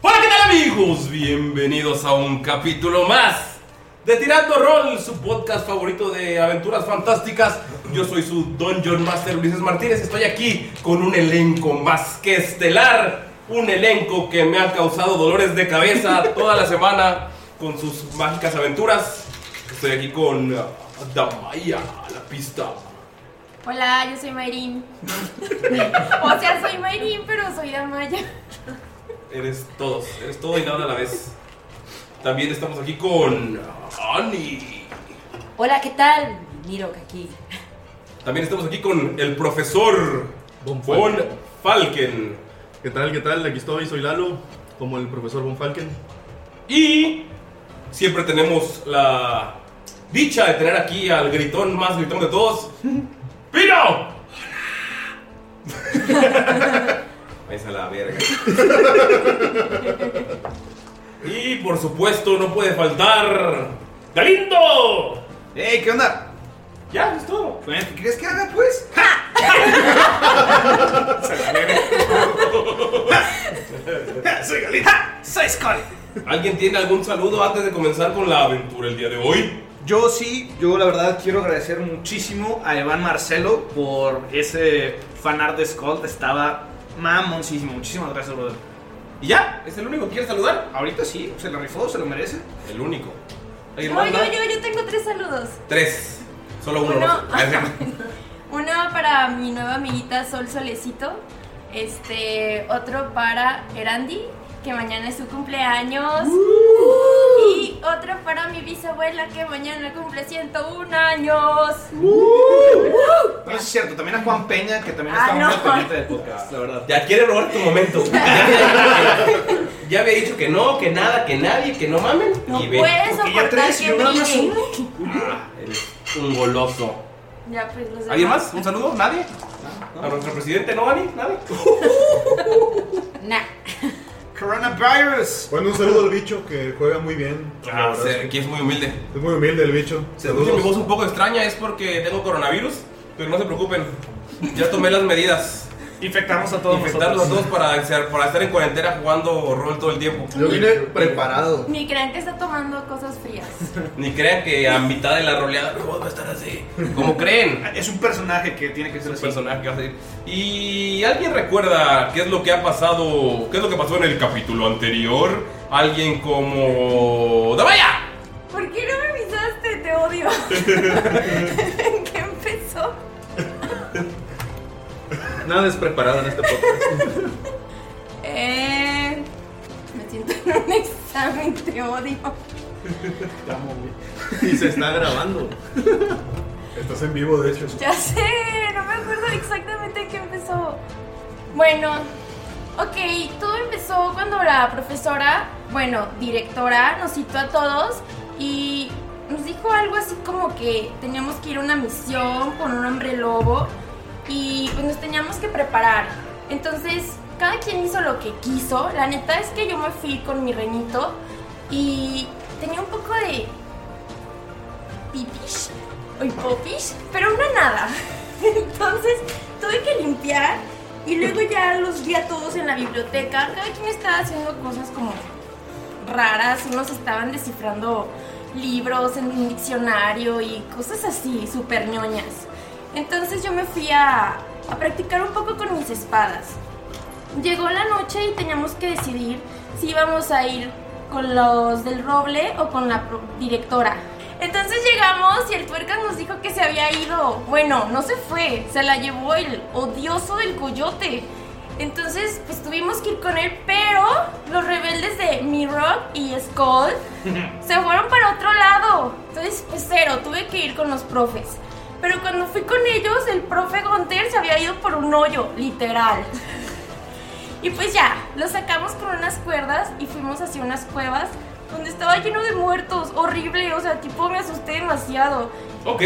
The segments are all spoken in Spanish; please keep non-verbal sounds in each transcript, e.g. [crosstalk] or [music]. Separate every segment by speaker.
Speaker 1: Hola, ¿qué tal amigos? Bienvenidos a un capítulo más de Tirando Roll, su podcast favorito de aventuras fantásticas. Yo soy su Dungeon Master Ulises Martínez. Estoy aquí con un elenco más que estelar. Un elenco que me ha causado dolores de cabeza toda la semana con sus mágicas aventuras. Estoy aquí con uh, Damaya, la pista.
Speaker 2: Hola, yo soy Mayrin. o sea, soy Mayrin, pero soy Damaya.
Speaker 1: Eres todos, eres todo y nada a la vez. También estamos aquí con uh, Ani.
Speaker 3: Hola, ¿qué tal? Miro que aquí.
Speaker 1: También estamos aquí con el profesor Von Falken.
Speaker 4: ¿Qué tal? ¿Qué tal? Aquí estoy, soy Lalo, como el profesor Von Falken.
Speaker 1: Y siempre tenemos la dicha de tener aquí al gritón más gritón de todos, ¡Pino! ¡Hola! [laughs] Vais a la verga. [laughs] y por supuesto, no puede faltar. ¡Galindo!
Speaker 5: ¡Ey, qué onda!
Speaker 1: Ya, es todo.
Speaker 5: ¿Qué quieres que haga, pues? ¡Ja!
Speaker 1: [laughs]
Speaker 5: ¡Ja! [laughs] ¡Soy Galita! ¡Ja! ¡Soy Scully!
Speaker 1: ¿Alguien tiene algún saludo antes de comenzar con la aventura el día de hoy?
Speaker 5: Yo sí, yo la verdad quiero agradecer muchísimo a Iván Marcelo por ese fanart de Skull. Estaba mamoncísimo. Muchísimas gracias, brother.
Speaker 1: Y ya, es el único que quiere saludar.
Speaker 5: Ahorita sí, se lo rifó, se lo merece.
Speaker 1: El único. ¿Alguien
Speaker 2: No,
Speaker 1: más?
Speaker 2: yo, yo, yo tengo tres saludos.
Speaker 1: Tres. Solo uno.
Speaker 2: Uno.
Speaker 1: ¿no? Ah,
Speaker 2: [laughs]
Speaker 1: sí.
Speaker 2: Uno para mi nueva amiguita Sol Solecito. Este, otro para Erandi, que mañana es su cumpleaños.
Speaker 6: Uh.
Speaker 2: Y otro para mi bisabuela, que mañana cumple 101 años.
Speaker 5: No ¡Uh! es cierto, también a Juan Peña, que también
Speaker 2: ¡Uh! Ah,
Speaker 5: está muy
Speaker 2: no.
Speaker 5: pendiente del podcast, la verdad.
Speaker 1: Ya quiere robar tu momento. ya, había dicho que no, que nada, que nadie, que no mamen.
Speaker 2: No
Speaker 1: y ve,
Speaker 2: puedes
Speaker 5: porque ya
Speaker 2: Pues, soportar
Speaker 5: tres,
Speaker 2: que
Speaker 5: yo nada más
Speaker 2: brillen.
Speaker 1: eres un goloso.
Speaker 2: Ya, pues los
Speaker 1: ah, ¿Alguien
Speaker 2: demás.
Speaker 1: más? ¿Un saludo? ¿Nadie? ¿A nuestro presidente? ¿No, Ani? ¿Nadie?
Speaker 3: Nah.
Speaker 5: Coronavirus.
Speaker 4: Bueno, un saludo al bicho que juega muy bien. La
Speaker 1: Ah,
Speaker 4: verdad
Speaker 1: sé,
Speaker 4: es que
Speaker 1: que es muy humilde.
Speaker 4: es muy humilde el bicho.
Speaker 1: Se escucha mi voz
Speaker 4: Saludos.
Speaker 1: un poco extraña, es porque tengo coronavirus, pero no se preocupen. Ya tomé las medidas.
Speaker 5: Infectamos a todos
Speaker 1: Infectarlos a
Speaker 5: nosotros.
Speaker 1: todos para, ser- para estar en cuarentena jugando rol todo el tiempo.
Speaker 7: Yo vine preparado.
Speaker 2: Ni crean que está tomando cosas frías.
Speaker 1: [laughs] Ni crean que a mitad de la roleada no va a estar así. Como creen.
Speaker 5: Es un personaje que tiene que ser
Speaker 1: Ese
Speaker 5: así.
Speaker 1: personaje que va a salir. ¿Y alguien recuerda qué es lo que ha pasado? ¿Qué es lo que pasó en el capítulo anterior? Alguien como. ¡Damaya!
Speaker 2: ¿Por qué no me avisaste? Te odio. ¿En qué empezó?
Speaker 4: nada despreparado en
Speaker 7: [laughs]
Speaker 4: este podcast.
Speaker 2: Eh, me siento en un examen, te odio.
Speaker 4: Y se está grabando.
Speaker 7: Estás en vivo, de hecho.
Speaker 2: Ya sé, no me acuerdo exactamente qué empezó. Bueno, ok, todo empezó cuando la profesora, bueno, directora, nos citó a todos y nos dijo algo así como que teníamos que ir a una misión con un hombre lobo y pues nos teníamos que preparar. Entonces, cada quien hizo lo que quiso. La neta es que yo me fui con mi renito y tenía un poco de pipish o hipopish, pero una nada. [laughs] Entonces tuve que limpiar y luego ya los vi a todos en la biblioteca. Cada quien estaba haciendo cosas como raras. Unos estaban descifrando libros en un diccionario y cosas así, súper ñoñas. Entonces yo me fui a, a practicar un poco con mis espadas. Llegó la noche y teníamos que decidir si íbamos a ir con los del roble o con la pro- directora. Entonces llegamos y el tuercas nos dijo que se había ido. Bueno, no se fue, se la llevó el odioso del coyote. Entonces, pues tuvimos que ir con él, pero los rebeldes de Mirok y Skull se fueron para otro lado. Entonces, pues cero, tuve que ir con los profes. Pero cuando fui con ellos, el profe Gonter se había ido por un hoyo, literal. Y pues ya, lo sacamos con unas cuerdas y fuimos hacia unas cuevas donde estaba lleno de muertos, horrible, o sea, tipo me asusté demasiado.
Speaker 1: Ok.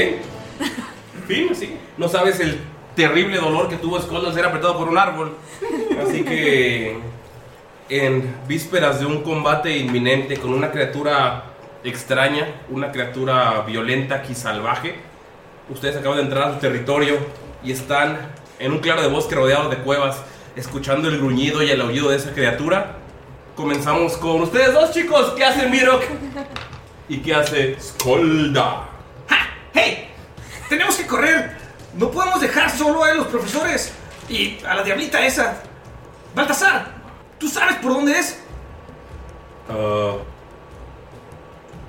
Speaker 1: Fin, sí. No sabes el terrible dolor que tuvo Skull al ser apretado por un árbol. Así que. En vísperas de un combate inminente con una criatura extraña, una criatura violenta, y salvaje, ustedes acaban de entrar a su territorio y están en un claro de bosque rodeado de cuevas, escuchando el gruñido y el aullido de esa criatura. Comenzamos con ustedes dos chicos, ¿qué hace Mirok? ¿Y qué hace Skolda?
Speaker 5: ¡Hey! ¡Tenemos que correr! No podemos dejar solo a los profesores y a la diablita esa. Baltasar, ¿tú sabes por dónde es?
Speaker 1: Ah,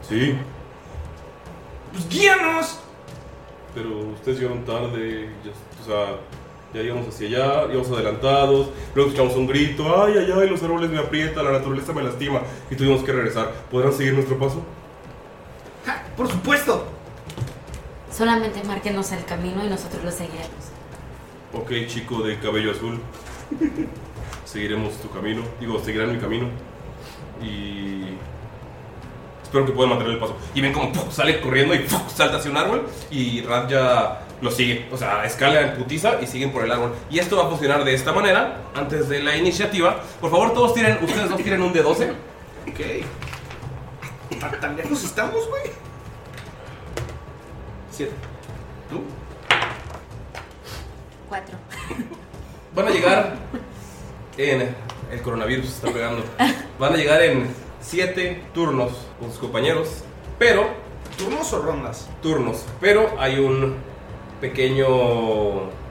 Speaker 1: sí,
Speaker 5: Pues guíanos.
Speaker 1: pero ustedes llegaron tarde, ya, o sea, ya íbamos hacia allá, íbamos adelantados, luego escuchamos un grito, ay, ay, ay, los árboles me aprietan, la naturaleza me lastima, y tuvimos que regresar. ¿Podrán seguir nuestro paso?
Speaker 5: Ja, por supuesto.
Speaker 3: Solamente márquenos el camino y nosotros lo seguiremos.
Speaker 1: Ok, chico de cabello azul, seguiremos tu camino, digo, seguirán mi camino, y espero que puedan mantener el paso. Y ven como ¡puf! sale corriendo y ¡puf! salta hacia un árbol, y Rad ya lo sigue, o sea, escala en putiza y siguen por el árbol. Y esto va a funcionar de esta manera, antes de la iniciativa. Por favor, todos tienen, ustedes dos tienen un de 12.
Speaker 5: Ok. ¿Tan, tan lejos estamos, güey?
Speaker 1: Siete. ¿Tú?
Speaker 3: Cuatro.
Speaker 1: Van a llegar en. El coronavirus está pegando. Van a llegar en 7 turnos con sus compañeros. Pero,
Speaker 5: ¿Turnos o rondas?
Speaker 1: turnos. Pero hay un pequeño.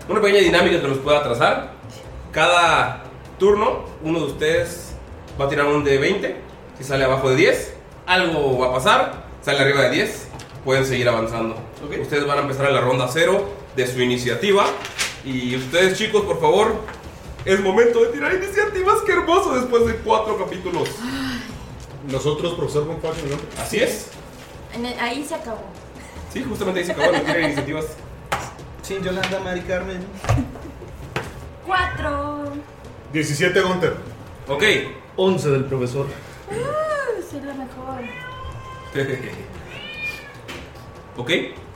Speaker 1: Una pequeña dinámica que los puede atrasar. Cada turno, uno de ustedes va a tirar un de 20. Si sale abajo de 10, algo va a pasar. Sale arriba de 10, pueden seguir avanzando.
Speaker 5: Ok.
Speaker 1: Ustedes van a empezar en la ronda 0 de su iniciativa. Y ustedes, chicos, por favor, es momento de tirar iniciativas. ¡Qué hermoso! Después de cuatro capítulos.
Speaker 7: Nosotros, profesor Bonfalco, ¿no?
Speaker 1: Así es.
Speaker 2: En el- ahí se acabó.
Speaker 1: Sí, [laughs] justamente ahí se acabaron de tirar iniciativas.
Speaker 5: Sin Yolanda, Mari Carmen.
Speaker 2: [laughs] Cuatro.
Speaker 7: 17 Gunter.
Speaker 1: Ok.
Speaker 4: 11 del profesor.
Speaker 2: Uh, soy la mejor.
Speaker 1: ok,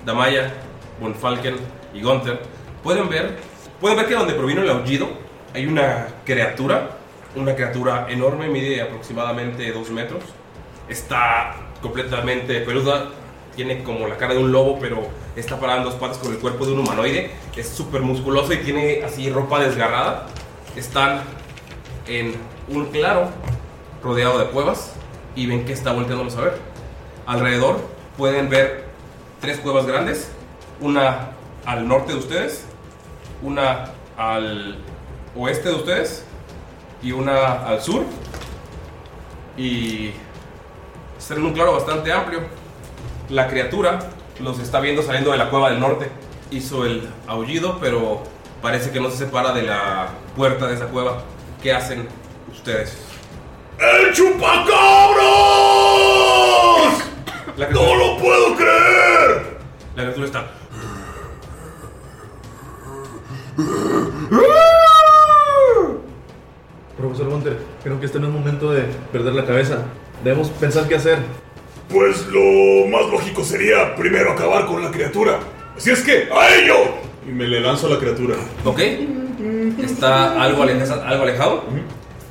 Speaker 1: Damaya, Bonfalken y Gunther pueden ver, pueden ver que donde provino el aullido hay una criatura, una criatura enorme, mide aproximadamente 2 metros, está completamente peluda, tiene como la cara de un lobo, pero está parada en dos patas con el cuerpo de un humanoide, es súper musculoso y tiene así ropa desgarrada. Están en un claro rodeado de cuevas y ven que está volteándolos a ver. Alrededor pueden ver tres cuevas grandes, una al norte de ustedes, una al oeste de ustedes y una al sur. Y están en un claro bastante amplio. La criatura los está viendo saliendo de la cueva del norte. Hizo el aullido, pero Parece que no se separa de la puerta de esa cueva. ¿Qué hacen ustedes?
Speaker 8: ¡El chupacabras!
Speaker 1: La
Speaker 8: ¡No lo puedo creer!
Speaker 1: La criatura está.
Speaker 4: Profesor Hunter, creo que este no es momento de perder la cabeza. Debemos pensar qué hacer.
Speaker 8: Pues lo más lógico sería primero acabar con la criatura. Así es que, ¡a ello! Y me le lanzo a la criatura.
Speaker 1: ¿Ok? Está algo alejado. Algo alejado.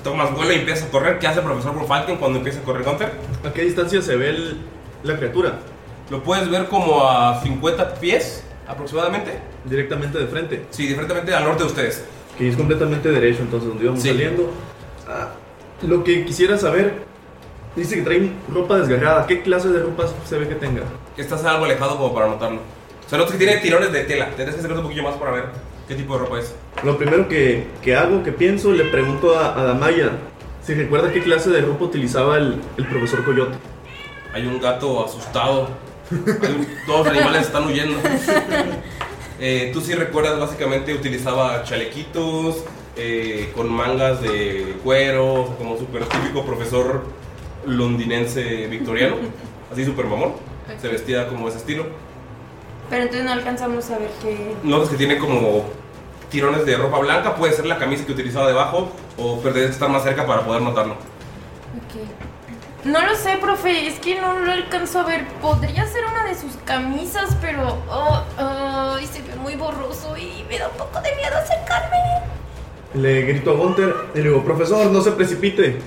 Speaker 1: Tomas vuelo y empiezas a correr. ¿Qué hace el profesor Falken cuando empieza a correr Hunter?
Speaker 4: ¿A qué distancia se ve el- la criatura?
Speaker 1: Lo puedes ver como a 50 pies aproximadamente.
Speaker 4: Directamente de frente.
Speaker 1: Sí, directamente al norte de ustedes.
Speaker 4: Que es completamente derecho, entonces, donde íbamos
Speaker 1: Sí.
Speaker 4: saliendo. Ah, lo que quisiera saber, dice que trae ropa desgarrada. ¿Qué clase de ropa se ve que tenga?
Speaker 1: Estás algo alejado como para notarlo. O sea, notas que tiene tirones de tela. Tienes que acercarte un poquillo más para ver qué tipo de ropa es.
Speaker 4: Lo primero que, que hago, que pienso, le pregunto a, a Damaya si recuerda qué clase de ropa utilizaba el, el profesor Coyote.
Speaker 1: Hay un gato asustado. Hay un- todos los animales están huyendo. Eh, Tú sí recuerdas, básicamente utilizaba chalequitos eh, con mangas de cuero, como súper típico profesor londinense victoriano. Así súper mamón. Se vestía como ese estilo.
Speaker 2: Pero entonces no alcanzamos a ver qué.
Speaker 1: Notas que tiene como tirones de ropa blanca. Puede ser la camisa que utilizaba debajo o perder estar más cerca para poder notarlo.
Speaker 2: Ok. No lo sé, profe, es que no lo alcanzo a ver. Podría ser una de sus camisas, pero. Oh, ay, se ve muy borroso y me da un poco de miedo acercarme.
Speaker 4: Le grito a Gunter y le digo, profesor, no se precipite.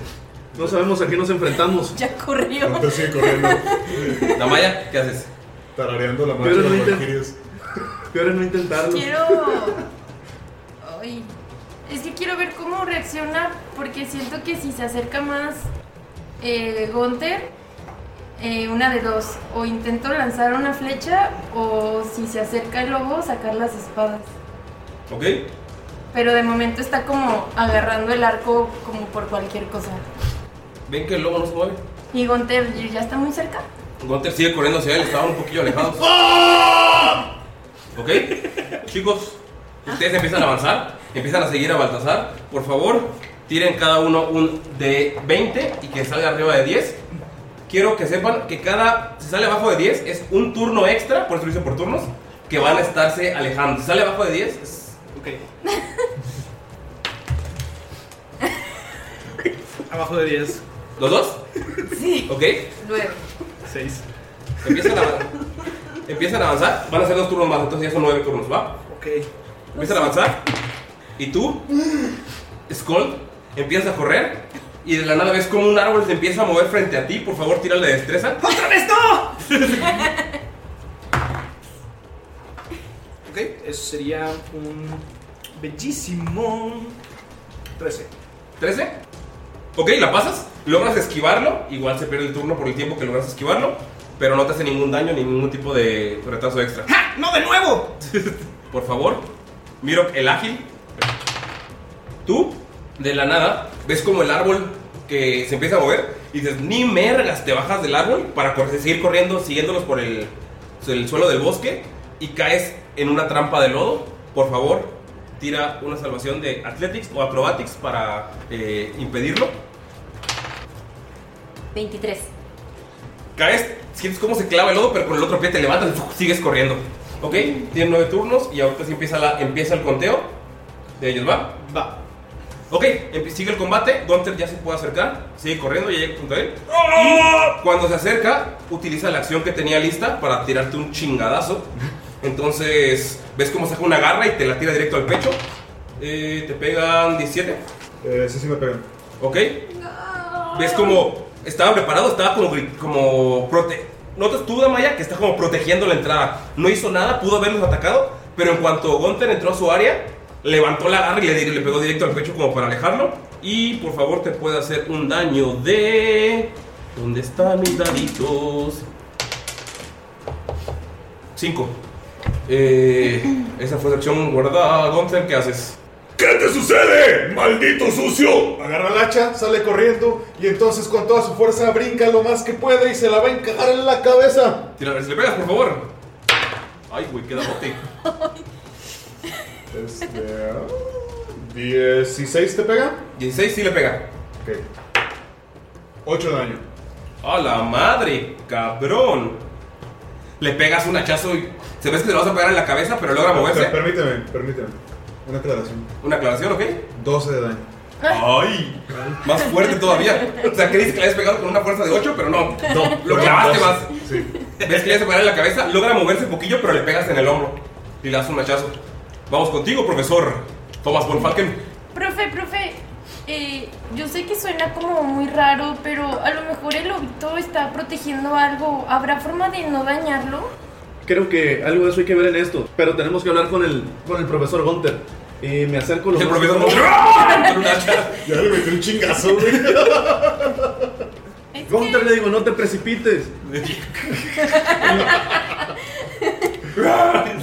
Speaker 4: No sabemos a qué nos enfrentamos.
Speaker 2: Ya corrió.
Speaker 4: [laughs]
Speaker 1: La Maya, ¿qué haces?
Speaker 7: Tarareando la marcha
Speaker 4: Pero
Speaker 7: de
Speaker 4: no
Speaker 7: los
Speaker 4: intent-
Speaker 7: Valkyries.
Speaker 4: Peor es no intentarlo.
Speaker 2: Quiero. Ay. Es que quiero ver cómo reacciona, porque siento que si se acerca más eh, Gunther, eh, una de dos. O intento lanzar una flecha, o si se acerca el lobo, sacar las espadas.
Speaker 1: ¿Ok?
Speaker 2: Pero de momento está como agarrando el arco como por cualquier cosa.
Speaker 1: Ven que el lobo no se mueve.
Speaker 2: Y Gunther ya está muy cerca.
Speaker 1: Gunter sigue corriendo hacia él, estaban un poquillo alejados. ¿Ok? [laughs] Chicos, ustedes empiezan a avanzar, empiezan a seguir a Baltasar. Por favor, tiren cada uno un de 20 y que salga arriba de 10. Quiero que sepan que cada, si sale abajo de 10, es un turno extra, por eso lo hice por turnos, que van a estarse alejando. Si sale abajo de 10, es... Ok.
Speaker 5: [laughs] Abajo de 10.
Speaker 1: ¿Los dos?
Speaker 5: Sí.
Speaker 1: ¿Ok?
Speaker 2: 9.
Speaker 5: 6.
Speaker 1: Empiezan a, empiezan a avanzar, van a hacer dos turnos más, entonces ya son nueve turnos, ¿va?
Speaker 5: Ok.
Speaker 1: Empiezan a avanzar. Y tú, Skull, empiezas a correr. Y de la nada ves como un árbol se empieza a mover frente a ti. Por favor, tírale de destreza.
Speaker 5: [laughs] ¡Otra vez no! ok, eso sería un bellísimo 13.
Speaker 1: ¿13? Ok, la pasas. Logras esquivarlo. Igual se pierde el turno por el tiempo que logras esquivarlo. Pero no te hace ningún daño ni ningún tipo de retraso extra.
Speaker 5: ¡No de nuevo!
Speaker 1: [laughs] Por favor, miro el ágil. Tú, de la nada, ves como el árbol que se empieza a mover y dices, ni mergas, te bajas del árbol para cor- seguir corriendo, siguiéndolos por el, el suelo del bosque y caes en una trampa de lodo. Por favor, tira una salvación de Athletics o Acrobatics para eh, impedirlo.
Speaker 3: 23.
Speaker 1: Caes, sientes cómo se clava el lodo, pero con el otro pie te levantas y ¡fuf! sigues corriendo. ¿Ok? Tiene nueve turnos y ahorita sí empieza, la, empieza el conteo. ¿De ellos va?
Speaker 5: Va.
Speaker 1: Ok, empe- sigue el combate. Gunter ya se puede acercar. Sigue corriendo, ya llega junto a él. Y cuando se acerca, utiliza la acción que tenía lista para tirarte un chingadazo. Entonces, ves cómo saca una garra y te la tira directo al pecho. Eh, te pegan 17.
Speaker 7: Eh, sí, sí me pegan.
Speaker 1: Ok. Ves como estaba preparado, estaba como, gri- como prote. Notas tú, Damaya, que está como protegiendo la entrada. No hizo nada, pudo haberlos atacado, pero en cuanto Gunter entró a su área, levantó la garra y le, di- le pegó directo al pecho como para alejarlo. Y por favor te puede hacer un daño de... ¿Dónde están mis daditos? 5. Eh, esa fue su acción guardada. Gunter, ¿qué haces?
Speaker 8: ¿Qué te sucede, maldito sucio?
Speaker 7: Agarra el hacha, sale corriendo y entonces con toda su fuerza brinca lo más que puede y se la va a encajar en la cabeza.
Speaker 1: Tira a ver si le pegas, por favor. Ay, güey, queda bote.
Speaker 7: [laughs] Este, ah, 16 te pega.
Speaker 1: 16 sí le pega.
Speaker 7: Ok. 8 daño.
Speaker 1: ¡A la madre! ¡Cabrón! Le pegas un hachazo y. Se ves que se lo vas a pegar en la cabeza, pero logra
Speaker 7: Per-
Speaker 1: moverse.
Speaker 7: per- Permíteme, permíteme. Una aclaración.
Speaker 1: ¿Una aclaración, ok?
Speaker 7: 12 de daño.
Speaker 1: ¡Ay! Más fuerte
Speaker 7: [laughs]
Speaker 1: todavía. O sea, creíste que le habías pegado con una fuerza de 8, pero no. No, lo clavaste más. Ves que le habías pegado en la cabeza, logra moverse un poquillo, pero le pegas en el hombro. Y le das un hachazo. Vamos contigo, profesor. Thomas von Falken.
Speaker 2: Profe, profe, eh, yo sé que suena como muy raro, pero a lo mejor el lobito está protegiendo algo. ¿Habrá forma de no dañarlo?
Speaker 4: Creo que algo de eso hay que ver en esto, pero tenemos que hablar con el, con el profesor Gunter. Y me acerco lo
Speaker 1: El
Speaker 4: más-
Speaker 1: profesor Gunter.
Speaker 8: ¡Ah!
Speaker 7: Ya le metí un chingazo, güey.
Speaker 4: Gunter le digo, no te precipites.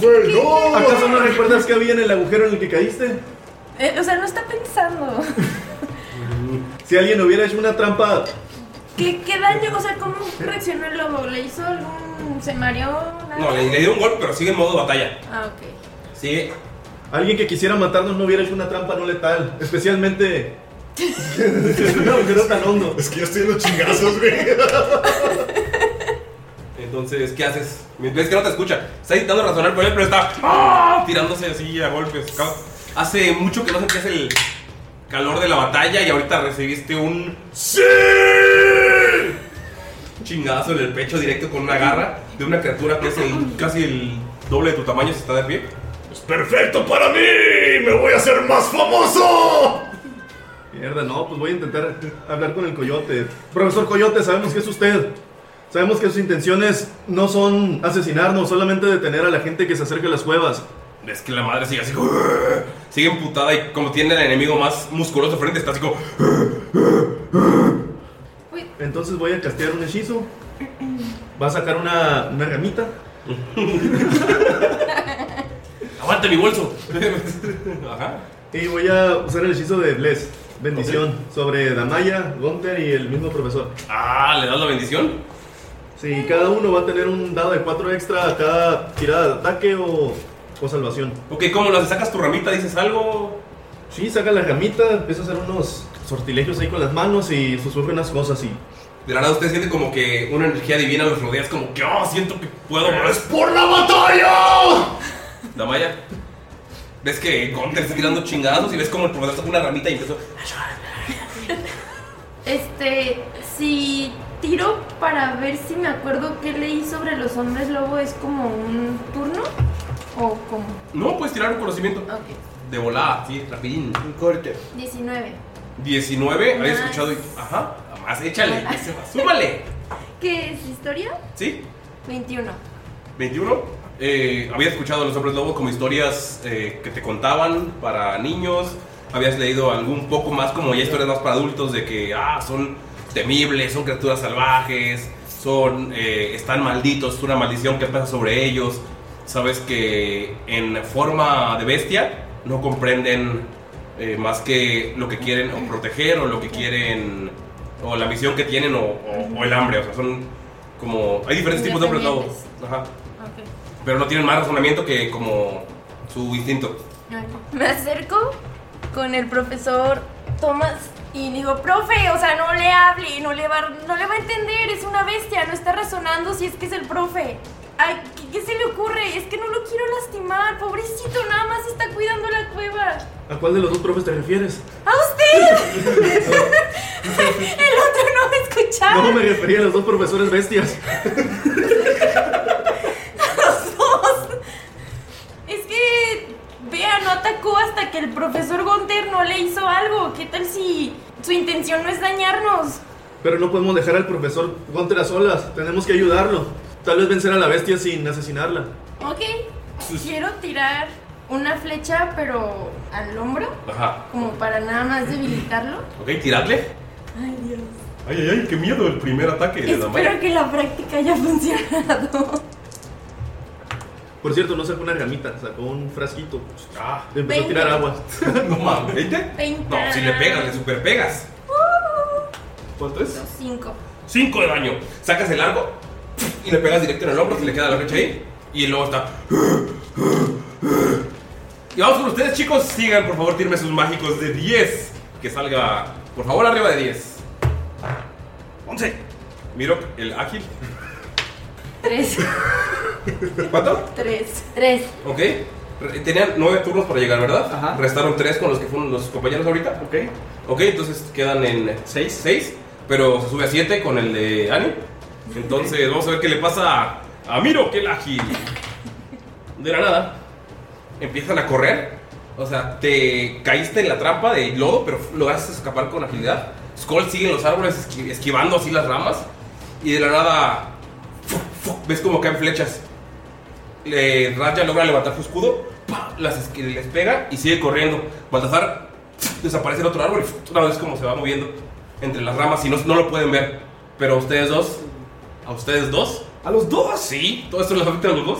Speaker 7: Güey, no.
Speaker 4: ¿Acaso no recuerdas que había en el agujero en el que caíste?
Speaker 2: Eh, o sea, no está
Speaker 1: [laughs]
Speaker 2: pensando.
Speaker 4: Si alguien hubiera hecho una trampa,
Speaker 2: ¿Qué, qué daño? O sea, ¿cómo reaccionó el lobo? ¿Le hizo algún... se mareó? Nada?
Speaker 1: No, le, le dio un golpe, pero sigue en modo batalla.
Speaker 2: Ah, ok. [laughs]
Speaker 1: Sigue.
Speaker 4: alguien que quisiera matarnos no hubiera hecho una trampa no letal. Especialmente. [laughs] un agujero tan hondo.
Speaker 7: Es que yo estoy en los chingazos, güey.
Speaker 1: Entonces, ¿qué haces? Ves que no te escucha. Está intentando razonar por él, pero está ¡ah! tirándose así a golpes. Ca- Hace mucho que no sentías el calor de la batalla y ahorita recibiste un ¡Sí! chingazo en el pecho directo con una garra de una criatura que es el- casi el doble de tu tamaño si está de pie.
Speaker 8: ¡Es perfecto para mí! ¡Me voy a hacer más famoso!
Speaker 4: Mierda, no, pues voy a intentar hablar con el coyote. Profesor Coyote, sabemos que es usted. Sabemos que sus intenciones no son asesinarnos, solamente detener a la gente que se acerca a las cuevas.
Speaker 1: Es que la madre sigue así, como- sigue emputada y como tiene al enemigo más musculoso frente, está así como.
Speaker 4: Entonces voy a castear un hechizo. Va a sacar una, una ramita.
Speaker 1: [laughs] ¡Aguante mi bolso! Ajá.
Speaker 4: Y voy a usar el hechizo de Bless. Bendición sobre Damaya, Gunter y el mismo profesor.
Speaker 1: Ah, ¿le das la bendición?
Speaker 4: Sí, cada uno va a tener un dado de 4 extra a cada tirada de ataque o, o salvación.
Speaker 1: Ok, ¿cómo lo haces? ¿Sacas tu ramita? ¿Dices algo?
Speaker 4: Sí, saca la ramita, empieza a hacer unos sortilegios ahí con las manos y susurra unas cosas y...
Speaker 1: De la nada usted siente como que una energía divina los rodea, es como que oh, siento que puedo más.
Speaker 8: ¡Por la batalla!
Speaker 1: Damaya. Ves que Gunter está tirando chingados y ves como el profesor saca una ramita y empieza.
Speaker 2: Este, si tiro para ver si me acuerdo qué leí sobre los hombres lobo, ¿es como un turno? ¿O como?
Speaker 1: No, puedes tirar un conocimiento. De volada, sí, rapidín. Un corte.
Speaker 2: 19.
Speaker 1: 19, habías
Speaker 2: Nice.
Speaker 1: escuchado y. Ajá, más, échale, ya Eh, se va, súmale.
Speaker 2: ¿Qué es historia?
Speaker 1: ¿Sí?
Speaker 2: 21.
Speaker 1: 21. Eh, habías escuchado a los hombres lobos como historias eh, que te contaban para niños. Habías leído algún poco más como ya historias más para adultos de que ah, son temibles, son criaturas salvajes, son eh, están malditos, es una maldición que pasa sobre ellos. Sabes que en forma de bestia no comprenden eh, más que lo que quieren o proteger o lo que quieren o la misión que tienen o, o- o el hambre. O sea, son como... Hay diferentes tipos de hombres lobos. Ajá. Pero no tienen más razonamiento que como su instinto.
Speaker 2: Me acerco con el profesor Thomas y digo, profe, o sea, no le hable, no le va, no le va a entender, es una bestia, no está razonando si es que es el profe. Ay, ¿qué, qué se le ocurre? Es que no lo quiero lastimar, pobrecito, nada más está cuidando la cueva.
Speaker 4: ¿A cuál de los dos profes te refieres?
Speaker 2: ¡A
Speaker 4: [laughs]
Speaker 2: usted! el otro no me escuchaba.
Speaker 4: No, me refería a los dos profesores bestias.
Speaker 2: los dos. Es que, vea, no atacó hasta que el profesor Gonter no le hizo algo. ¿Qué tal si su intención no es dañarnos?
Speaker 4: Pero no podemos dejar al profesor Gunter a solas. Tenemos que ayudarlo. Tal vez vencer a la bestia sin asesinarla.
Speaker 2: Ok, quiero tirar una flecha, pero al hombro,
Speaker 1: Ajá.
Speaker 2: como para nada más debilitarlo.
Speaker 1: Ok, tirarle.
Speaker 2: Ay, Dios.
Speaker 1: Ay, ay, ay, qué miedo el primer ataque de la
Speaker 2: Espero que la práctica haya [laughs] funcionado.
Speaker 4: Por cierto, no sacó una ramita, sacó un frasquito.
Speaker 1: Ah,
Speaker 4: le empezó a
Speaker 2: Veinte.
Speaker 4: tirar agua.
Speaker 1: [laughs] No mames, ¿veinte?
Speaker 2: 20.
Speaker 1: No, si le pegas, le super pegas. Uh. ¿Cuánto es?
Speaker 2: 5.
Speaker 1: 5 de daño. Sacas el arco y le pegas directo en el hombro, se le queda la flecha ahí. Y luego está. Y vamos con ustedes, chicos. Sigan, por favor, tírenme sus mágicos de 10. Que salga, por favor, arriba de 10. 11. Miro el ágil. [laughs]
Speaker 2: Tres.
Speaker 1: ¿Cuánto?
Speaker 2: Tres. Tres.
Speaker 1: Ok. Re- Tenían 9 turnos para llegar, ¿verdad? Restaron 3 con los que fueron los compañeros ahorita. Ok. Ok, entonces quedan en 6. 6. Pero se sube a 7 con el de Ani. Entonces, vamos a ver qué le pasa a Miro, que el ágil. De la nada. Empiezan a correr. O sea, te caíste en la trampa de lodo, pero lograste escapar con agilidad. Skull sigue en los árboles esqui- esquivando así las ramas. Y de la nada. ¡fuc, fuc! Ves como caen flechas. Le, Raya logra levantar su escudo. ¡pa! Las esqui- les pega y sigue corriendo. Baltazar ¡fuc! desaparece en otro árbol. y Una vez como se va moviendo entre las ramas y no, no lo pueden ver. Pero a ustedes dos. ¿A ustedes dos? ¿A los dos? Sí, todo esto les afecta a los dos.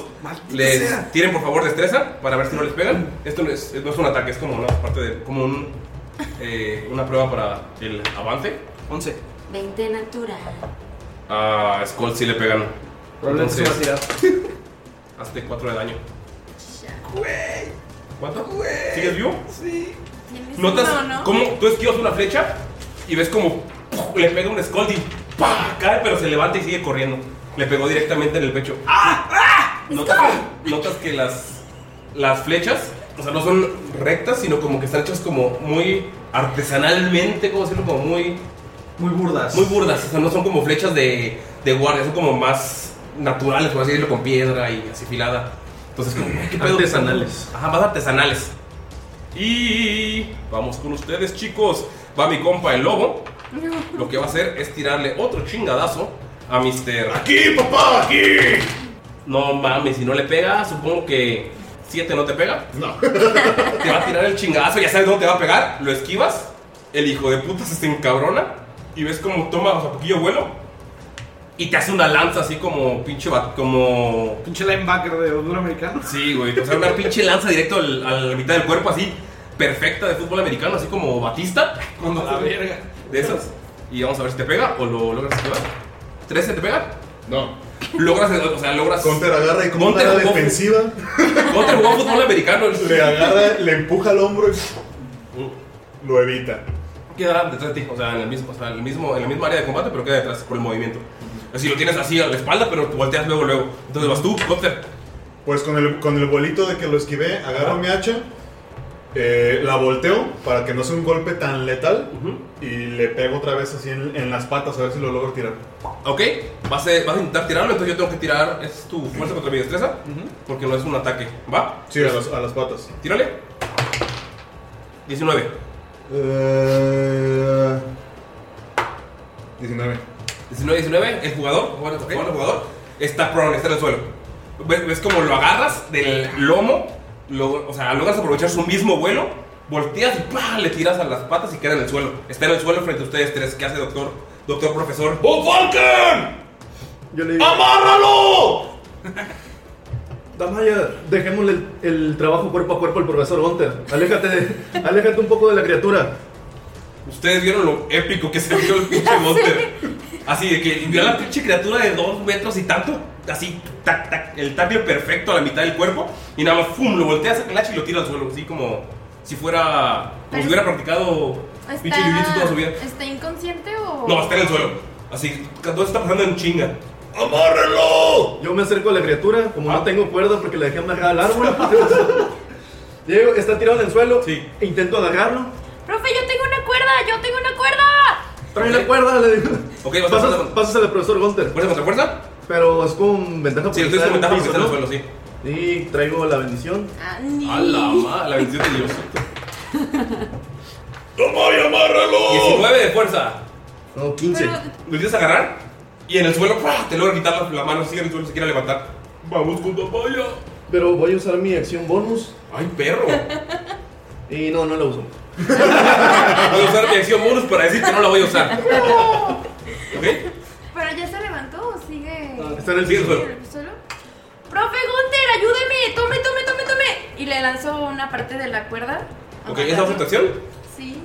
Speaker 1: Les
Speaker 5: sea. Mm.
Speaker 1: tiren por favor destreza para ver si no les pegan. Esto no es, eh, no es un ataque, es como una parte de. como un, eh, una prueba para el avance. 11.
Speaker 3: 20 natural.
Speaker 1: A Skull sí le pegan.
Speaker 5: Probablemente se va
Speaker 1: [laughs] Hazte 4 de daño. ¿Cuánto? ¿Sigues vivo?
Speaker 2: Sí.
Speaker 1: Notas
Speaker 2: No, no.
Speaker 1: cómo tú esquivas una flecha y ves como ¡puf! le pega un Skull y ¡pah! cae, pero se levanta y sigue corriendo. Le pegó directamente en el pecho. ¡Ah! ¡Ah! Notas, notas que las, las flechas, o sea, no son rectas, sino como que están hechas como muy artesanalmente, como decirlo, como muy. Muy burdas. Muy burdas, o sea, no son como flechas de, de guardia, son como más naturales, por así decirlo, con piedra y así filada. Entonces, como, ay, ¿qué pedo?
Speaker 4: Artesanales.
Speaker 1: Ajá, más artesanales. Y vamos con ustedes, chicos. Va mi compa el lobo. Lo que va a hacer es tirarle otro chingadazo a Mr. ¡Aquí, papá! ¡Aquí! No mames, si no le pega, supongo que 7 no te pega. No. [laughs] Te va a tirar el chingadazo, ya sabes dónde te va a pegar. Lo esquivas. El hijo de puta se encabrona. Y ves como toma, o sea, poquillo vuelo. Y te hace una lanza así como pinche. bat- Como. Pinche linebacker de fútbol americano. [laughs] Sí, güey. O sea, una pinche lanza directo al- a la mitad del cuerpo, así. Perfecta de fútbol americano, así como Batista. Cuando la verga. De esas. Y vamos a ver si te pega o lo logras esquivar. ¿13 te pega? No. Logras, o sea, logras.
Speaker 8: Conter agarra y como una
Speaker 1: Conter
Speaker 8: ala
Speaker 1: jugó-
Speaker 8: defensiva.
Speaker 1: Conter jugó fútbol americano.
Speaker 8: Le agarra, le empuja al hombro y lo evita.
Speaker 1: Queda detrás de ti, o sea, en, el mismo, o sea, en, el mismo, en la misma área de combate, pero queda detrás por el movimiento. Así lo tienes así a la espalda, pero volteas luego, luego. Entonces vas tú, Conter.
Speaker 8: Pues con el, con el vuelito de que lo esquivé, agarro mi hacha, eh, la volteo para que no sea un golpe tan letal y le pego otra vez así en, en las patas a ver si lo logro tirar.
Speaker 1: Ok, vas a, vas a intentar tirarlo, entonces yo tengo que tirar. Es tu fuerza contra mi destreza, porque no es un ataque, ¿va?
Speaker 8: Sí, a las, a las patas.
Speaker 1: Tírale. 19.
Speaker 8: Eh, 19.
Speaker 1: 19, 19, el jugador, jugador, jugador, jugador, está prone, está en el suelo. ¿Ves, ves como lo agarras del lomo? lo- o sea, logras aprovechar su mismo vuelo, volteas y ¡pah! le tiras a las patas y queda en el suelo. Está en el suelo frente a ustedes tres. ¿Qué hace, doctor? Doctor, profesor. ¡Oh, Falcon!
Speaker 4: Yo le digo,
Speaker 8: ¡Amárralo!
Speaker 4: Damaya, dejémosle el, el trabajo cuerpo a cuerpo al profesor Gunter. Aléjate, de- aléjate un poco de la criatura.
Speaker 1: Ustedes vieron lo épico que se vio el pinche monster. Así de que vio a la pinche criatura de dos metros y tanto. Así, tac, tac, el tackle perfecto a la mitad del cuerpo. Y nada más, ¡fum! Lo volteas a hacha y lo tira al suelo. Así como si fuera. Como si hubiera practicado pinche jiu-jitsu toda su vida.
Speaker 2: ¿Está inconsciente o.?
Speaker 1: No, está en el suelo. Así, todo está pasando en chinga.
Speaker 4: ¡Amárralo! Yo me acerco a la criatura, como
Speaker 1: Ah.
Speaker 4: no tengo cuerda porque la dejé amarrada al árbol. [laughs] Llego, está tirado en el suelo. e Intento agarrarlo.
Speaker 2: Profe, yo tengo una cuerda, yo tengo una cuerda.
Speaker 4: Trae la cuerda, le digo.
Speaker 1: Ok,
Speaker 4: pasas, pasas al profesor Gunter.
Speaker 1: ¿Fuerza contra fuerza?
Speaker 4: Pero es con ventaja
Speaker 1: Sí,
Speaker 4: porque
Speaker 1: entonces con
Speaker 4: está
Speaker 1: ventaja
Speaker 4: en
Speaker 1: porque está en el
Speaker 4: piso,
Speaker 1: suelo, sí.
Speaker 4: ¿no? Y traigo la bendición.
Speaker 2: Ani.
Speaker 1: A la ma- la bendición de Dios.
Speaker 8: ¡Toma y amárralo!
Speaker 1: 19 de fuerza.
Speaker 4: No, 15.
Speaker 1: Lo intentas agarrar y en el suelo ¡pua! te logra quitar la, la mano. Sigue en el suelo, se quiere levantar. Vamos con papaya.
Speaker 4: Pero voy a usar mi acción bonus.
Speaker 1: ¡Ay, perro!
Speaker 4: Y no, no la
Speaker 1: [laughs]
Speaker 4: uso.
Speaker 1: Voy a usar mi acción bonus para decir que no la voy a [laughs] usar.
Speaker 2: Pero ya se levantó o sigue.
Speaker 1: Está en el piso.
Speaker 2: ¿Solo? Profe Gunter, ayúdeme, tome, tome, tome, tome. Y le lanzó una parte de la cuerda.
Speaker 1: Ok, ¿esa fue tu acción?
Speaker 2: Sí.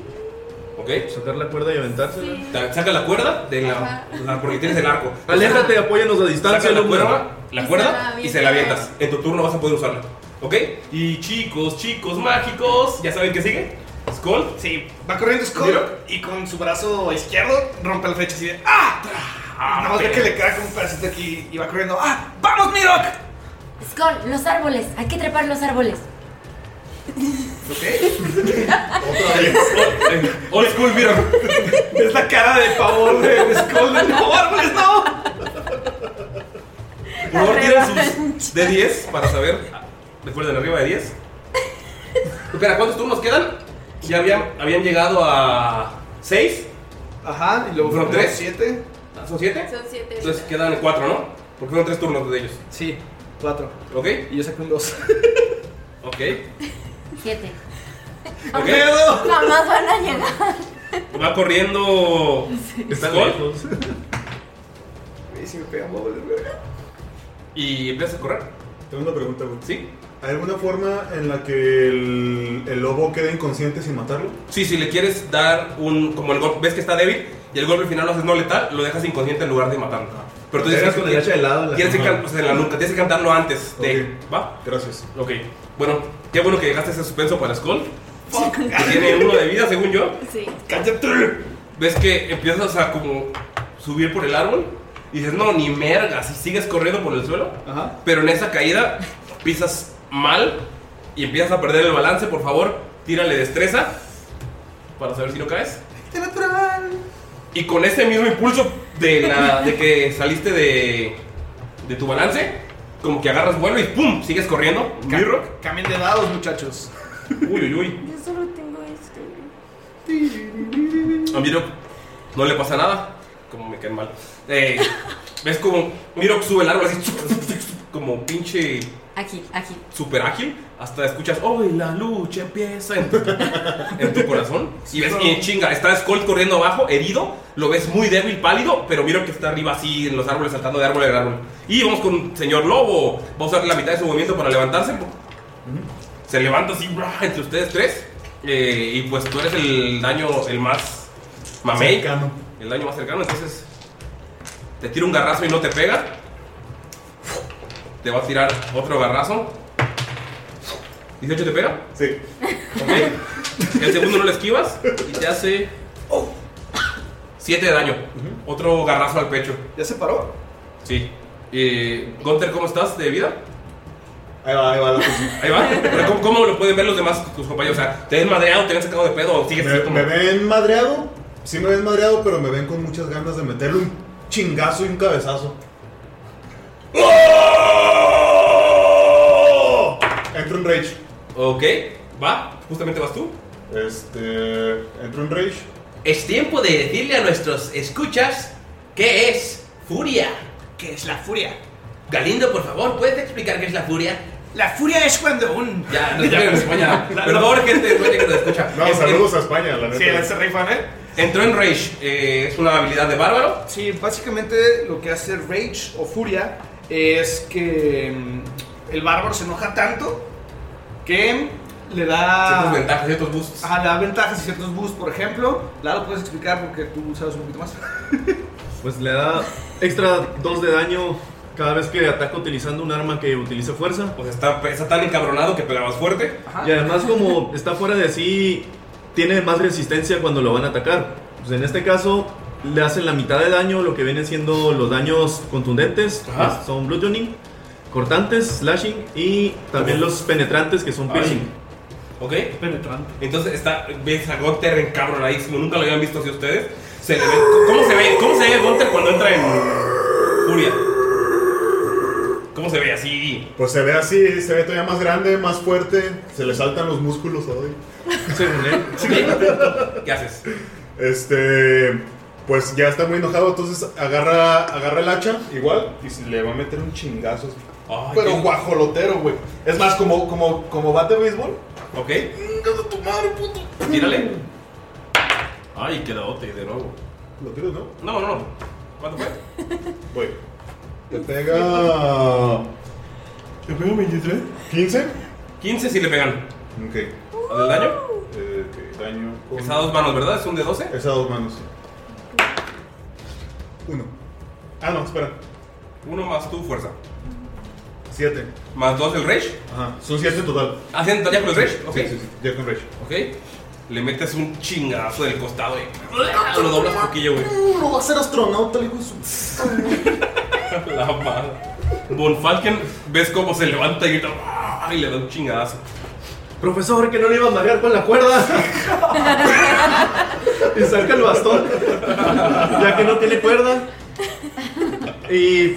Speaker 1: Ok.
Speaker 4: Sacar la cuerda y aventársela.
Speaker 1: Ta- Saca la cuerda de la, la- porque tienes el arco.
Speaker 4: Aléjate, apóyanos a distancia.
Speaker 1: Saca la
Speaker 4: alumno.
Speaker 1: cuerda, la cuerda y se la avientas. En tu turno vas a poder usarla. ¿Ok? Y chicos, chicos mágicos, ¿ya saben qué sigue? ¿Skull?
Speaker 5: Sí, va corriendo Skull y con su brazo izquierdo rompe la flecha así de ¡Ah! Nada más ve que le queda como un pedacito aquí y va corriendo ¡Ah! ¡Vamos, Mirok!
Speaker 3: Skull, los árboles. Hay que trepar los árboles.
Speaker 1: Old School Mirok.
Speaker 5: [laughs] Es la cara de pavor de, de Skull. de, ¡No, árboles, no!
Speaker 1: Por favor, [laughs] tiren sus de 10 para saber. Recuerden, arriba de 10. Espera, ¿cuántos turnos quedan? Ya habían, habían llegado a 6.
Speaker 5: Ajá, y luego
Speaker 1: ¿Fueron
Speaker 5: fueron
Speaker 1: 3?
Speaker 5: siete.
Speaker 1: ¿Son 7?
Speaker 2: Son siete.
Speaker 1: Entonces quedan 4, ¿no? Porque fueron 3 turnos de ellos.
Speaker 5: Sí, 4.
Speaker 1: ¿Ok?
Speaker 5: Y yo saqué un 2.
Speaker 1: Ok.
Speaker 3: Siete.
Speaker 1: Ok.
Speaker 2: Jamás van a llegar.
Speaker 1: Va corriendo. Skull.
Speaker 5: [laughs] Y si me pega, me voy a volver.
Speaker 1: Y empiezas a correr.
Speaker 8: Tengo una pregunta, güey.
Speaker 1: ¿Sí?
Speaker 8: ¿Hay alguna forma en la que el, el lobo quede inconsciente sin matarlo?
Speaker 1: Sí, si le quieres dar un. Como el golpe. Ves que está débil. Y el golpe final lo haces no letal. Lo dejas inconsciente en lugar de matarlo. Pero tú
Speaker 8: Lo
Speaker 1: tienes
Speaker 8: dejas
Speaker 1: que.
Speaker 8: con el hacha de lado en la
Speaker 1: tienes que
Speaker 8: nuca.
Speaker 1: can- o sea, en la nuca. Tienes que cantarlo antes de. ¿Va?
Speaker 8: Gracias.
Speaker 1: Ok. Bueno, qué bueno que dejaste ese suspenso para Skull. Que tiene uno de vida, según yo.
Speaker 2: Sí.
Speaker 1: ¡Cállate! Ves que empiezas a como subir por el árbol y dices, no, ni mergas, y sigues corriendo por el suelo. Pero en esa caída pisas mal y empiezas a perder el balance. Por favor, tírale destreza para saber si no caes. Y con ese mismo impulso de, la- de que saliste de, de tu balance, como que agarras vuelo y ¡pum! Sigues corriendo. Mirrock.
Speaker 5: Cambien de dados, muchachos.
Speaker 1: Uy, uy, uy.
Speaker 2: Yo solo tengo este. esto.
Speaker 1: A Mirok no le pasa nada. Como me caen mal. Eh, ¿Ves como Mirok sube el árbol así? [laughs] Como pinche
Speaker 3: Aquí, aquí.
Speaker 1: super ágil. Hasta escuchas, hoy la lucha empieza en tu, en tu corazón. Y ves que chinga, está Skull corriendo abajo, herido. Lo ves muy débil, pálido. Pero Mirok está arriba así en los árboles, saltando de árbol en árbol. Y vamos con señor Lobo. Va a usar la mitad de su movimiento para levantarse. Se levanta así bra, entre ustedes tres. eh, y pues tú eres el daño, el más mamey.
Speaker 8: Cercano.
Speaker 1: El daño más cercano. Entonces te tira un garrazo y no te pega. Te va a tirar otro garrazo. ¿18 te pega?
Speaker 8: Sí.
Speaker 1: Ok. El segundo no lo esquivas y te hace 7 de daño. Otro garrazo al pecho.
Speaker 5: ¿Ya se paró?
Speaker 1: Sí. Eh, Gunter, ¿cómo estás de vida?
Speaker 8: Ahí va, ahí va.
Speaker 1: Ahí va. Pero ¿cómo, cómo lo pueden ver los demás, tus compañeros? O sea, ¿te ven madreado, te ven sacado de pedo o sigues así
Speaker 8: Me,
Speaker 1: como-
Speaker 8: me ven madreado. Sí me ven madreado, pero me ven con muchas ganas de meterle un chingazo y un cabezazo.
Speaker 1: ¡Ah!
Speaker 8: ¡Oh! Entro en rage.
Speaker 1: Ok, va. Justamente vas tú.
Speaker 8: Este. Entro en rage.
Speaker 9: Es tiempo de decirle a nuestros escuchas qué es furia.
Speaker 5: ¿Qué es la furia?
Speaker 9: Galindo, por favor, ¿puedes explicar qué es la furia?
Speaker 5: La furia es cuando un.
Speaker 1: Ya,
Speaker 5: [laughs]
Speaker 1: no en [laughs] España.
Speaker 5: La-
Speaker 1: Perdón, gente de España que nos escucha.
Speaker 8: No,
Speaker 1: Es-
Speaker 8: saludos a España, la
Speaker 5: Sí,
Speaker 8: neta.
Speaker 5: se rifan, ¿eh?
Speaker 1: Entró en Rage, eh, es una habilidad de bárbaro.
Speaker 5: Sí, básicamente lo que hace Rage o Furia es que mm, el bárbaro se enoja tanto que le
Speaker 1: Ciertas
Speaker 5: da.
Speaker 1: ventajas, ciertos boosts.
Speaker 5: Ajá, le da ventajas y ciertos boosts, por ejemplo. Lalo, puedes explicar porque tú sabes un poquito más.
Speaker 4: Pues le da extra 2 de daño cada vez que ataca utilizando un arma que utilice fuerza.
Speaker 1: Pues está, está tan encabronado que pegabas fuerte.
Speaker 5: Ajá.
Speaker 4: Y además como está fuera de sí, tiene más resistencia cuando lo van a atacar. Pues en este caso le hacen la mitad de daño, lo que vienen siendo los daños contundentes,
Speaker 1: Ajá.
Speaker 4: que son bludgeoning, cortantes, slashing y también los penetrantes que son
Speaker 1: Ay.
Speaker 4: piercing.
Speaker 1: Ah, ¿Ok?
Speaker 5: Penetrante.
Speaker 1: Entonces está, ves a Gunter encabronadísimo. Nunca lo habían visto así ustedes. Se le ve, ¿Cómo se ve? ¿Cómo se ve Gunter cuando entra en Furia? ¿Cómo se ve así?
Speaker 8: Pues se ve así, se ve todavía más grande, más fuerte. Se le saltan los músculos
Speaker 1: [laughs]
Speaker 8: hoy.
Speaker 4: Según él.
Speaker 1: ¿Ok? ¿Qué haces?
Speaker 8: Este. Pues ya está muy enojado, entonces agarra, agarra el hacha, igual, y se le va a meter un chingazo. así.
Speaker 1: Ay,
Speaker 8: Pero
Speaker 1: Dios.
Speaker 8: guajolotero, güey. Es más, como, como, como bate de béisbol.
Speaker 1: ¿Ok?
Speaker 8: ¡Venga, tu madre, puto!
Speaker 1: Tírale. Ay, quedadote de nuevo.
Speaker 8: Lo tiro, ¿no?
Speaker 1: No, no, no. ¿Cuánto
Speaker 8: [laughs]
Speaker 1: fue?
Speaker 8: Güey. Te pega. ¿Te pega 23? ¿15?
Speaker 1: 15 si le pegan.
Speaker 8: Ok.
Speaker 1: ¿El daño?
Speaker 8: Eh, ok, daño. Con...
Speaker 1: Es a dos manos, ¿verdad? ¿Es un de 12?
Speaker 8: Es a dos manos. Uno. Ah, no, espera.
Speaker 1: Uno más tu fuerza.
Speaker 8: Siete.
Speaker 1: ¿Más dos el Rage?
Speaker 8: Ajá, son siete en total.
Speaker 1: Ah, siete ya con el Rage,
Speaker 8: Sí,
Speaker 1: ok.
Speaker 8: sí, sí, ya con Rage.
Speaker 1: Ok. Le metes un chingazo del costado y [laughs] lo doblas poquillo, güey.
Speaker 7: No Uh, va a ser astronauta, el hijo de su-
Speaker 1: La
Speaker 8: [laughs]
Speaker 1: madre. Von Falken, ves cómo se levanta y grita "Ah", y le da un chingadazo.
Speaker 4: Profesor, que no le iba a marear con la cuerda. y saca el bastón. ya que no tiene cuerda. Y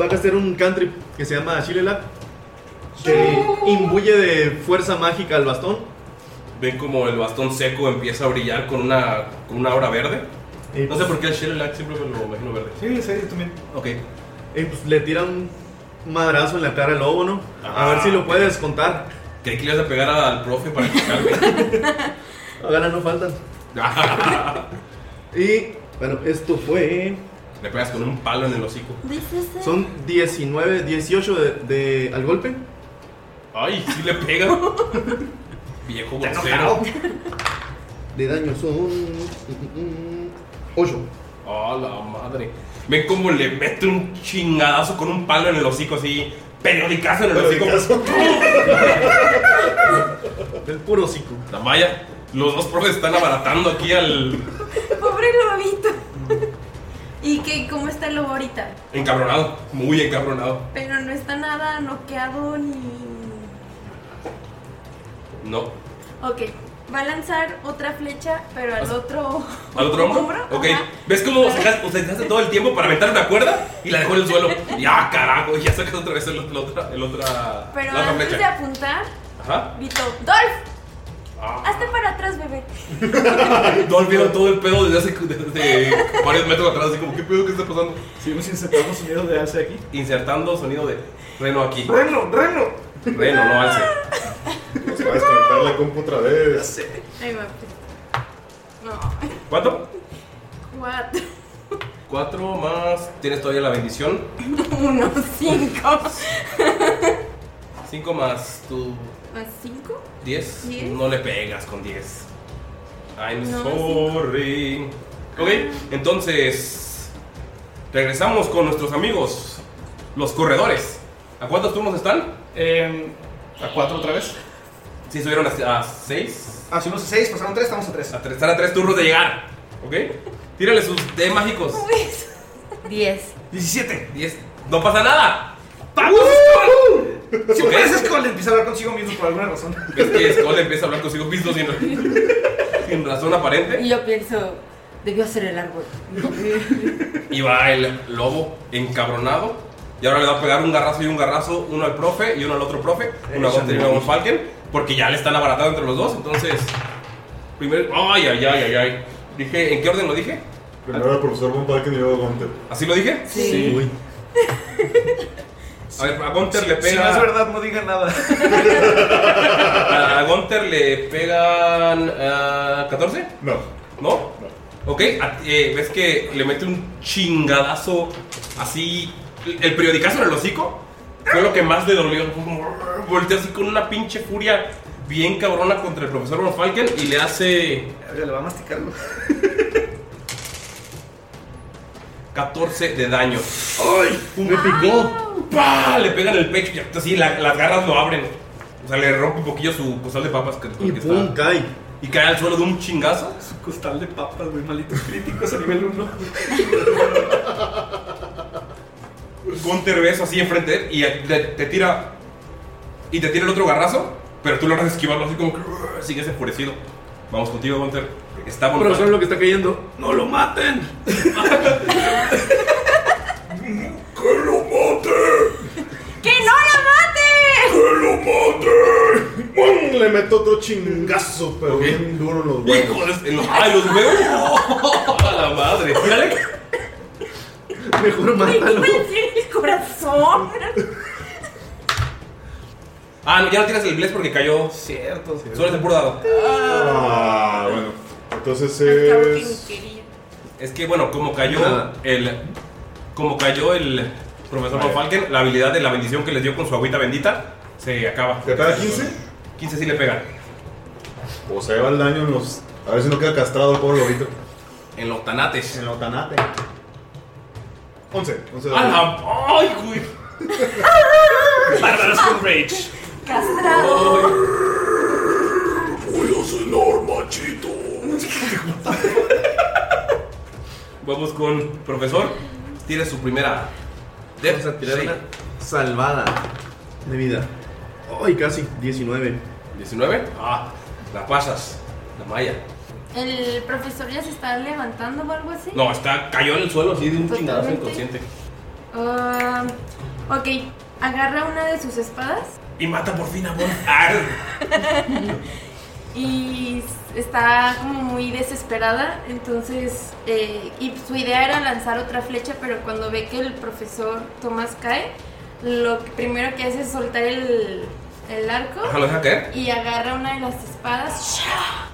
Speaker 4: va a hacer un country que se llama Chile Lab. Que imbuye de fuerza mágica al bastón.
Speaker 1: Ven como el bastón seco empieza a brillar con una, con una aura verde.
Speaker 4: Y
Speaker 1: No sé por qué el Shell Lack siempre me lo imagino verde.
Speaker 4: Eh, pues, Sí, sí, yo también.
Speaker 1: Ok.
Speaker 4: Y pues le tira un madrazo en la cara al lobo, ¿no? A ver si lo puede descontar.
Speaker 1: Ah, Creí que le ibas a pegar al profe para chocarme.
Speaker 4: Ganas [laughs] no
Speaker 1: [laughs]
Speaker 4: faltan. y bueno, esto fue.
Speaker 1: Le pegas con un palo en el hocico.
Speaker 4: Son 19, 18 de, de- al golpe.
Speaker 1: Ay, sí le pega. Viejo grosero.
Speaker 4: enojado. [laughs] De daño son 8.
Speaker 1: Oh, la madre. Ven cómo le mete un chingadazo con un palo en el hocico así. Periodicazo en el hocico.
Speaker 4: El puro hocico.
Speaker 1: La malla. Los dos profes están abaratando aquí al
Speaker 2: Pobre lobito. ¿Y que ¿Cómo está el lobo ahorita?
Speaker 1: encabronado. Muy encabronado.
Speaker 2: Pero no está nada noqueado ni.
Speaker 1: No.
Speaker 2: Ok, va a lanzar otra flecha, pero al otro.
Speaker 1: ¿Al otro hombro? Ok. ¿Ves cómo sacas- utilizaste todo el tiempo para aventar una cuerda y la dejó en el suelo? Ya, carajo. Ya sacas otra vez el, el otra, el otra,
Speaker 2: Pero
Speaker 1: la otra
Speaker 2: antes de
Speaker 1: flecha.
Speaker 2: apuntar,
Speaker 1: Ajá. [laughs]
Speaker 2: Vito, ¡Dolph!
Speaker 1: Ah.
Speaker 2: Hazte para atrás, bebé.
Speaker 1: Dolph vieron todo el pedo desde hace desde varios metros atrás, así como, ¿qué pedo que está pasando? Seguimos insertando sonido de alce aquí. Insertando sonido de reno aquí.
Speaker 7: Reno, reno.
Speaker 1: Reno, no alce.
Speaker 8: Nos va a desconectar la compu otra vez.
Speaker 2: Ay, me apreté. pues. No,
Speaker 1: ¿Cuánto?
Speaker 2: cuatro, [laughs]
Speaker 1: Cuatro más. Tienes todavía la bendición.
Speaker 2: uno, cinco. [laughs]
Speaker 1: Cinco más tu
Speaker 2: ¿Más cinco?
Speaker 1: diez. [laughs]
Speaker 2: Diez.
Speaker 1: No le pegas con diez. I'm
Speaker 2: No,
Speaker 1: sorry. Ok, entonces. Regresamos con nuestros amigos, los corredores. ¿A cuántos turnos están? a cuatro otra vez. Sí, subieron a, a seis.
Speaker 5: Ah, subimos a 6, pasaron 3, estamos a 3.
Speaker 1: A tres- Están a tres turnos de llegar. ¿Ok? Tírale sus D mágicos.
Speaker 3: 10.
Speaker 5: 17.
Speaker 1: 10. No pasa nada.
Speaker 5: ¡Paco! Si
Speaker 1: Ok.
Speaker 5: puedes, es Cole empieza a hablar consigo mismo por alguna razón.
Speaker 1: Es que Skull empieza a hablar consigo mismo sin, [laughs] sin razón aparente.
Speaker 3: Y yo pienso, debió ser
Speaker 5: [laughs]
Speaker 3: el árbol.
Speaker 1: Y va el lobo encabronado. Y ahora le va a pegar un garrazo y un garrazo, uno al profe y uno al otro profe. Uno a Gonter y uno a Von Falken. Porque ya le están abaratando entre los dos. Entonces, primero. Ay, ay, ay, ay, ay. Dije, ¿en qué orden lo dije?
Speaker 8: [laughs] Primero el profesor Von Falken y luego Gunter.
Speaker 1: ¿Así lo dije?
Speaker 8: Sí.
Speaker 1: Uy. A ver, a Gunter le pega.
Speaker 5: Si no es verdad, no digan nada.
Speaker 1: A Gunter le pegan ah, 14?
Speaker 8: No.
Speaker 1: ¿No? Ok, a- eh, ves que le mete un chingadazo así. El periodicazo en el hocico fue lo que más le dolió. Volteó así con una pinche furia bien cabrona contra el profesor Von Falken y le hace.
Speaker 5: Le va a masticar. güey.
Speaker 1: 14 de daño. ¡Ay! ¡Me picó! ¡Pah! Le pegan el pecho y así la- las garras lo abren. O sea, le rompe un poquillo su costal de papas. Que, y
Speaker 4: pum,
Speaker 1: cae. Y cae al suelo de un chingazo.
Speaker 5: Su costal de papas, güey, malitos críticos a nivel 1.
Speaker 1: Gunter ves así enfrente de él y te, te tira. Y te tira el otro garrazo, pero tú logras esquivarlo así como que "Urgh", sigues enfurecido. Vamos contigo, Gunter. Está
Speaker 4: Pero
Speaker 1: volando.
Speaker 4: ¿saben lo que está cayendo? ¡No lo maten!
Speaker 2: ¡Que no la mate!
Speaker 8: ¡Pum! Le meto otro chingazo, pero bien duro en los huevos.
Speaker 1: Híjoles, en los- ¡Ay, los huevos! ¡A la madre! Tírale.
Speaker 4: Mejor
Speaker 2: Güey, [laughs]
Speaker 4: mátalo.
Speaker 2: ¿cómo le tiene el corazón?
Speaker 1: Ah, no, ya no tiras el inglés porque cayó. Cierto, Solo es el puro dado.
Speaker 8: Ah, bueno. Entonces es.
Speaker 1: Es que bueno, como cayó
Speaker 8: Nada.
Speaker 1: el. Como cayó el profesor Von Falken, la habilidad de la bendición que les dio con su agüita bendita se acaba.
Speaker 8: ¿Le pega 15?
Speaker 1: 15 sí le pega.
Speaker 8: O se va el daño en los. A ver si no queda castrado el pobre lobito. [laughs]
Speaker 1: En los tanates.
Speaker 8: En los tanates. 11. 11
Speaker 1: ¡A la- ¡Ay, güey!
Speaker 10: Bárbaros
Speaker 8: [laughs]
Speaker 10: con Rage.
Speaker 2: Castrado.
Speaker 1: Voy a cenar, machito. Vamos con profesor. Tire su primera. Debes tirar una.
Speaker 4: Salvada de vida. Ay, casi 19.
Speaker 1: ¿19? Ah, la pasas. La malla.
Speaker 2: ¿El profesor ya se está levantando o algo así?
Speaker 1: No, está, cayó en el suelo así de un chingadazo
Speaker 2: Totalmente.
Speaker 1: inconsciente.
Speaker 2: Ah, ok, agarra una de sus espadas
Speaker 1: Y mata por fin a Bon. Ar.
Speaker 2: [laughs] y está como muy desesperada, entonces, eh, y su idea era lanzar otra flecha, pero cuando ve que el profesor Tomás cae, lo que primero que hace es soltar el, el arco
Speaker 1: Ajá, lo deja caer.
Speaker 2: y agarra una de las espadas ¡sha!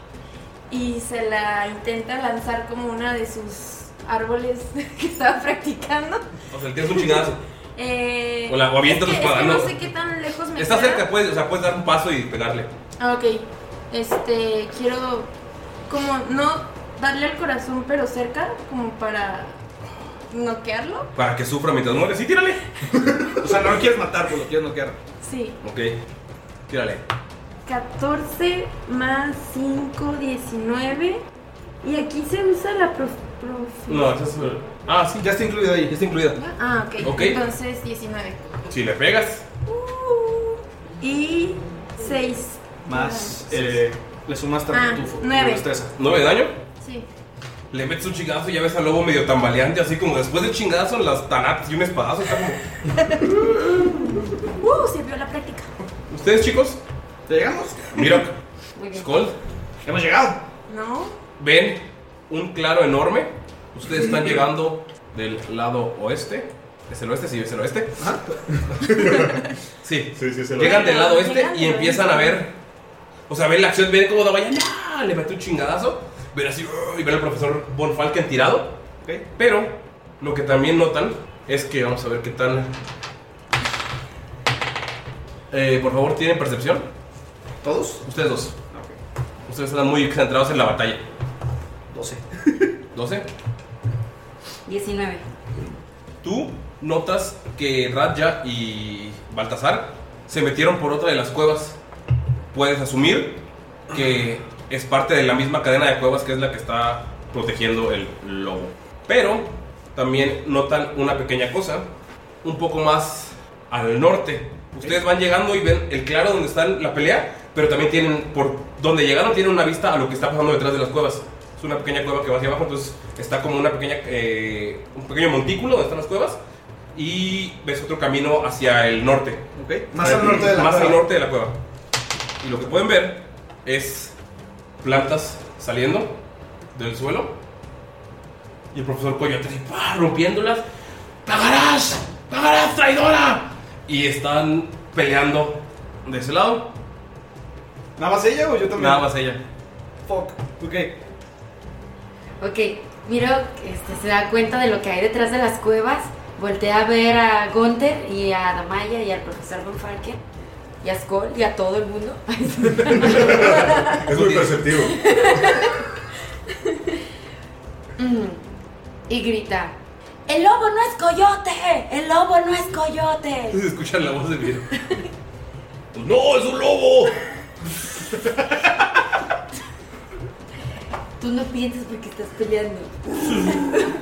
Speaker 2: y se la intenta lanzar como una de sus árboles [laughs] que estaba practicando.
Speaker 1: O sea, tienes un chingadazo.
Speaker 2: Eh,
Speaker 1: O la- o avienta
Speaker 2: es que-
Speaker 1: tu espada,
Speaker 2: es que
Speaker 1: ¿no?
Speaker 2: no sé qué tan lejos me
Speaker 1: Está
Speaker 2: queda.
Speaker 1: cerca, puedes, o sea, puedes dar un paso y pegarle.
Speaker 2: Ah, ok. Este, quiero como no darle al corazón, pero cerca, como para noquearlo.
Speaker 1: Para que sufra mientras muere. Sí, tírale. [laughs] o sea, no lo quieres matar, pues lo quieres noquear.
Speaker 2: Sí.
Speaker 1: Ok, tírale.
Speaker 2: 14 más 5, 19. Y aquí se usa la prof... prof-
Speaker 1: No, esa es. Ah, sí, ya está incluida ahí, ya está incluida.
Speaker 2: Ah, ok.
Speaker 1: Ok.
Speaker 2: Entonces 19.
Speaker 1: Si le pegas,
Speaker 2: Y 6.
Speaker 10: Más. eh, le sumas
Speaker 2: Ah,
Speaker 10: tanto tu
Speaker 2: nueve.
Speaker 1: ¿Nueve de daño?
Speaker 2: Sí. [laughs]
Speaker 1: le metes un chingazo y ya ves al lobo medio tambaleante, así como después del chingazo, las tanatas y un espadazo. Está como.
Speaker 2: Uh, sirvió la práctica.
Speaker 1: ¿Ustedes, chicos?
Speaker 10: llegamos?
Speaker 1: Mira,
Speaker 2: Muy bien.
Speaker 1: Skull. Hemos llegado.
Speaker 2: No.
Speaker 1: Ven un claro enorme. Ustedes están llegando del lado oeste. ¿Es el oeste? Sí, es el oeste. [laughs] sí.
Speaker 8: el
Speaker 1: Llegan
Speaker 8: oeste.
Speaker 1: del lado oeste
Speaker 8: Llegan
Speaker 1: y
Speaker 8: del
Speaker 1: empiezan a
Speaker 8: oeste.
Speaker 1: ver. O sea, ven la acción, ven cómo Davaya ¡ya! le mete un chingadazo. Ven así, ¡uh! y ven al profesor Von Falken tirado. Pero lo que también notan es que vamos a ver qué tal. Eh, por favor, ¿tienen percepción? ¿Todos? Ustedes dos. Ustedes están muy centrados en la batalla. 12. 12.
Speaker 3: 19.
Speaker 1: Tú notas que Radja y Baltasar se metieron por otra de las cuevas. Puedes asumir que es parte de la misma cadena de cuevas que es la que está protegiendo el lobo. Pero también notan una pequeña cosa, un poco más al norte. Ustedes van llegando y ven el claro donde está la pelea, pero también tienen, por donde llegaron, tienen una vista a lo que está pasando detrás de las cuevas. Es una pequeña cueva que va hacia abajo, entonces está como una pequeña, eh, un pequeño montículo donde están las cuevas y ves otro camino hacia el norte.
Speaker 10: Más al norte de la
Speaker 1: Más al
Speaker 10: cueva.
Speaker 1: norte de la cueva. Y lo que pueden ver es plantas saliendo del suelo y el profesor Coyote así, ¡pah! rompiéndolas. ¡Pagarás! ¡Pagarás, traidora! Y están peleando de ese lado.
Speaker 10: ¿Nada más ella o yo también?
Speaker 1: Nada más ella.
Speaker 10: Fuck. Ok.
Speaker 3: Ok, miro, este, se da cuenta de lo que hay detrás de las cuevas. Voltea a ver a Gunther y a Damaya y al profesor Von Falken y a Skoll y a todo
Speaker 5: [laughs]
Speaker 3: el mundo.
Speaker 8: Es muy perceptivo.
Speaker 3: [laughs] Mm, y grita: ¡El lobo no es coyote! ¡El lobo no es coyote!
Speaker 1: Se escucha la voz de miedo. [laughs] ¡No, es un lobo!
Speaker 3: Tú no piensas porque estás peleando. [laughs]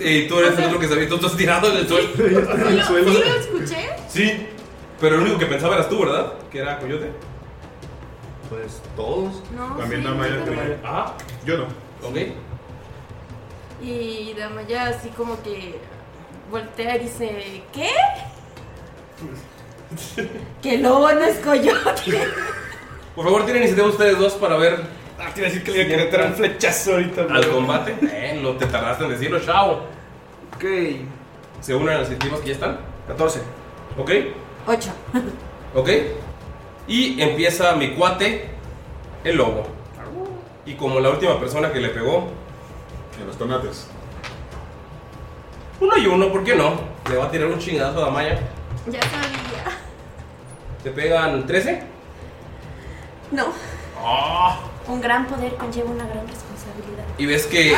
Speaker 1: Y tú eres el otro que sabía, tú estás tirado en el suelo.
Speaker 2: ¿Sí lo, sí lo escuché?
Speaker 1: Sí, pero el único que pensaba eras tú, ¿verdad? Que era Coyote. Pues todos.
Speaker 2: No, También sí, Damaya, yo también. Damaya.
Speaker 1: Ah, yo no. Ok.
Speaker 2: Y Damaya así como que voltea y dice, ¿qué?
Speaker 1: [laughs]
Speaker 3: ¡Que el lobo no es coyote! [laughs]
Speaker 1: Por favor, tienen iniciativa ustedes dos para ver.
Speaker 10: Ah, te iba a decir que le iba a querer tirar un flechazo ahorita.
Speaker 1: Al combate. Eh, lo te tardaste en decirlo, chao.
Speaker 10: Ok.
Speaker 1: Se unen a las iniciativas que ya están. 14. Ok,
Speaker 3: 8.
Speaker 1: ok. Y empieza mi cuate, el lobo. Y como la última persona que le pegó. En los tomates. Uno y uno, ¿por qué no? Le va a tirar un chingazo a Damaya.
Speaker 2: Ya sabía.
Speaker 1: Te pegan 13.
Speaker 2: No,
Speaker 1: Ah.
Speaker 2: un gran poder conlleva una gran responsabilidad.
Speaker 1: Y ves que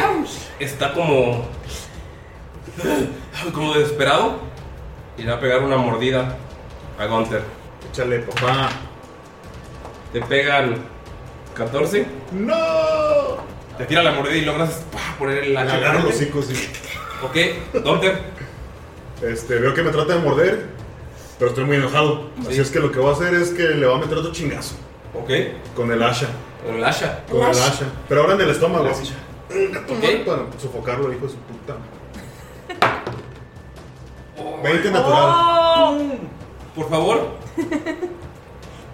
Speaker 1: está como. Como desesperado. Y le va a pegar una mordida a Gunter.
Speaker 8: Échale, papá.
Speaker 1: Te pegan 14.
Speaker 8: ¡No!
Speaker 1: Te tira la mordida y logras pa, poner el hacha.
Speaker 8: Agarro los
Speaker 1: frente.
Speaker 8: hocico, sí.
Speaker 1: Ok, Gunter.
Speaker 8: Este, veo que me trata de morder, pero estoy muy enojado. Así es que lo que voy a hacer es que le voy a meter otro chingazo.
Speaker 1: Ok.
Speaker 8: Con el asha.
Speaker 1: Con el asha.
Speaker 8: Con el
Speaker 1: Asha.
Speaker 8: asha. Pero ahora en el estómago.
Speaker 1: El asha.
Speaker 8: Venga, tu madre, Para sofocarlo, hijo de su puta. 20 natural.
Speaker 2: Oh.
Speaker 1: Por favor,
Speaker 2: Mm.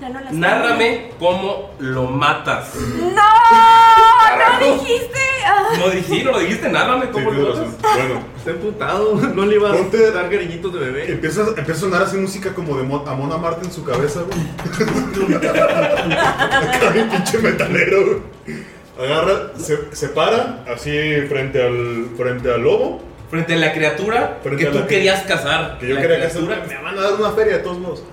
Speaker 2: Ya no las
Speaker 1: nárrame cómo lo matas.
Speaker 2: ¡No! ¡No
Speaker 1: Carajo.
Speaker 2: dijiste! Ah.
Speaker 1: No dijiste, no dijiste, nárrame cómo lo matas.
Speaker 8: Bueno,
Speaker 4: está emputado. [laughs] No le iba a dar cariñitos de bebé.
Speaker 8: Empieza, empieza a sonar así música como de Mo- a Mona Marte en su cabeza, güey. Acá bien pinche metalero, güey. Agarra, se, se para, así frente al, frente al lobo.
Speaker 1: Frente a la criatura que tú querías cazar.
Speaker 8: Que yo
Speaker 1: La
Speaker 8: quería
Speaker 1: criatura.
Speaker 8: cazar. Me van a dar una feria de todos modos.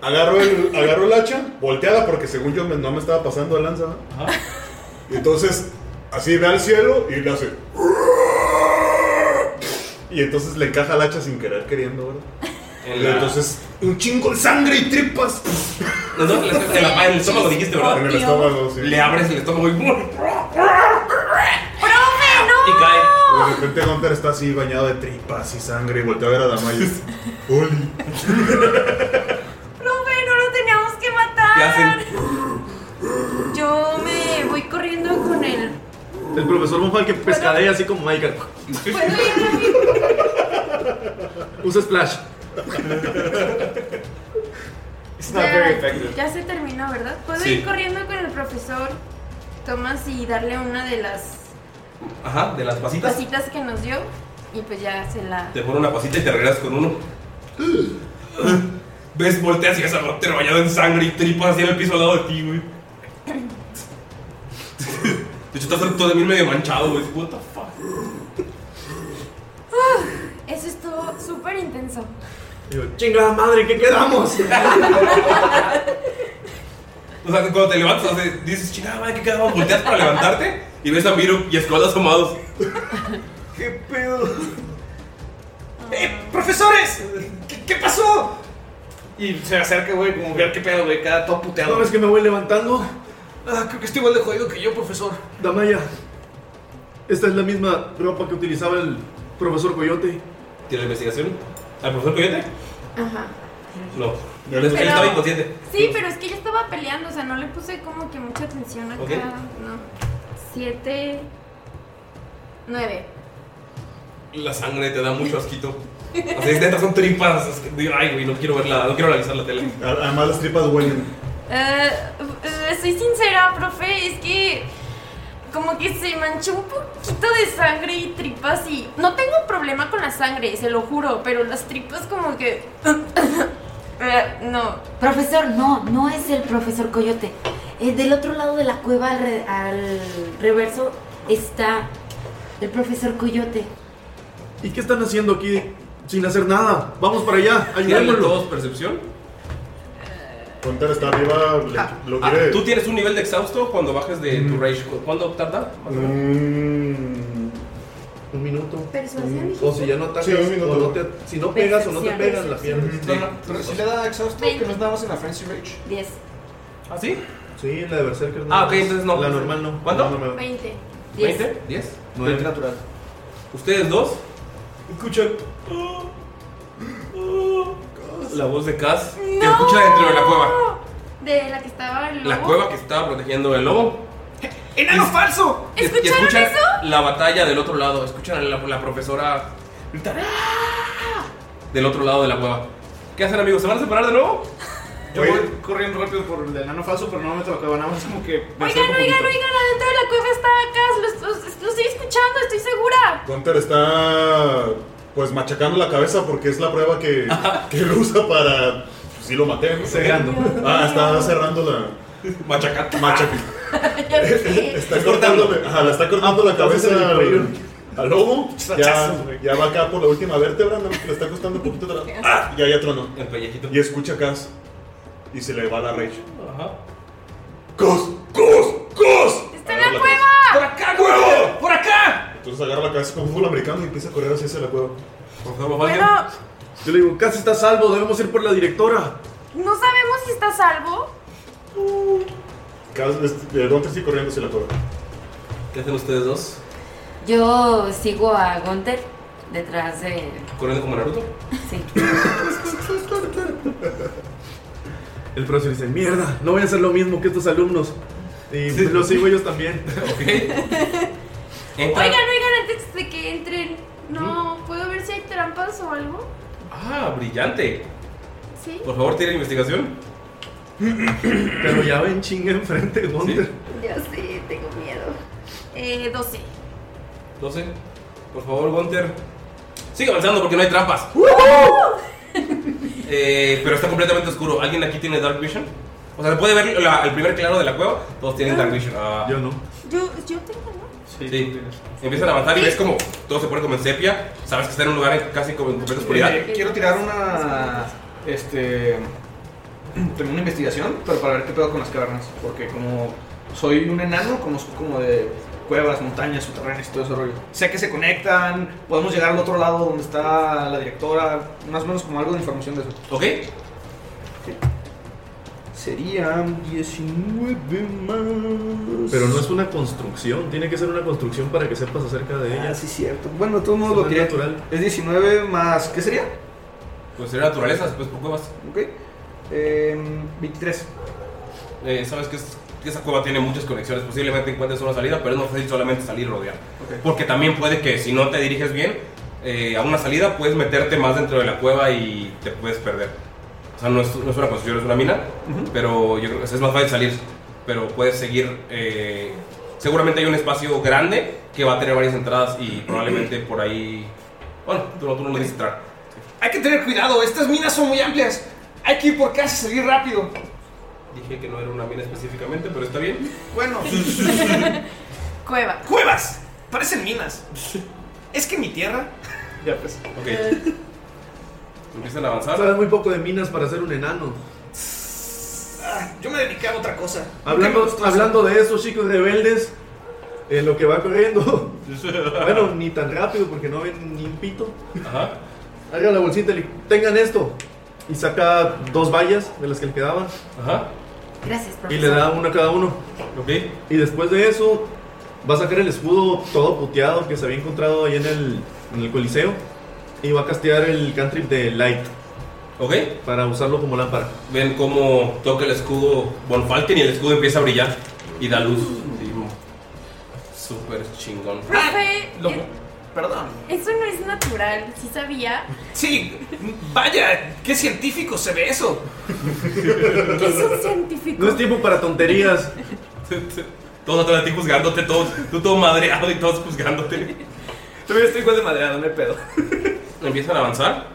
Speaker 8: Agarro el, agarro el hacha, volteada porque según yo me- no me estaba pasando de lanza. ¿no? Y entonces, así ve al cielo y le hace. Y entonces le encaja el hacha sin querer queriendo,
Speaker 1: [laughs]
Speaker 8: ¿verdad? Y entonces, un chingo de sangre y tripas.
Speaker 1: No, no, le- te la- en el estómago dijiste, ¿verdad?
Speaker 8: En el estómago, sí.
Speaker 1: Le abres el estómago y ¡brum!
Speaker 8: Y cae. de repente Gunter está así bañado de tripas y sangre y voltea a ver a
Speaker 1: [laughs]
Speaker 8: Damaya. ¡Oli!
Speaker 2: ¡Profe, no lo teníamos que matar!
Speaker 8: ¿Qué hacen?
Speaker 2: Yo me voy corriendo con él.
Speaker 4: El profesor Monfal que pescadea así como Michael. Usa splash. It's not very effective.
Speaker 2: Ya se terminó, ¿verdad? ¿Puedo
Speaker 4: Sí.
Speaker 2: ir corriendo con el profesor Tomás y darle una de las
Speaker 1: Ajá, de las pasitas.
Speaker 2: pasitas que nos dio? Y pues ya se la...
Speaker 1: Te pone una pasita y te regresas con uno. Ves, volteas y ves a Gunter bañado en sangre y tripas así en el piso al lado de ti, güey. De hecho, estás todo de mí medio manchado, güey. What the fuck?
Speaker 2: Uf, eso estuvo súper intenso.
Speaker 4: Y yo, chingada madre, ¿en
Speaker 5: [laughs]
Speaker 4: ¿qué quedamos?
Speaker 1: O sea, cuando te levantas, o sea, dices, chingada madre, ¿qué quedamos? Volteas para levantarte y ves a Miru y Skull asomados.
Speaker 5: ¿Qué pedo? ¡Eh, profesores! ¿Qué, qué pasó? Y se acerca, güey, como ver qué pedo, güey, cada todo puteado.
Speaker 4: ¿No ves que me voy levantando?
Speaker 5: Ah, creo que estoy igual de jodido que yo, profesor.
Speaker 4: Damaya, esta es la misma ropa que utilizaba el profesor Coyote.
Speaker 1: ¿Tiene la investigación? ¿Al profesor Coyote?
Speaker 2: Ajá.
Speaker 1: No. Él
Speaker 2: Pero-
Speaker 1: estaba inconsciente.
Speaker 2: Sí, pero es que yo estaba peleando, o sea, no le puse como que mucha atención acá.
Speaker 1: Ok.
Speaker 2: No. Siete. Nueve.
Speaker 1: La sangre te da mucho asquito. Así es, neta, son tripas. Es que, digo, Ay, güey, no quiero verla, no quiero analizar la tele.
Speaker 8: Además, las tripas huelen.
Speaker 2: Eh, eh, soy sincera, profe, es que como que se manchó un poquito de sangre y tripas y no tengo problema con la sangre, se lo juro, pero las tripas como que [laughs] Eh, no.
Speaker 3: Profesor, no, no es el profesor Coyote. Eh, del otro lado de la cueva, al, re- al reverso, está el profesor Coyote.
Speaker 4: ¿Y qué están haciendo aquí sin hacer nada? Vamos para allá,
Speaker 1: ¿Tienen
Speaker 4: ayudémoslo.
Speaker 1: todos percepción?
Speaker 8: Gunter está arriba, le- lo
Speaker 1: Ah,
Speaker 8: quiere.
Speaker 1: ¿Tú tienes un nivel de exhausto cuando bajes de tu rage? ¿Cuándo tarda?
Speaker 8: Mm,
Speaker 4: Un minuto. Mm.
Speaker 2: Persuasión,
Speaker 4: O si ya no atacas,
Speaker 8: Sí, un minuto.
Speaker 4: o no te- si no pegas o no te pegas, la pierdes.
Speaker 10: No, no, pero si le da exhausto, que no es nada más en la Frenzy Rage.
Speaker 3: 10.
Speaker 1: ¿Ah, sí?
Speaker 4: Sí, la de Berserker.
Speaker 1: Ah, ok, entonces no.
Speaker 4: La normal no.
Speaker 1: ¿Cuánto?
Speaker 4: No, no me va.
Speaker 2: Veinte.
Speaker 1: ¿20?
Speaker 4: Diez.
Speaker 1: ¿10?
Speaker 4: No, es natural.
Speaker 1: ¿Ustedes dos? Escuchan. La voz de Cass. Te escucha dentro de la cueva.
Speaker 2: De la que estaba el
Speaker 1: La
Speaker 2: lobo.
Speaker 1: cueva que estaba protegiendo el lobo.
Speaker 5: ¡Enano falso!
Speaker 1: Y- y
Speaker 2: ¿Escucharon
Speaker 1: escuchan
Speaker 2: eso?
Speaker 1: La batalla del otro lado. Escuchan a la, la profesora gritar, "¡Ah!", del otro lado de la cueva. ¿Qué hacen, amigos? ¿Se van a separar de nuevo?
Speaker 10: Yo voy corriendo rápido por el enano falso, pero no me tocaba nada más como que. me
Speaker 2: Oigan,
Speaker 10: acerco
Speaker 2: oigan,
Speaker 10: poquito.
Speaker 2: oigan, adentro de la cueva está acá, lo, lo- lo estoy escuchando, estoy segura.
Speaker 8: Gunter está pues machacando la cabeza porque es la prueba que, que él usa para. Si lo maté, ¿no?
Speaker 4: Cerrando.
Speaker 8: Ah, está cerrando la.
Speaker 1: Machacando.
Speaker 8: Está cortándole. Ajá, la está cortando la cabeza
Speaker 4: entonces el cuello.
Speaker 8: al, al lobo.
Speaker 4: Sachazos,
Speaker 8: Ya, ya va acá por la última vértebra, no, le está costando un poquito de la. ¡Ah! Ya, ya tronó.
Speaker 1: El pellejito.
Speaker 8: Y escucha a Cass. Y se le va la rage.
Speaker 1: Ajá.
Speaker 8: ¡Cos! ¡Cos! ¡Cos!
Speaker 2: ¡Está
Speaker 8: en la
Speaker 2: ¡Cueva!
Speaker 5: ¡Por acá, güey! ¡Por acá!
Speaker 8: Entonces agarra la cabeza parece como fútbol americano y empieza a correr así hacia la cueva.
Speaker 2: Bueno.
Speaker 4: Yo le digo, casi está a salvo, debemos ir por la directora.
Speaker 2: No sabemos si está a salvo.
Speaker 8: Cas- este, eh, Gunter sigue corriendo hacia la cueva.
Speaker 1: ¿Qué hacen ustedes dos?
Speaker 3: Yo sigo a Gunther detrás de.
Speaker 1: ¿Corriendo como Naruto?
Speaker 3: Sí.
Speaker 1: [laughs]
Speaker 4: El profesor dice, mierda, no voy a hacer lo mismo que estos alumnos. Y pues, lo sigo ellos también.
Speaker 2: [laughs] Oigan, oigan, antes de que entren. No, ¿puedo ver si hay trampas o algo?
Speaker 1: Ah, brillante.
Speaker 2: Sí.
Speaker 1: Por favor, tira investigación.
Speaker 4: Pero ya ven chinga enfrente de Gunter.
Speaker 2: Ya sé, tengo miedo. Eh, 12.
Speaker 1: 12. Por favor, Gunter. Sigue avanzando porque no hay trampas. [laughs] Eh, pero está completamente oscuro. ¿Alguien aquí tiene Dark Vision? O sea, ¿se puede ver la- el primer claro de la cueva? Todos tienen Dark Vision. Yo
Speaker 4: no.
Speaker 2: Yo, yo tengo, ¿no?
Speaker 1: Sí. Empiezan a avanzar y ves como todo se pone como en sepia. Sabes que está en un lugar casi como en completa oscuridad.
Speaker 10: Eh, quiero tirar una. Este. Tengo una investigación, pero para ver qué pedo con las cavernas. Porque como soy un enano, conozco como de cuevas, montañas, subterráneos y todo ese rollo. Sé que se conectan, podemos llegar al otro lado donde está la directora, más o menos como algo de información de eso.
Speaker 1: ¿Ok?
Speaker 10: Serían 19 más.
Speaker 4: Pero no es una construcción, tiene que ser una construcción para que sepas acerca de ella.
Speaker 10: Ah, sí, cierto. Bueno, de todos modos lo tiré. Es 19 más. ¿Qué sería?
Speaker 1: Pues sería naturaleza, después por cuevas.
Speaker 10: Ok. Em, 23.
Speaker 1: Eh, Sabes que, es- que esa cueva tiene muchas conexiones. Posiblemente encuentres una salida, pero es más fácil solamente salir y rodear.
Speaker 10: Ok.
Speaker 1: Porque también puede que si no te diriges bien eh, a una salida, puedes meterte más dentro de la cueva y te puedes perder. O sea, no es, no es una construcción, es una mina.
Speaker 10: Ujú.
Speaker 1: Pero yo creo que es más fácil salir. Pero puedes seguir. eh, seguramente hay un espacio grande que va a tener varias entradas y probablemente por ahí. Bueno, tú no, tú no le dices entrar.
Speaker 5: Hay que tener cuidado, estas minas son muy amplias. Hay que ir por casa y salir rápido.
Speaker 1: Dije que no era una mina específicamente, pero está bien.
Speaker 5: [laughs] Bueno.
Speaker 2: Cueva.
Speaker 5: Cuevas. Parecen minas. Es que mi tierra. Ya pues.
Speaker 1: Ok. Empiezan a avanzar.
Speaker 4: Sabes muy poco de minas para ser un enano.
Speaker 5: ah, Yo me dedicaba a otra cosa.
Speaker 4: Hablando, hablando de eso, chicos rebeldes, eh, lo que va
Speaker 1: [laughs]
Speaker 4: corriendo. bueno, ni tan rápido porque no ven ni un pito.
Speaker 1: Ajá.
Speaker 4: Haga la bolsita y le- tengan esto. Y saca dos vallas de las que le quedaban.
Speaker 1: Ajá.
Speaker 3: Gracias,
Speaker 4: Y le da una a cada uno. Y después de eso, va a sacar el escudo todo puteado que se había encontrado ahí en el, en el coliseo. Y va a castear el cantrip de Light.
Speaker 1: ¿Ok?
Speaker 4: Para usarlo como lámpara.
Speaker 1: Ven cómo toca el escudo Von Falken y el escudo empieza a brillar y da luz. Sí, Súper chingón.
Speaker 2: Profe,
Speaker 5: Lo-
Speaker 2: eh,
Speaker 5: Perdón.
Speaker 2: eso no es natural, sí sabía.
Speaker 5: Sí, vaya, qué científico se ve eso.
Speaker 2: ¿Qué es un científico?
Speaker 4: No es tiempo para tonterías.
Speaker 1: [laughs] todos atrás de ti juzgándote, todos, tú todo madreado y todos juzgándote.
Speaker 5: Todavía estoy igual de madreado, no hay pedo.
Speaker 1: Empiezan a avanzar.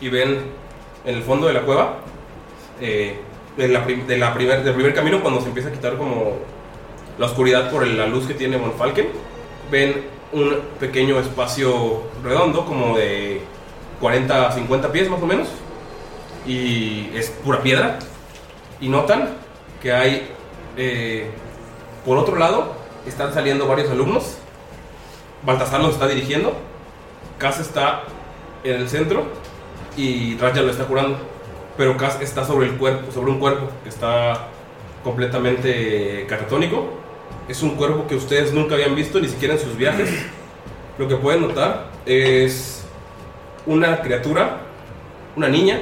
Speaker 1: Y ven en el fondo de la cueva, eh, de la prim- de la primer- del primer camino, cuando se empieza a quitar como la oscuridad por el- la luz que tiene Von Falken, ven un pequeño espacio redondo, como de 40 50 pies más o menos, y es pura piedra. Y notan que hay, eh, por otro lado, están saliendo varios alumnos. Baltasar los está dirigiendo, Cass está en el centro y Raja lo está curando. Pero Cass está sobre el cuerpo, sobre un cuerpo que está completamente catatónico. Es un cuerpo que ustedes nunca habían visto, ni siquiera en sus viajes. Lo que pueden notar es una criatura, una niña,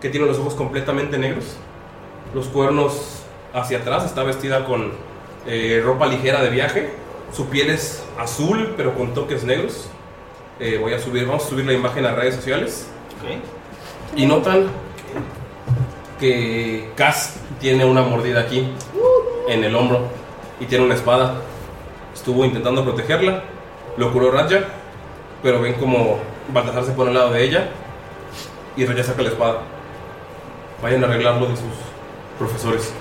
Speaker 1: que tiene los ojos completamente negros, los cuernos hacia atrás, está vestida con eh, ropa ligera de viaje, su piel es azul pero con toques negros. Eh, voy a subir, vamos a subir la imagen a redes sociales. Y notan que Cass tiene una mordida aquí en el hombro y tiene una espada. Estuvo intentando protegerla, lo curó Raja, pero ven como Baltasar se pone al lado de ella y Raja saca la espada. Vayan a arreglarlo de sus profesores.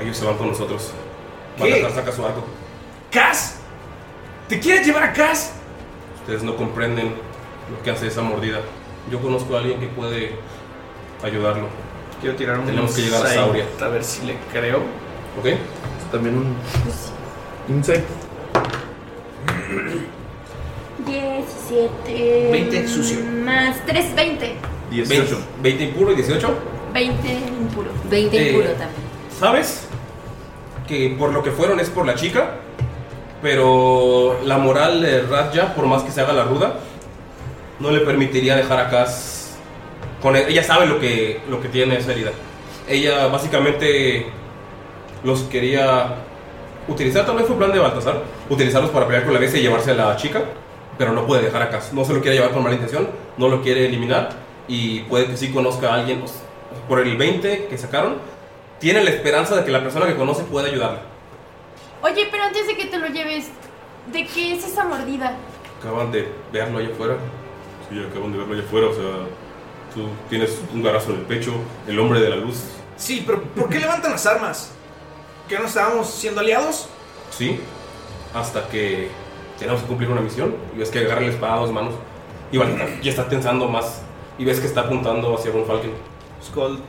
Speaker 1: Ellos se van con nosotros.
Speaker 5: ¿Qué?
Speaker 1: Baltasar saca su arco.
Speaker 5: ¿Cas? ¿Te quieres llevar a Cas?
Speaker 1: Ustedes no comprenden lo que hace esa mordida. Yo conozco a alguien que puede ayudarlo.
Speaker 10: Quiero tirar un
Speaker 1: Tenemos que llegar a
Speaker 10: insight,
Speaker 1: Sauria.
Speaker 10: A ver si le creo.
Speaker 1: ¿Ok?
Speaker 2: Pues
Speaker 4: También un. Insight.
Speaker 2: 17.
Speaker 1: 20 sucio.
Speaker 2: Más 3, 20.
Speaker 1: 18. 20 impuro y 18.
Speaker 2: 20 impuro.
Speaker 3: 20
Speaker 1: Eh,
Speaker 3: impuro también.
Speaker 1: ¿Sabes? Que por lo que fueron es por la chica. Pero la moral de Radja, por más que se haga la ruda, no le permitiría dejar a Cass con él. Ella sabe lo que, lo que tiene esa herida. Ella básicamente los quería utilizar, tal vez fue plan de Baltasar, utilizarlos para pelear con la bestia y llevarse a la chica, pero no puede dejar a Cass. No se lo quiere llevar con mala intención, no lo quiere eliminar y puede que sí conozca a alguien. o sea, Por el 20 que sacaron, tiene la esperanza de que la persona que conoce pueda ayudarle.
Speaker 2: Oye, pero antes de que te lo lleves, ¿de qué es esa mordida?
Speaker 1: Acaban de verlo allá afuera. Sí, acaban de verlo allá afuera. O sea, tú tienes un garazo en el pecho, el hombre de la luz.
Speaker 5: Sí, pero ¿por qué levantan las armas? ¿Que no estábamos siendo aliados?
Speaker 1: Sí, hasta que tenemos que cumplir una misión. Y ves que agarra la espada a dos manos. Y Baltasar ya está tensando más. Y ves que está apuntando hacia Von Falken.
Speaker 10: Skull,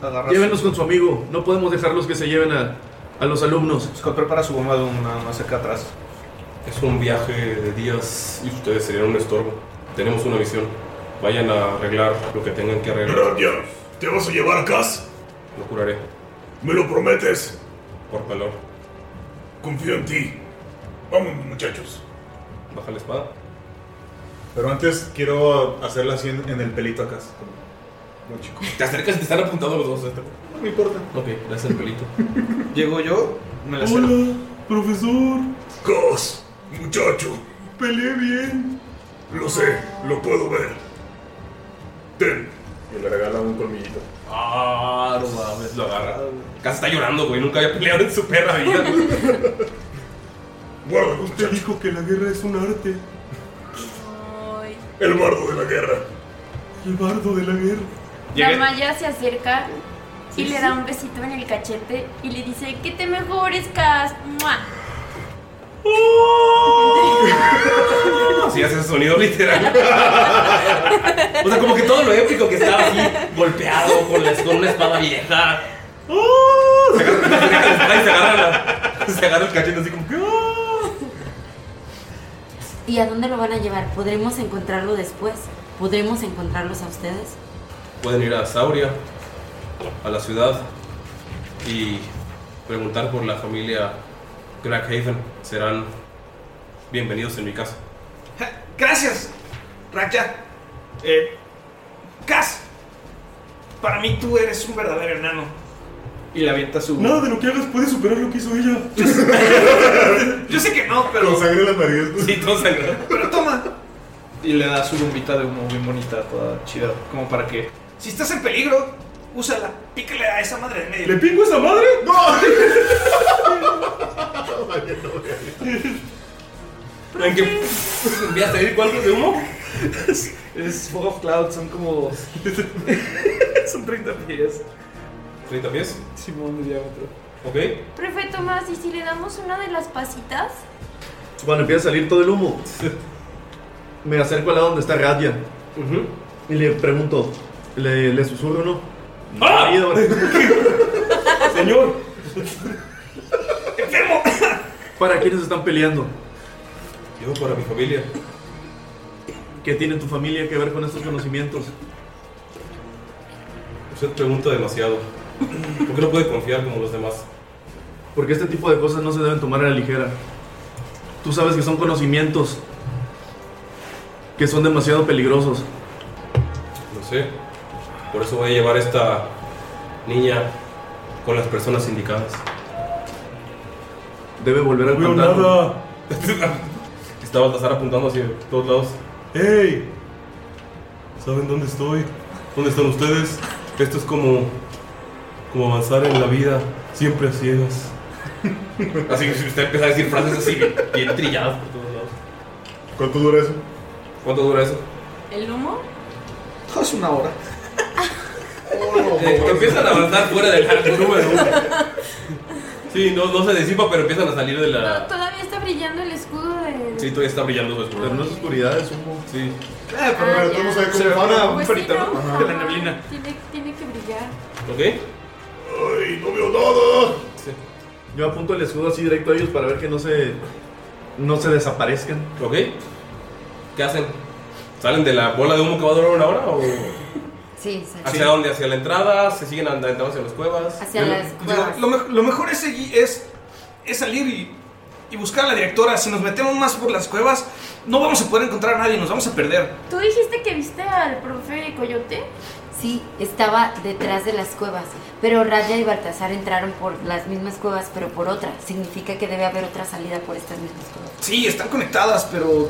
Speaker 10: agarra.
Speaker 4: Llévenos con su amigo. No podemos dejarlos que se lleven a, a los alumnos.
Speaker 10: Skull Pues, prepara su bomba de un nada más acá atrás.
Speaker 1: Es un viaje de días y ustedes serían un estorbo. Tenemos una misión. Vayan a arreglar lo que tengan que arreglar.
Speaker 11: Radia, ¿te vas a llevar a Cass?
Speaker 1: Lo curaré.
Speaker 11: ¿Me lo prometes?
Speaker 1: Por calor.
Speaker 11: Confío en ti. Vámonos, muchachos.
Speaker 1: Baja la espada.
Speaker 8: Pero antes quiero hacerla así en, en el pelito acá. así como, Muy chico.
Speaker 1: Te acercas y te están apuntando los dos. este. No me importa. Ok, gracias el
Speaker 8: [laughs]
Speaker 1: pelito.
Speaker 10: Llego yo, me la acerco.
Speaker 11: Hola, profesor. Cass, muchacho.
Speaker 7: Peleé bien.
Speaker 11: Lo sé, lo puedo ver. Ten.
Speaker 8: Y le regala un colmillito.
Speaker 1: Ah, no mames, lo agarra. Casi está llorando, güey. Nunca había peleado en su
Speaker 7: [laughs]
Speaker 1: perra vida.
Speaker 10: [laughs]
Speaker 7: Usted dijo que la guerra es un arte.
Speaker 11: El bardo de la guerra.
Speaker 7: El bardo de la guerra.
Speaker 2: La Maya se acerca y le da un besito en el cachete y le dice que te mejores, Cas. ¡Mua!
Speaker 1: ¡Oh! [laughs] Así hace ese sonido literal. o sea, como que todo lo épico que estaba así, golpeado con, la, con una espada vieja. Se agarra, se agarra- se agarra la- se agarra el cachete así como que. "Oh".
Speaker 3: ¿Y a dónde lo van a llevar? ¿Podremos encontrarlo después? ¿Podremos encontrarlos a ustedes?
Speaker 1: Pueden ir a Sauria, a la ciudad, y preguntar por la familia Crackhaven. Serán bienvenidos en mi casa.
Speaker 5: Gracias, Racha. Eh, Cas, para mí tú eres un verdadero enano.
Speaker 10: Y le avienta su.
Speaker 7: Nada
Speaker 10: [laughs]
Speaker 7: de lo que hagas puede superar lo que hizo ella. [laughs]
Speaker 5: Yo sé que no, pero.
Speaker 8: Con sangre en las narices.
Speaker 1: Sí, todo sangrado.
Speaker 5: Pero toma,
Speaker 10: Y le da su bombita de humo bien bonita, toda chida. Como para que.
Speaker 5: si estás en peligro, úsala. Pícale a esa madre de medio.
Speaker 7: ¿Le pingo esa madre? ¡No!
Speaker 1: ¿Ven que voy a salir cuántos de humo?
Speaker 10: Es, es Fog of Cloud, son como. [laughs] son 30 pies.
Speaker 1: ¿30 pies?
Speaker 10: Simón de diámetro.
Speaker 1: Ok.
Speaker 2: Profe Tomás, ¿y si le damos una de las pasitas?
Speaker 4: Cuando empieza a salir todo el humo, me acerco al lado donde está Radia. Y le pregunto, ¿le, le susurro o no?
Speaker 1: ¡Ah!
Speaker 4: Marido.
Speaker 1: Señor.
Speaker 4: ¿Para quiénes están peleando?
Speaker 1: Yo, para mi familia.
Speaker 4: ¿Qué tiene tu familia que ver con estos conocimientos?
Speaker 1: Usted pregunta demasiado. ¿Por qué no puede confiar como los demás?
Speaker 4: Porque este tipo de cosas no se deben tomar a la ligera. Tú sabes que son conocimientos que son demasiado peligrosos.
Speaker 1: No sé. Por eso voy a llevar a esta niña con las personas indicadas.
Speaker 4: Debe volver al
Speaker 1: No veo [laughs]
Speaker 4: pantano.
Speaker 1: Está Baltasar apuntando hacia todos lados.
Speaker 7: ¡Ey! ¿Saben dónde estoy?
Speaker 1: ¿Dónde están ustedes? Esto es como, como avanzar en la vida, siempre a ciegas. [laughs] Así que si usted empieza a decir frases así, bien, bien trilladas por todos lados.
Speaker 8: ¿Cuánto dura eso?
Speaker 1: ¿Cuánto dura eso?
Speaker 2: ¿El humo?
Speaker 10: Oh, Es una hora.
Speaker 1: Eh, empiezan a avanzar fuera del arco número uno. Sí, no, no se disipa, pero empiezan a salir de la.
Speaker 2: Todavía está brillando el escudo de.
Speaker 1: Sí, todavía está brillando su escudo. Pero
Speaker 4: no es oscuridad, es humo.
Speaker 1: Sí.
Speaker 10: Eh,
Speaker 2: pero Ah,
Speaker 10: todo
Speaker 2: ya.
Speaker 10: sabe
Speaker 2: Se
Speaker 10: cómo
Speaker 2: ve
Speaker 10: van a
Speaker 2: Pues
Speaker 10: perito,
Speaker 2: sí, ¿no?
Speaker 10: ¿no?
Speaker 2: Ajá.
Speaker 10: De la neblina.
Speaker 2: Tiene, tiene que brillar.
Speaker 1: ¿Ok?
Speaker 11: Ay, no veo nada.
Speaker 4: Yo apunto el escudo así directo a ellos para ver que no se. no se desaparezcan.
Speaker 1: Ok. ¿Qué hacen? ¿Salen de la bola de humo que va a durar una hora o
Speaker 3: Sí, sí.
Speaker 1: hacia dónde? ¿Hacia la entrada? ¿Se siguen andando hacia las cuevas?
Speaker 3: Hacia
Speaker 1: Yo-
Speaker 3: las
Speaker 1: yo-
Speaker 3: cuevas.
Speaker 5: Lo, me- lo mejor es, segui- es, es salir y, y buscar a la directora. Si nos metemos más por las cuevas, no vamos a poder encontrar a nadie, nos vamos a perder.
Speaker 2: ¿Tú dijiste que viste al profe Coyote?
Speaker 3: Sí, estaba detrás de las cuevas, pero Raya y Baltasar entraron por las mismas cuevas, pero por otra. Significa que debe haber otra salida por estas mismas cuevas.
Speaker 5: Sí, están conectadas, pero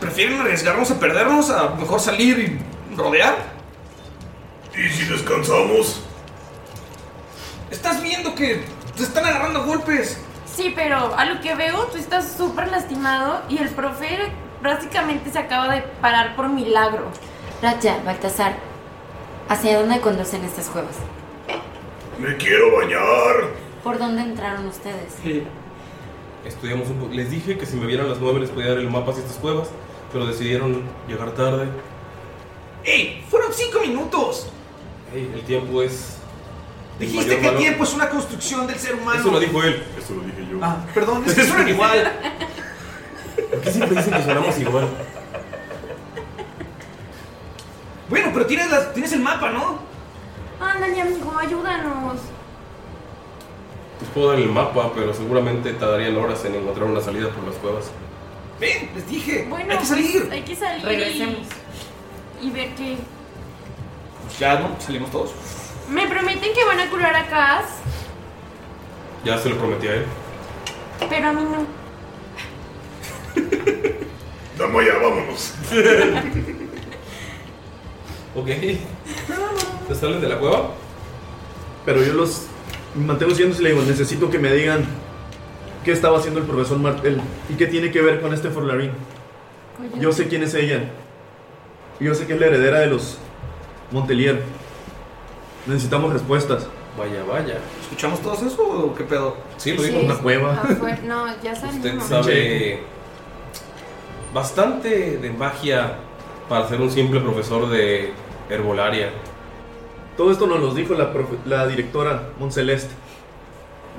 Speaker 5: prefieren arriesgarnos a perdernos, a mejor salir y rodear.
Speaker 11: ¿Y si descansamos?
Speaker 5: Estás viendo que te están agarrando a golpes.
Speaker 2: Sí, pero a lo que veo, tú estás súper lastimado y el profe prácticamente se acaba de parar por milagro.
Speaker 3: Raya, Baltasar, ¿hacia dónde conducen estas cuevas?
Speaker 11: Me quiero bañar.
Speaker 3: ¿Por dónde entraron ustedes?
Speaker 1: Estudiamos un poco. Les dije que si me vieran a las 9 les podía dar el mapa hacia estas cuevas, pero decidieron llegar tarde.
Speaker 5: ¡Ey! ¡Fueron cinco minutos!
Speaker 1: Ey, el tiempo es. el
Speaker 5: Dijiste
Speaker 1: mayor
Speaker 5: que el
Speaker 1: valor.
Speaker 5: tiempo es una construcción del ser humano.
Speaker 1: Eso lo dijo él. Eso lo dije yo.
Speaker 5: Ah, perdón,
Speaker 1: [laughs]
Speaker 5: es que suenan igual.
Speaker 1: ¿Por qué siempre dicen que sonamos igual?
Speaker 5: Bueno, pero tienes, las- tienes el mapa, ¿no?
Speaker 2: Ándale, amigo, ayúdanos.
Speaker 1: Les Pues, puedo dar el mapa, pero seguramente tardarían horas en encontrar una salida por las cuevas.
Speaker 5: Ven, les dije.
Speaker 2: Bueno,
Speaker 5: hay que salir.
Speaker 2: pues, hay que salir.
Speaker 5: Regresemos.
Speaker 2: Y, y ver qué.
Speaker 5: Ya, ¿no? Salimos todos.
Speaker 2: Me prometen que van a curar a Cass,
Speaker 1: Ya se lo prometí a él.
Speaker 2: pero a mí
Speaker 5: [laughs]
Speaker 2: no.
Speaker 11: Dama, ya vámonos.
Speaker 1: Ok. ¿Se salen de la cueva?
Speaker 4: Pero yo los mantengo siendo y le digo, necesito que me digan qué estaba haciendo el profesor Martel y qué tiene que ver con este Forlarín. Yo sé quién es ella. Yo sé que es la heredera de los Montelier. Necesitamos respuestas.
Speaker 1: Vaya, vaya.
Speaker 5: ¿Escuchamos todos eso o qué pedo?
Speaker 1: Sí,
Speaker 4: lo dijo. Una cueva.
Speaker 2: Afuera- No, ya
Speaker 1: Usted
Speaker 2: salimos.
Speaker 1: sabe bastante de magia para ser un simple profesor de herbolaria.
Speaker 4: Todo esto nos lo dijo la, profe- la directora Monceleste.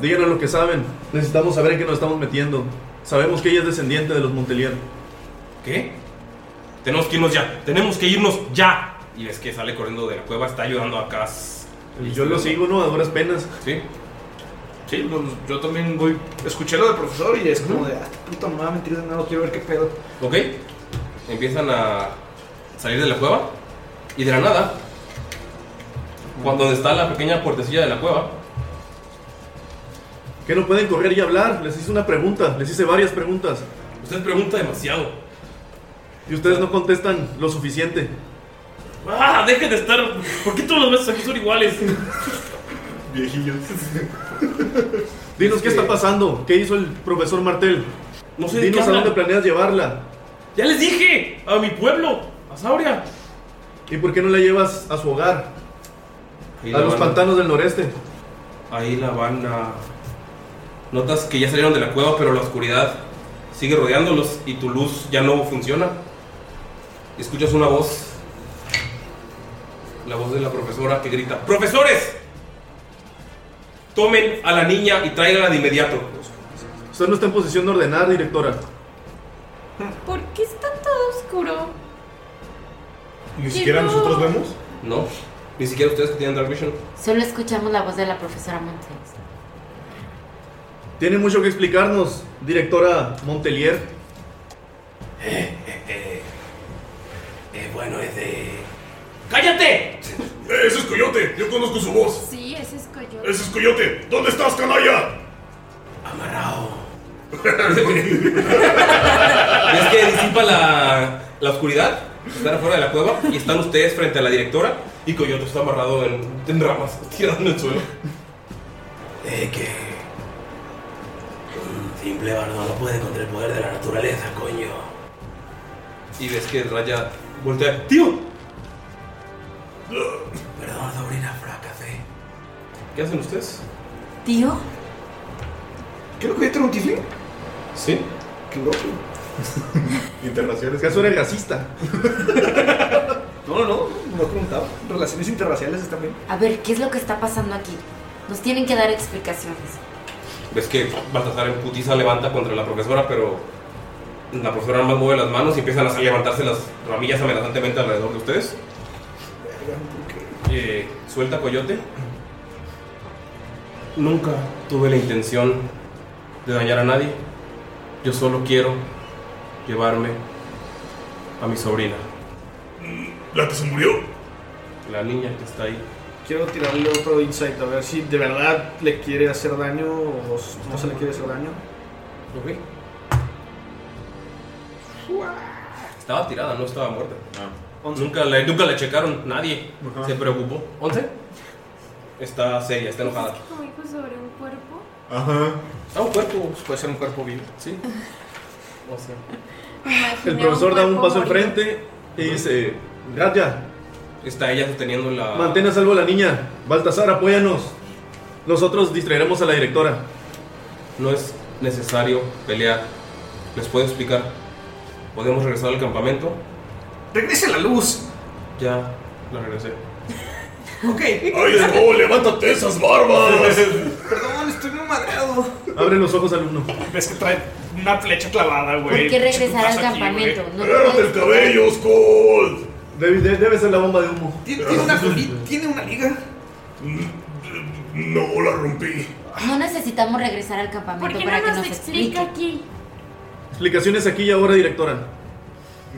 Speaker 4: Díganos lo que saben. Necesitamos saber en qué nos estamos metiendo. Sabemos que ella es descendiente de los Montelier.
Speaker 1: ¿Qué? Tenemos que irnos ya. Tenemos que irnos ya. Y ves que sale corriendo de la cueva, está ayudando a Cass.
Speaker 4: Y yo lo sigo, ¿no? A duras penas.
Speaker 1: Sí.
Speaker 5: Sí, pues, yo también voy. Escuché lo del profesor y es como de, ah, esta puta mamá, mentira, no, quiero ver qué pedo.
Speaker 1: Ok. Empiezan a salir de la cueva. Y de la nada, cuando está la pequeña puertecilla de la cueva,
Speaker 4: Que no pueden correr y hablar. Les hice una pregunta. Les hice varias preguntas.
Speaker 1: Usted pregunta demasiado.
Speaker 4: Y ustedes no contestan lo suficiente.
Speaker 1: ¡Ah! Dejen de estar. ¿Por qué todos los meses aquí son iguales?
Speaker 4: Viejillos. Dinos qué está pasando. ¿Qué hizo el profesor Martel?
Speaker 1: No sé de qué
Speaker 4: Dinos a
Speaker 1: hablan.
Speaker 4: dónde planeas llevarla.
Speaker 1: ¡Ya les dije! ¡A mi pueblo! ¡A Sauria!
Speaker 4: ¿Y por qué no la llevas a su hogar?
Speaker 1: Ahí
Speaker 4: a
Speaker 1: la
Speaker 4: Ah, los
Speaker 1: van.
Speaker 4: pantanos del noreste.
Speaker 1: Ahí la van a. Notas que ya salieron de la cueva, pero la oscuridad sigue rodeándolos y tu luz ya no funciona. Escuchas una voz. La voz de la profesora que grita: ¡Profesores! Tomen a la niña y tráiganla de inmediato.
Speaker 4: Usted no está en posición de ordenar, directora.
Speaker 2: ¿Por qué está todo oscuro?
Speaker 1: ¿Ni
Speaker 3: siquiera Llegó. nosotros
Speaker 1: vemos? No, ni siquiera ustedes que tienen Dark Vision.
Speaker 3: Solo escuchamos la voz de la profesora Montes.
Speaker 4: Tiene mucho que explicarnos, directora Montelier.
Speaker 1: [laughs] bueno, es de. ¡Cállate!
Speaker 11: Eh, ¡Ese es Coyote! Yo conozco su voz.
Speaker 2: Sí, ese es Coyote.
Speaker 11: ¡Ese es Coyote! ¿Dónde estás, canalla?
Speaker 1: ¿Ves que disipa la, la oscuridad? Están afuera de la cueva y están ustedes frente a la directora y Coyote está amarrado en, en ramas, [laughs] tirado en el suelo.
Speaker 12: Eh, que. Un simple bardo no puede contra el poder de la naturaleza, coño.
Speaker 1: Y ves que Raya voltea. ¡Tío!
Speaker 12: Perdón, sobrina, fracasé.
Speaker 1: ¿Qué hacen ustedes?
Speaker 3: ¿Tío?
Speaker 5: Creo que entra un tiflín.
Speaker 1: ¿Sí?
Speaker 5: Qué
Speaker 4: [laughs]
Speaker 5: loco.
Speaker 4: Internacionales. Caso eres racista.
Speaker 5: [laughs] No, no, no, no preguntaba. Relaciones interraciales están bien.
Speaker 3: A ver, ¿qué es lo que está pasando aquí? Nos tienen que dar explicaciones.
Speaker 1: Ves que Baltasar en putiza levanta contra la profesora, pero la profesora nada más mueve las manos y empiezan a levantarse las ramillas amenazantemente alrededor de ustedes. Eh, suelta coyote. Nunca tuve la intención de dañar a nadie. Yo solo quiero llevarme a mi sobrina.
Speaker 11: ¿La que se murió?
Speaker 1: La niña que está ahí.
Speaker 10: Quiero tirarle otro insight a ver si de verdad le quiere hacer daño o s- no se le quiere hacer daño.
Speaker 1: Ok. Estaba tirada, no estaba muerta. Nunca, le, nunca le checaron, nadie
Speaker 10: Ajá.
Speaker 1: se preocupó. ¿11? Está seria, está enojada.
Speaker 2: Como hijo pues, sobre un cuerpo.
Speaker 1: Ajá. Está Ah, un cuerpo. pues, Puede ser un cuerpo vivo. Sí. O sea.
Speaker 4: El profesor da un paso al frente y dice: Gaya,
Speaker 1: Está ella sosteniendo la.
Speaker 4: mantén a salvo a la niña. Baltasar, apóyanos. Nosotros distraeremos a la directora.
Speaker 1: No es necesario pelear. Les puedo explicar. Podemos regresar al campamento.
Speaker 5: ¡Regrese la luz!
Speaker 1: Ya, la regresé.
Speaker 5: Ok.
Speaker 11: ¡Ay, no! ¡Levántate esas
Speaker 10: [laughs]
Speaker 11: barbas!
Speaker 5: Perdón, estoy muy madreado.
Speaker 4: Abre los ojos, alumno.
Speaker 5: Ves que trae una flecha clavada, güey.
Speaker 3: ¿Por qué regresar al campamento? No
Speaker 11: ¡Agárrate el cabello, Ah, Skull!
Speaker 4: Debe, ser la bomba de humo.
Speaker 5: ¿Tiene una, ¿Tiene una liga?
Speaker 11: No, la rompí.
Speaker 3: No necesitamos regresar al campamento
Speaker 2: ¿Por qué
Speaker 3: para
Speaker 2: no
Speaker 3: que
Speaker 2: nos
Speaker 3: nos explique.
Speaker 2: explica aquí?
Speaker 4: Explicaciones aquí y ahora, directora.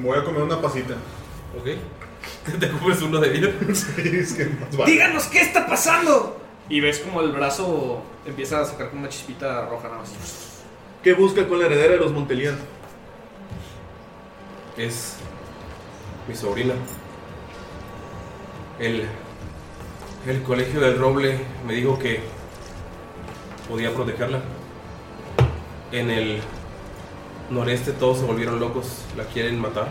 Speaker 8: Voy a comer una pasita.
Speaker 1: Ok. [laughs] ¿Te comes uno de vida?
Speaker 8: [laughs] sí, es que más vale.
Speaker 5: ¡Díganos qué está pasando! Y ves como el brazo empieza a sacar como una chispita roja nada más.
Speaker 4: ¿Qué busca con la heredera de los Montelian?
Speaker 1: es mi sobrina. El, el colegio del Roble me dijo que podía protegerla. En el noreste todos se volvieron locos, la quieren matar.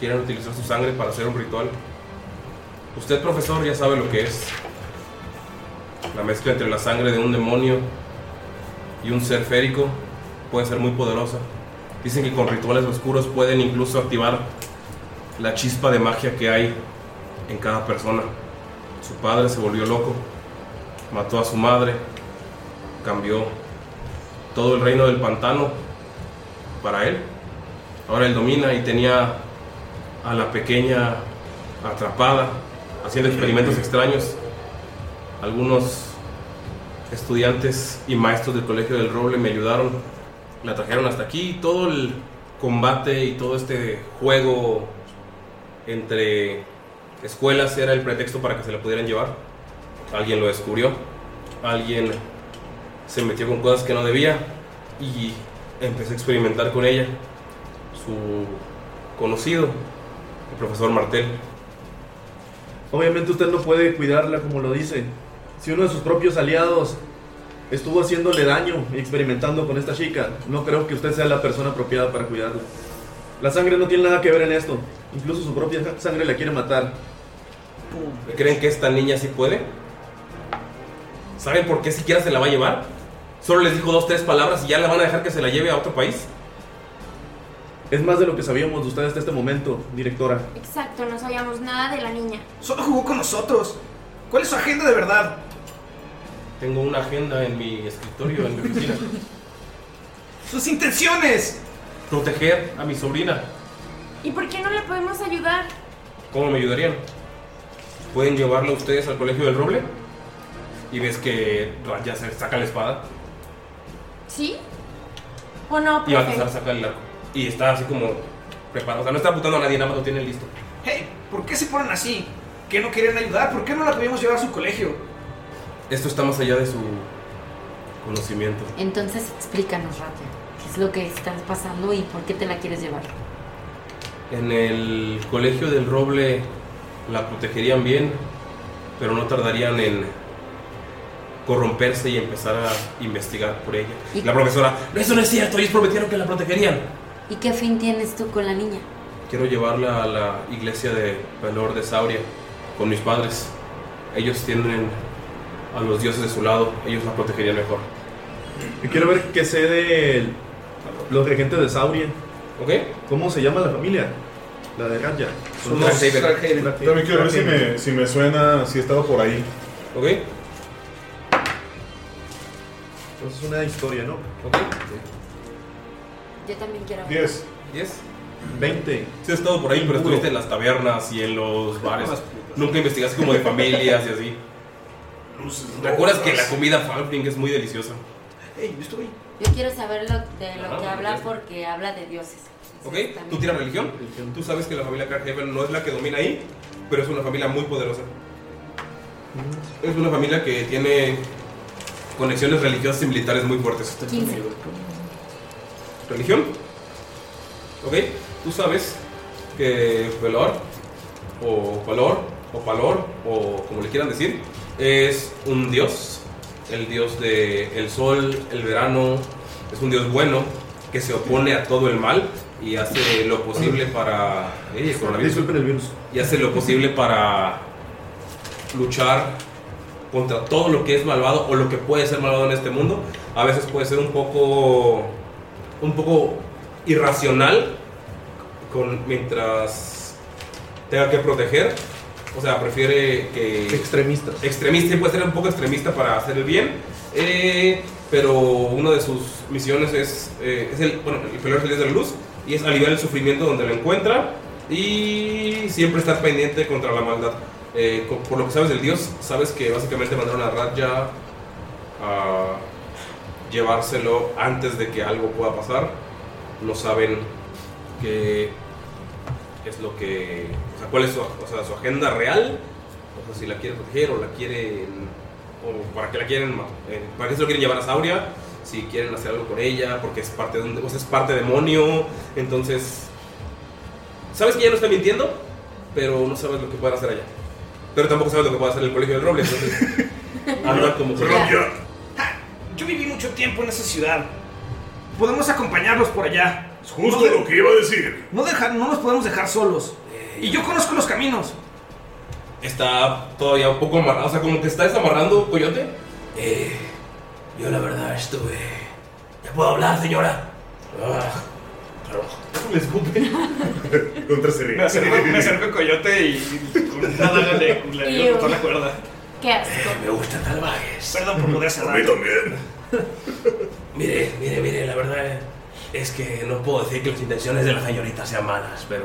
Speaker 1: Quieren utilizar su sangre para hacer un ritual. Usted, profesor, ya sabe lo que es. La mezcla entre la sangre de un demonio y un ser férico puede ser muy poderosa. Dicen que con rituales oscuros pueden incluso activar la chispa de magia que hay en cada persona. Su padre se volvió loco, mató a su madre, cambió todo el reino del pantano para él. Ahora él domina y tenía a la pequeña atrapada haciendo experimentos extraños. Algunos estudiantes y maestros del Colegio del Roble me ayudaron. La trajeron hasta aquí. Todo el combate y todo este juego entre escuelas era el pretexto para que se la pudieran llevar. Alguien lo descubrió. Alguien se metió con cosas que no debía y empecé a experimentar con ella. Su conocido, el profesor Martel,
Speaker 4: Obviamente usted no puede cuidarla como lo dice. Si uno de sus propios aliados estuvo haciéndole daño y experimentando con esta chica, no creo que usted sea la persona apropiada para cuidarla. La sangre no tiene nada que ver en esto. Incluso su propia sangre la quiere matar.
Speaker 1: ¿Creen que esta niña sí puede? ¿Saben por qué siquiera se la va a llevar? Solo les dijo dos, tres palabras y ya la van a dejar que se la lleve a otro país.
Speaker 4: Es más de lo que sabíamos de usted hasta este momento, directora.
Speaker 2: Exacto, no sabíamos nada de la niña.
Speaker 5: Solo jugó con nosotros. ¿Cuál es su agenda de verdad?
Speaker 1: Tengo una agenda en mi escritorio, en mi oficina.
Speaker 5: ¡Sus intenciones!
Speaker 1: Proteger a mi sobrina.
Speaker 2: ¿Y por qué no le podemos ayudar?
Speaker 1: ¿Cómo me ayudarían? ¿Pueden llevarla ustedes al colegio del roble? Y ves que ya se saca la espada
Speaker 2: ¿Sí? ¿O no,
Speaker 1: y
Speaker 2: profe?
Speaker 1: Baltasar saca el arco. Y está así como preparado. O sea, no está apuntando a nadie, nada más lo tiene listo.
Speaker 5: Hey, ¿por qué se ponen así? ¿Que no querían ayudar? ¿Por qué no la pudimos llevar a su colegio?
Speaker 1: Esto está más allá de su conocimiento.
Speaker 3: Entonces explícanos, Rafa, qué es lo que estás pasando y por qué te la quieres llevar.
Speaker 1: En el colegio del Roble la protegerían bien, pero no tardarían en corromperse y empezar a investigar por ella.
Speaker 3: ¿Y-
Speaker 1: La profesora, "No, eso no es cierto, ellos prometieron que la protegerían.
Speaker 3: ¿Y qué fin tienes tú con la niña?
Speaker 1: Quiero llevarla a la iglesia de Valor de Sauria con mis padres. Ellos tienen a los dioses de su lado, ellos la protegerían mejor.
Speaker 4: Y quiero ver qué sé de los regentes de Saurien. ¿Cómo se llama la familia? La de Raya. Son los-
Speaker 8: También quiero ver si me, si me suena, si he estado por ahí.
Speaker 1: ¿Ok?
Speaker 4: Entonces una historia, ¿no?
Speaker 1: Ok.
Speaker 3: Yo también quiero.
Speaker 1: 10. 10.
Speaker 4: 20.
Speaker 1: Sí, has estado por ahí, pero estuviste en las tabernas y en los bares. Nunca investigaste como de familias y así. ¿Recuerdas que la comida Falkling es muy deliciosa?
Speaker 10: Ey, yo estuve ahí.
Speaker 3: Yo quiero saber lo, de lo
Speaker 1: Ah,
Speaker 3: que habla
Speaker 1: ya.
Speaker 3: porque habla de dioses.
Speaker 1: ¿Ok? Tú tiras religión. Tú sabes que la familia Clarkhaven no es la que domina ahí, pero es una familia muy poderosa. Es una familia que tiene conexiones religiosas y militares muy fuertes.
Speaker 3: 15.
Speaker 1: ¿Religión? ¿Ok? Tú sabes que Velor, o Valor, o Palor, o como le quieran decir, es un dios. El dios del el sol, el verano. Es un dios bueno que se opone a todo el mal y hace lo posible para. Ey, el coronavirus.
Speaker 4: Disculpen el virus.
Speaker 1: Y hace lo posible para luchar contra todo lo que es malvado o lo que puede ser malvado en este mundo. A veces puede ser un poco un poco irracional con mientras tenga que proteger. O sea, prefiere que...
Speaker 4: Extremista.
Speaker 1: Extremista, sí, puede ser un poco extremista para hacer el bien. eh, pero una de sus misiones es, eh, es el, bueno, el peor de la luz y es aliviar el sufrimiento donde lo encuentra y siempre estar pendiente contra la maldad. Eh, co- por lo que sabes del dios, sabes que básicamente mandaron a Raja a llevárselo antes de que algo pueda pasar. No saben qué es lo que. O sea, cuál es su, o sea, su agenda real. O sea, si la quiere proteger o la quieren. O para qué la quieren. ma- eh, para qué se lo quieren llevar a Sauria. Si quieren hacer algo con ella. Porque es parte de un- o sea, es parte demonio. Entonces. Sabes que ya no está mintiendo. Pero no sabes lo que pueden hacer allá. Pero tampoco sabes lo que puede hacer el colegio del roble. Entonces. habla Ah, como
Speaker 5: ah, Yo viví mucho tiempo en esa ciudad. Podemos acompañarlos por allá. Es
Speaker 11: justo lo que iba a decir.
Speaker 5: No, dejar, no nos podemos dejar solos. Y yo conozco los caminos.
Speaker 1: Está todavía un poco amarrado, o sea, como que está desamarrando Coyote.
Speaker 12: Eh, yo la verdad estuve. ¿Ya puedo hablar, señora? Ah,
Speaker 1: Le escupe.
Speaker 8: Contra se ríe.
Speaker 10: Me acerco, me acerco a Coyote y con una daga le, le, le cortó la cuerda.
Speaker 2: Qué asco.
Speaker 12: me gustan salvajes.
Speaker 10: Perdón por poder
Speaker 12: A mí también. mire, mire, mire, la verdad es que no puedo decir que las intenciones de la señorita sean malas, pero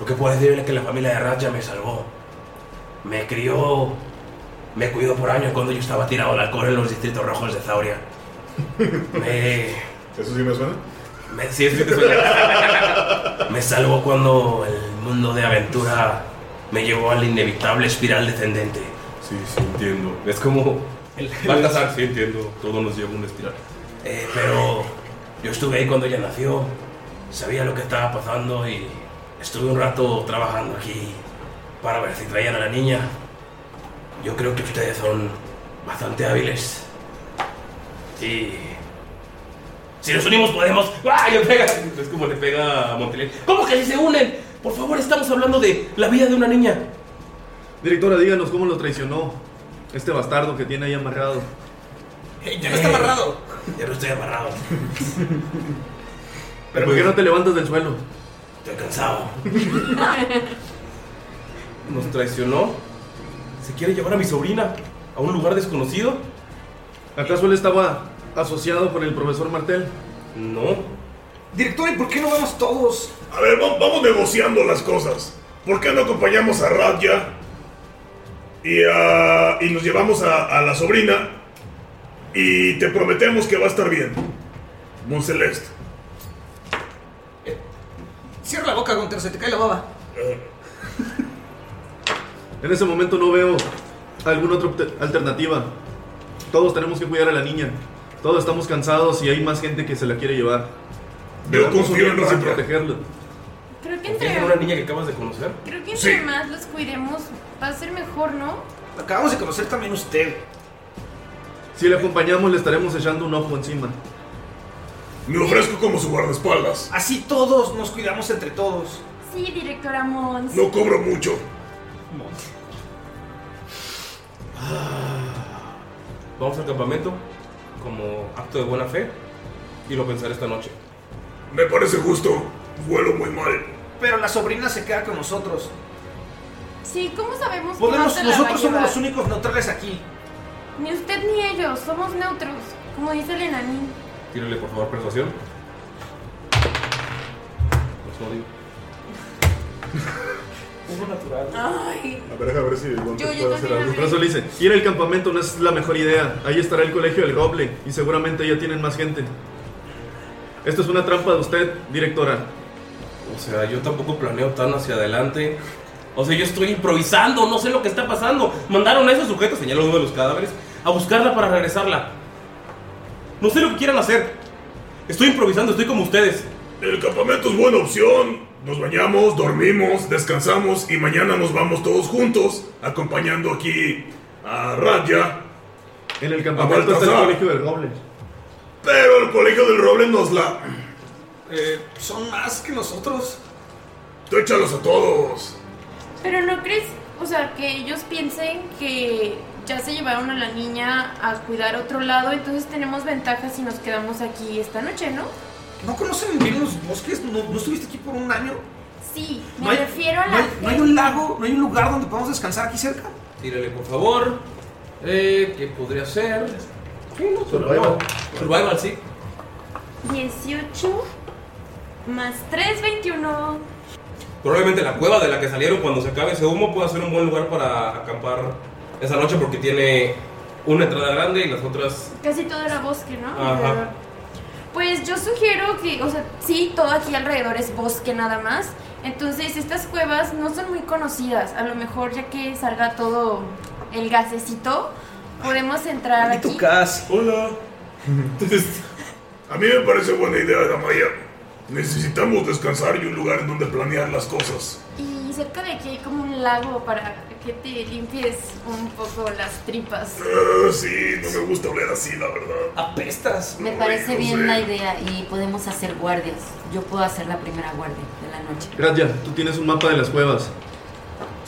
Speaker 12: lo que puedo decir es que la familia de Raja me salvó. Me crió, me cuidó por años cuando yo estaba tirado al alcohol en los distritos rojos de
Speaker 8: [laughs]
Speaker 12: Zauria. Me...
Speaker 8: ¿Eso sí me suena?
Speaker 12: Me, sí, eso sí te
Speaker 8: [laughs]
Speaker 12: suena. me salvó cuando el mundo de aventura me llevó a la inevitable espiral descendente.
Speaker 1: Sí, sí, entiendo. Es como [laughs] Baltasar, sí entiendo, todo nos lleva a un espiral.
Speaker 12: Eh, pero yo estuve ahí cuando ella nació, sabía lo que estaba pasando y estuve un rato trabajando aquí para ver si traían a la niña. Yo creo que ustedes son bastante hábiles. Y si nos unimos podemos...
Speaker 1: ¡Ah! Le pega. Es como le pega a Montelé. ¿Cómo que si se unen? Por favor, estamos hablando de la vida de una niña.
Speaker 4: Directora, díganos cómo lo traicionó este bastardo que tiene ahí amarrado. Eh.
Speaker 12: ya no está amarrado. Ya no estoy
Speaker 4: [laughs]
Speaker 12: amarrado.
Speaker 4: ¿Pero por qué no te levantas del suelo?
Speaker 12: Estoy cansado.
Speaker 1: [laughs] Nos traicionó. Se quiere llevar a mi sobrina a un lugar desconocido.
Speaker 4: ¿Acaso él estaba asociado con el profesor Martel?
Speaker 1: No.
Speaker 5: Director, ¿y por qué no vamos todos?
Speaker 11: A ver, va- vamos negociando las cosas. ¿Por qué no acompañamos a Radya y, a- y nos llevamos a, a la sobrina? Y te prometemos que va a estar bien. Moon Celeste.
Speaker 5: Cierra la boca, Gunter, se te cae la baba.
Speaker 11: Eh,
Speaker 4: En ese momento no veo alguna otra opte- alternativa. Todos tenemos que cuidar a la niña. Todos estamos cansados y hay más gente que se la quiere llevar.
Speaker 11: Yo
Speaker 4: Debemos
Speaker 11: confío en
Speaker 4: unirnos y
Speaker 11: Raya.
Speaker 4: protegerla.
Speaker 2: Creo que
Speaker 1: ¿Es
Speaker 2: entre,
Speaker 1: una niña que acabas de conocer?
Speaker 2: creo que entre más los cuidemos va a ser mejor, ¿no?
Speaker 5: Acabamos de conocer también usted.
Speaker 4: Si le acompañamos le estaremos echando un ojo encima.
Speaker 11: Me ofrezco como su guardaespaldas.
Speaker 5: Así todos nos cuidamos entre todos.
Speaker 2: Sí, directora Mons.
Speaker 11: No cobro mucho.
Speaker 1: Ah. Vamos al campamento como acto de buena fe y lo pensaré esta noche.
Speaker 11: Me parece justo. Vuelo muy mal.
Speaker 5: Pero la sobrina se queda con nosotros.
Speaker 2: Sí, ¿cómo sabemos que no
Speaker 5: Podemos,
Speaker 2: se la va a
Speaker 5: nosotros somos
Speaker 2: llevar?
Speaker 5: los únicos neutrales aquí.
Speaker 2: Ni usted ni ellos, somos neutros. Como dice el enanín.
Speaker 1: Tírale, por favor, persuasión. Los odio.
Speaker 5: Uno natural.
Speaker 2: Ay.
Speaker 8: A ver, a ver si
Speaker 2: Yo- yo
Speaker 4: puede
Speaker 2: también
Speaker 4: hacer algo.
Speaker 2: hablé.
Speaker 4: Por eso le dice, ir al campamento no es la mejor idea. Ahí estará el colegio del Roble y seguramente ya tienen más gente. Esto es una trampa de usted, directora.
Speaker 1: O sea, yo tampoco planeo tan hacia adelante. O sea, yo estoy improvisando, no sé lo que está pasando. Mandaron a esos sujetos, señaló uno de los cadáveres, a buscarla para regresarla. No sé lo que quieran hacer. Estoy improvisando, estoy como ustedes.
Speaker 11: El campamento es buena opción. Nos bañamos, dormimos, descansamos y mañana nos vamos todos juntos acompañando aquí a Raya.
Speaker 4: En el campamento está el colegio del Roble.
Speaker 11: Pero el colegio del Roble nos la...
Speaker 10: Eh, son más que nosotros.
Speaker 11: Tú échalos a todos.
Speaker 2: Pero no crees, o sea, que ellos piensen que ya se llevaron a la niña a cuidar otro lado, entonces tenemos ventaja si nos quedamos aquí esta noche, ¿no?
Speaker 10: ¿No conocen bien los bosques? ¿No, no estuviste aquí por un año?
Speaker 2: Sí, me
Speaker 10: No hay-
Speaker 2: refiero a
Speaker 10: ¿No
Speaker 2: la
Speaker 10: hay, no hay un lago? ¿No hay un lugar donde podamos descansar aquí cerca?
Speaker 1: Tírale, por favor. Eh, ¿Qué podría ser? Sí, no, survival. Survival, sí.
Speaker 2: 18 más 3, 21.
Speaker 1: Probablemente la cueva de la que salieron cuando se acabe ese humo pueda ser un buen lugar para acampar esa noche porque tiene una entrada grande y las otras...
Speaker 2: Casi todo era bosque, ¿no?
Speaker 1: Ajá.
Speaker 2: Pues yo sugiero que, o sea, sí, todo aquí alrededor es bosque nada más. Entonces, estas cuevas no son muy conocidas. A lo mejor ya que salga todo el gasecito, podemos entrar aquí.
Speaker 10: Cas.
Speaker 11: Hola. A mí me parece buena idea, Damaya. Necesitamos descansar y un lugar en donde planear las cosas.
Speaker 2: Y cerca de aquí hay como un lago para que te limpies un poco las tripas.
Speaker 11: Ah, sí, no me gusta hablar así, la verdad.
Speaker 10: Apestas.
Speaker 3: Me parece
Speaker 11: no
Speaker 3: bien
Speaker 11: sé.
Speaker 3: la idea y podemos hacer guardias. Yo puedo hacer la primera guardia de la noche.
Speaker 4: Gracias, tú tienes un mapa de las cuevas.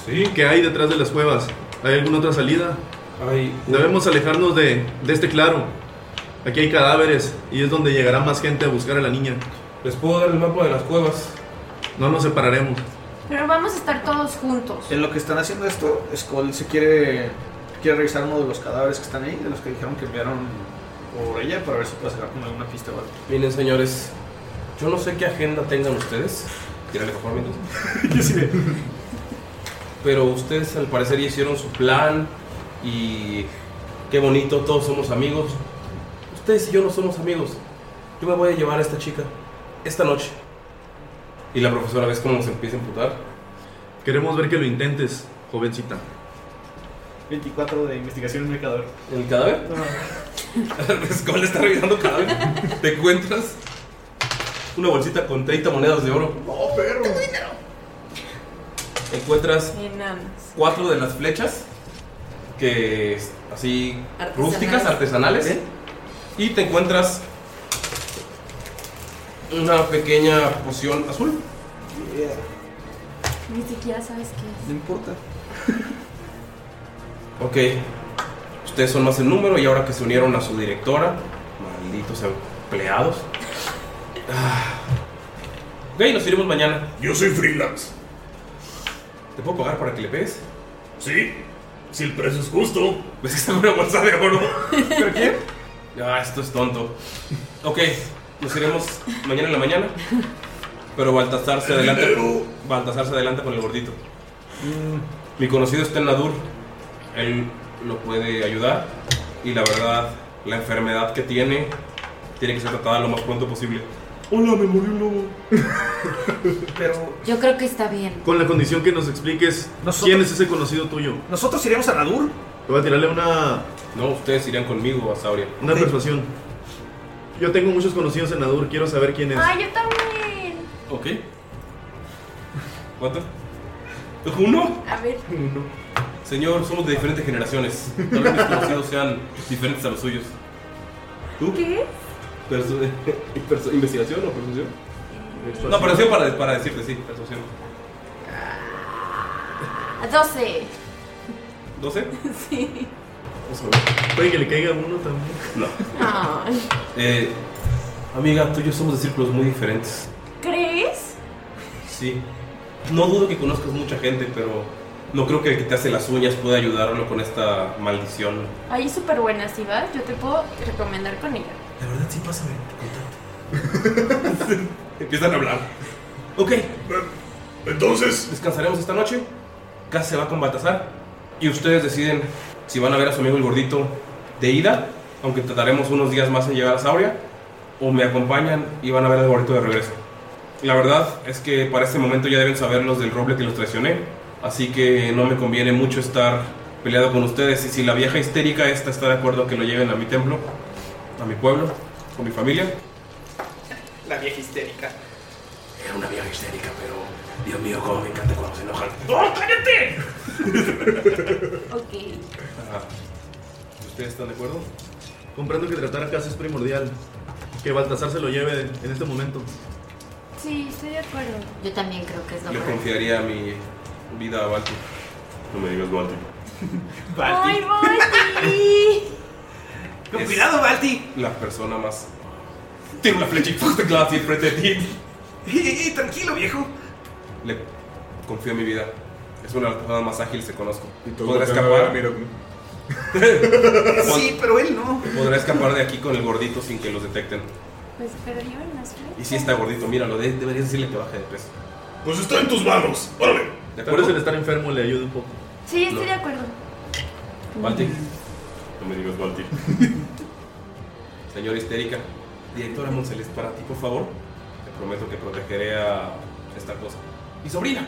Speaker 1: Sí.
Speaker 4: ¿Qué hay detrás de las cuevas? ¿Hay alguna otra salida? Debemos alejarnos de, de este claro. Aquí hay cadáveres y es donde llegará más gente a buscar a la niña.
Speaker 1: ¿Les puedo dar el mapa de las cuevas?
Speaker 4: No nos separaremos.
Speaker 2: Pero vamos a estar todos juntos.
Speaker 10: En lo que están haciendo esto, Skull se quiere, quiere revisar uno de los cadáveres que están ahí, de los que dijeron que enviaron por ella, para ver si puede sacar como alguna pista o algo.
Speaker 1: Miren, señores, yo no sé qué agenda tengan ustedes. Tírale, por favor, mientras. Pero ustedes al parecer ya hicieron su plan y qué bonito, todos somos amigos. Ustedes y yo no somos amigos. Yo me voy a llevar a esta chica esta noche. Y la profesora ves cómo se empieza a imputar.
Speaker 4: Queremos ver que lo intentes, jovencita.
Speaker 10: 24 de investigación en el cadáver.
Speaker 1: ¿El cadáver? [laughs] Skull está revisando cada vez. Te encuentras una bolsita con 30 monedas de oro.
Speaker 11: ¡Oh, perro!
Speaker 1: Encuentras
Speaker 2: Enanos.
Speaker 1: cuatro de las flechas que es así
Speaker 2: Artesanales.
Speaker 1: rústicas, artesanales.
Speaker 2: Ok.
Speaker 1: Y te encuentras una pequeña poción azul.
Speaker 2: Ni siquiera sabes qué
Speaker 1: No importa. Ok. Ustedes son más en número y ahora que se unieron a su directora, malditos empleados. Ah. Ok, nos iremos mañana.
Speaker 11: Yo soy freelance.
Speaker 1: ¿Te puedo pagar para que le pegues?
Speaker 11: Sí, si el precio es justo.
Speaker 1: ¿Ves que está en una bolsa de oro? ¿Pero quién? Ah, esto es tonto. Ok, nos iremos mañana en la mañana. Pero Baltasar se adelanta. Baltasar se adelanta con el gordito. Mm, Mi conocido está en Nadur. Él lo puede ayudar. Y la verdad, la enfermedad que tiene tiene que ser tratada lo más pronto posible.
Speaker 4: Hola, me murió un lobo.
Speaker 10: Pero
Speaker 3: [laughs] Yo creo que está bien.
Speaker 4: Con la condición que nos expliques quién es ese conocido tuyo.
Speaker 10: ¿Nosotros iremos a Nadur?
Speaker 4: Te voy a tirarle una,
Speaker 1: No, ustedes irán conmigo a Sauria.
Speaker 4: una persuasión. Yo tengo muchos conocidos en Nadur, quiero saber quién es.
Speaker 2: Ay, Ah, yo también.
Speaker 1: Ok. ¿Cuánto? ¿Uno?
Speaker 2: A ver.
Speaker 1: Señor, somos de diferentes generaciones. Tal vez mis conocidos sean diferentes a los suyos. ¿Tú?
Speaker 2: ¿Qué?
Speaker 1: [laughs] Persu- persu- ¿Investigación o persuasión? No, persuasión para, para decirte, sí, persuasión.
Speaker 2: 12.
Speaker 1: ¿12?
Speaker 2: [laughs] Sí.
Speaker 1: Vamos a ver.
Speaker 4: Puede que le caiga uno también.
Speaker 1: No.
Speaker 2: Ay.
Speaker 1: Eh, amiga, tú y yo somos de círculos muy diferentes.
Speaker 2: ¿Crees?
Speaker 1: Sí. No dudo que conozcas mucha gente, pero No creo que el quitarse las uñas pueda ayudarlo con esta maldición.
Speaker 2: Ahí es súper buena, si vas, yo te puedo recomendar con ella.
Speaker 12: La verdad, sí, pásame.
Speaker 1: Empiezan a hablar. Ok. Entonces. Descansaremos esta noche. Cass se va con Baltasar. Y ustedes deciden si van a ver a su amigo el gordito de ida. Aunque trataremos unos días más en llegar a Sauria. O me acompañan y van a ver al gordito de regreso. La verdad es que para este momento ya deben saber los del roble que los traicioné. Así que no me conviene mucho estar peleado con ustedes. Y si la vieja histérica esta está de acuerdo que lo lleven a mi templo, a mi pueblo, con mi familia,
Speaker 5: La vieja histérica.
Speaker 12: Era una vieja histérica, pero Dios mío, cómo me encanta cuando se enojan.
Speaker 5: ¡Oh, cállate!
Speaker 2: Ok.
Speaker 1: Ajá. ¿Ustedes están de acuerdo?
Speaker 4: Comprendo que tratar a casa es primordial. Que Baltasar se lo lleve en este momento.
Speaker 2: Sí, estoy de acuerdo.
Speaker 3: Yo también creo que es lo
Speaker 1: Le
Speaker 3: correcto.
Speaker 1: confiaría mi vida a Balti. No me digas
Speaker 4: [laughs]
Speaker 1: Balti.
Speaker 2: ¡Ay, Balti!
Speaker 1: Con cuidado, Balti. La persona más. Tiene una flecha y ¡puf! te clava así frente de ti.
Speaker 5: ¡Ey, ey, tranquilo, viejo!
Speaker 1: Le confío en mi vida. Es una de las personas más ágiles que conozco.
Speaker 8: tú
Speaker 1: Podrá
Speaker 8: volteando a
Speaker 1: escapar.
Speaker 8: ver,
Speaker 1: [laughs]
Speaker 5: Sí, pero él no.
Speaker 1: Podrá escapar de aquí con el gordito sin que los detecten.
Speaker 2: Pues, pero yo en las flechas.
Speaker 1: Y si está gordito, míralo, de- deberías decirle que baje de peso.
Speaker 11: Pues está en tus manos. Órale.
Speaker 1: ¿De
Speaker 4: Tal vez
Speaker 1: acuerdo?
Speaker 4: el estar enfermo le ayude un poco.
Speaker 2: Sí, estoy
Speaker 1: No.
Speaker 2: de acuerdo.
Speaker 1: Balti. No me digas [laughs] Balti. Señora histérica, directora Moncelés, para ti, por favor. Te prometo que protegeré a esta cosa. Mi sobrina.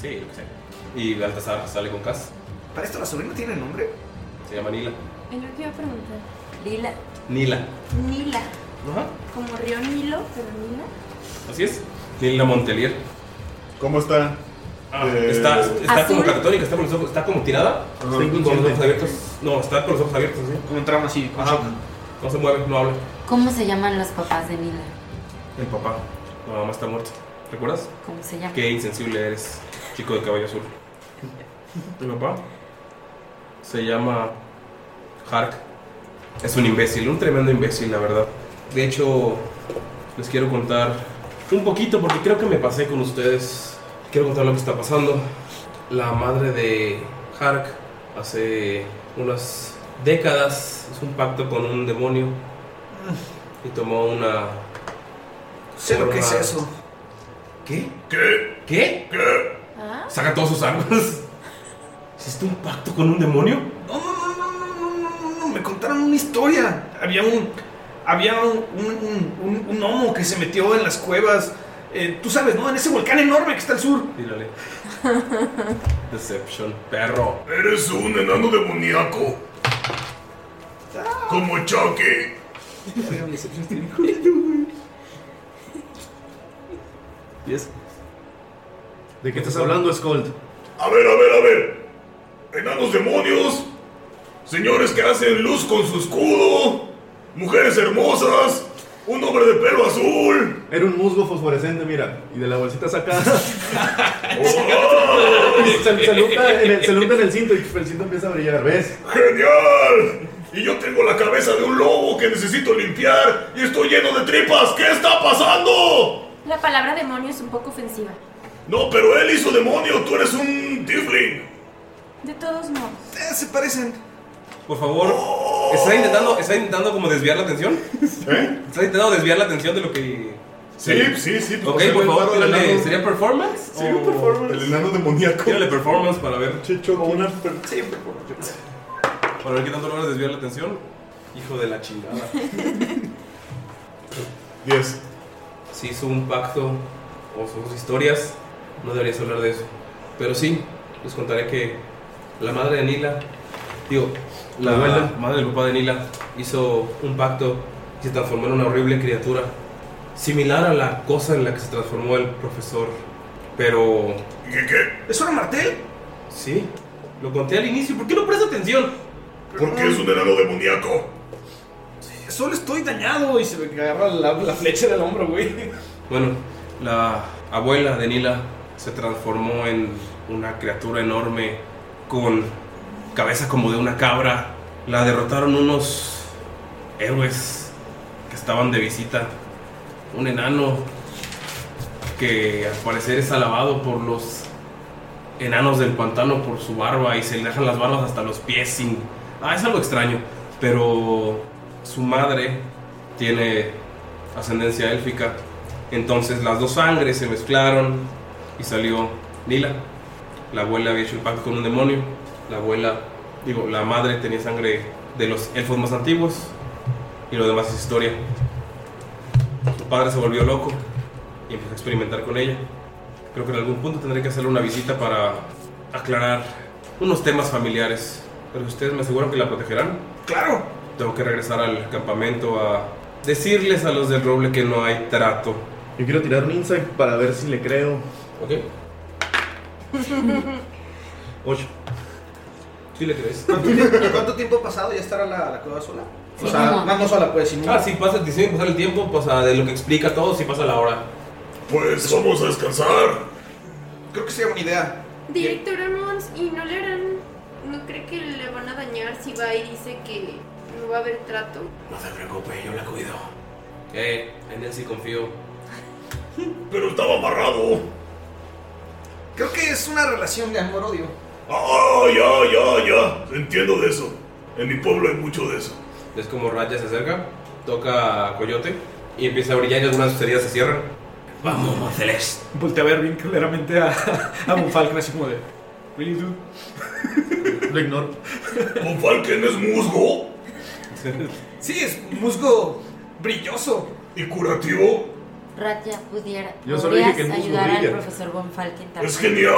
Speaker 1: Sí, lo que sea. Y Baltasar sale con Cas.
Speaker 5: Para esto la sobrina tiene nombre.
Speaker 1: Se llama Nila.
Speaker 2: Es lo que iba a preguntar. Lila.
Speaker 1: Nila.
Speaker 2: Nila.
Speaker 1: Ajá.
Speaker 2: Como río Nilo, pero Nila.
Speaker 1: Así es. Nila Montelier.
Speaker 8: ¿Cómo está?
Speaker 1: Ah,
Speaker 8: Eh,
Speaker 1: Está, está como
Speaker 8: Azul.
Speaker 1: catatónica, está, con los ojos- está como tirada.
Speaker 8: Ajá.
Speaker 1: Está con los ojos
Speaker 8: inconsciente.
Speaker 1: abiertos. No, está con los ojos abiertos. ¿sí? Ah, Como un trama así. No se mueve, no habla.
Speaker 3: [laughs] ¿Cómo se llaman los papás de Nila?
Speaker 1: El papá. La mamá está muerta. ¿Recuerdas?
Speaker 3: ¿Cómo se llama?
Speaker 1: Qué insensible eres, chico de caballo
Speaker 3: [laughs]
Speaker 1: azul. Mi papá se llama Hark. Es un imbécil, un tremendo imbécil, la verdad. De hecho, les quiero contar un poquito porque creo que me pasé con ustedes. Quiero contar lo que está pasando. La madre de Hark hace unas décadas hizo un pacto con un demonio y tomó una...
Speaker 5: Sé lo que es eso.
Speaker 1: ¿Qué? ¿Qué? ¿Qué? ¿Qué?
Speaker 2: Ah.
Speaker 1: Saca todas sus armas. ¿Hiciste un pacto con un demonio?
Speaker 5: No, me contaron una historia. Había un. Había un, un, un- un gnomo que se metió en las cuevas. eh, Tú sabes, ¿no? En ese volcán enorme que está al sur.
Speaker 1: Tírale. Deception, perro.
Speaker 11: Eres un enano demoníaco. Como Chucky.
Speaker 4: ¿De qué estás hablando, Scold?
Speaker 11: A ver, a ver, a ver. Enanos demonios. Señores que hacen luz con su escudo. Mujeres hermosas. Un hombre de pelo azul.
Speaker 4: Era un musgo fosforescente, mira. Y de la bolsita sacada. se, se, le unta en el, se le unta en el cinto y el cinto empieza a brillar, ¿ves?
Speaker 11: ¡Genial! Y yo tengo la cabeza de un lobo que necesito limpiar y estoy lleno de tripas. ¿Qué está pasando?
Speaker 2: La palabra demonio es un poco ofensiva.
Speaker 11: No, pero él hizo demonio. Tú eres un tiefling.
Speaker 2: De todos modos.
Speaker 5: Eh, se parecen.
Speaker 1: Por favor, ¿estás intentando, estás intentando como desviar la atención?
Speaker 11: ¿Eh?
Speaker 1: ¿Estás intentando desviar la atención de lo que...
Speaker 8: Sí, sí, sí,
Speaker 1: Ok,
Speaker 8: pues,
Speaker 1: por
Speaker 8: el
Speaker 1: favor,
Speaker 8: paro del
Speaker 1: tírale.
Speaker 8: enano.
Speaker 1: ¿Sería performance?
Speaker 8: Sí, performance. Oh, El enano demoníaco.
Speaker 1: Tírale performance para ver.
Speaker 8: Chicho, una per-
Speaker 1: Para ver qué tanto logras desviar la atención. Hijo de la
Speaker 8: [laughs]
Speaker 1: chingada.
Speaker 8: 10.
Speaker 1: Si hizo un pacto o sus historias, no deberías hablar de eso. Pero sí, les contaré que la madre de Nila, digo, la
Speaker 4: La abuela.
Speaker 1: madre del papá de Nila hizo un pacto y se transformó en una horrible criatura, similar a la cosa en la que se transformó el profesor. Pero...
Speaker 11: ¿Qué? qué?
Speaker 1: ¿Es una martel? Sí, lo conté al inicio. ¿Por qué no presta atención?
Speaker 11: Porque es un enano demoníaco.
Speaker 5: Solo estoy dañado y se me agarra la, la flecha del hombro, güey.
Speaker 1: Bueno, la abuela de Nila se transformó en una criatura enorme con cabeza como de una cabra. La derrotaron unos héroes que estaban de visita. Un enano que al parecer es alabado por los enanos del pantano por su barba y se le dejan las barbas hasta los pies sin... Ah, es algo extraño. Pero su madre tiene ascendencia élfica. Entonces las dos sangres se mezclaron y salió Nila. La abuela había hecho el pacto con un demonio. La abuela, digo, la madre tenía sangre de los elfos más antiguos. Y lo demás es historia. Tu padre se volvió loco y empezó a experimentar con ella. Creo que en algún punto tendré que hacerle una visita para aclarar unos temas familiares. Pero ustedes me aseguran que la protegerán. ¡Claro! Tengo que regresar al campamento a decirles a los del roble que no hay trato.
Speaker 4: Yo quiero tirar un insight para ver si le creo.
Speaker 1: Ok.
Speaker 4: Ocho.
Speaker 1: ¿Sí le crees?
Speaker 10: ¿Cuánto tiempo, cuánto tiempo ha pasado ya estará la, la cueva sola? O
Speaker 1: Sí,
Speaker 10: sea,
Speaker 1: como-
Speaker 10: más no sola, pues. Sin
Speaker 1: Ah, sí, pasa, sí, pasa el tiempo, pasa de lo que explica todo, sí pasa la hora.
Speaker 11: Pues vamos a descansar.
Speaker 10: Creo que sería buena idea.
Speaker 2: Directora Mons, ¿y no le harán, no cree que le van a dañar si va y dice que no va a haber trato?
Speaker 12: No se preocupe, yo la cuido.
Speaker 1: Eh, en él sí confío.
Speaker 11: [laughs] Pero estaba amarrado.
Speaker 10: Creo que es una relación de amor-odio.
Speaker 11: Ah, ya, ya, ya. Entiendo de eso. [laughs] En mi pueblo hay mucho de eso.
Speaker 1: Es como Raya se acerca, toca a Coyote y empieza a brillar y algunas de sus heridas se cierran. Vamos, Celeste.
Speaker 10: Volté a ver bien claramente a, a Monfalken así como de. Really dude.
Speaker 4: Lo ignoro.
Speaker 11: Monfalken es musgo.
Speaker 10: Sí, es musgo brilloso.
Speaker 11: ¿Y curativo?
Speaker 3: Ratja pudiera.
Speaker 1: Yo solo dije que el
Speaker 3: podrías
Speaker 1: musgo
Speaker 3: ayudar al
Speaker 1: brilla.
Speaker 3: profesor Von Falken también.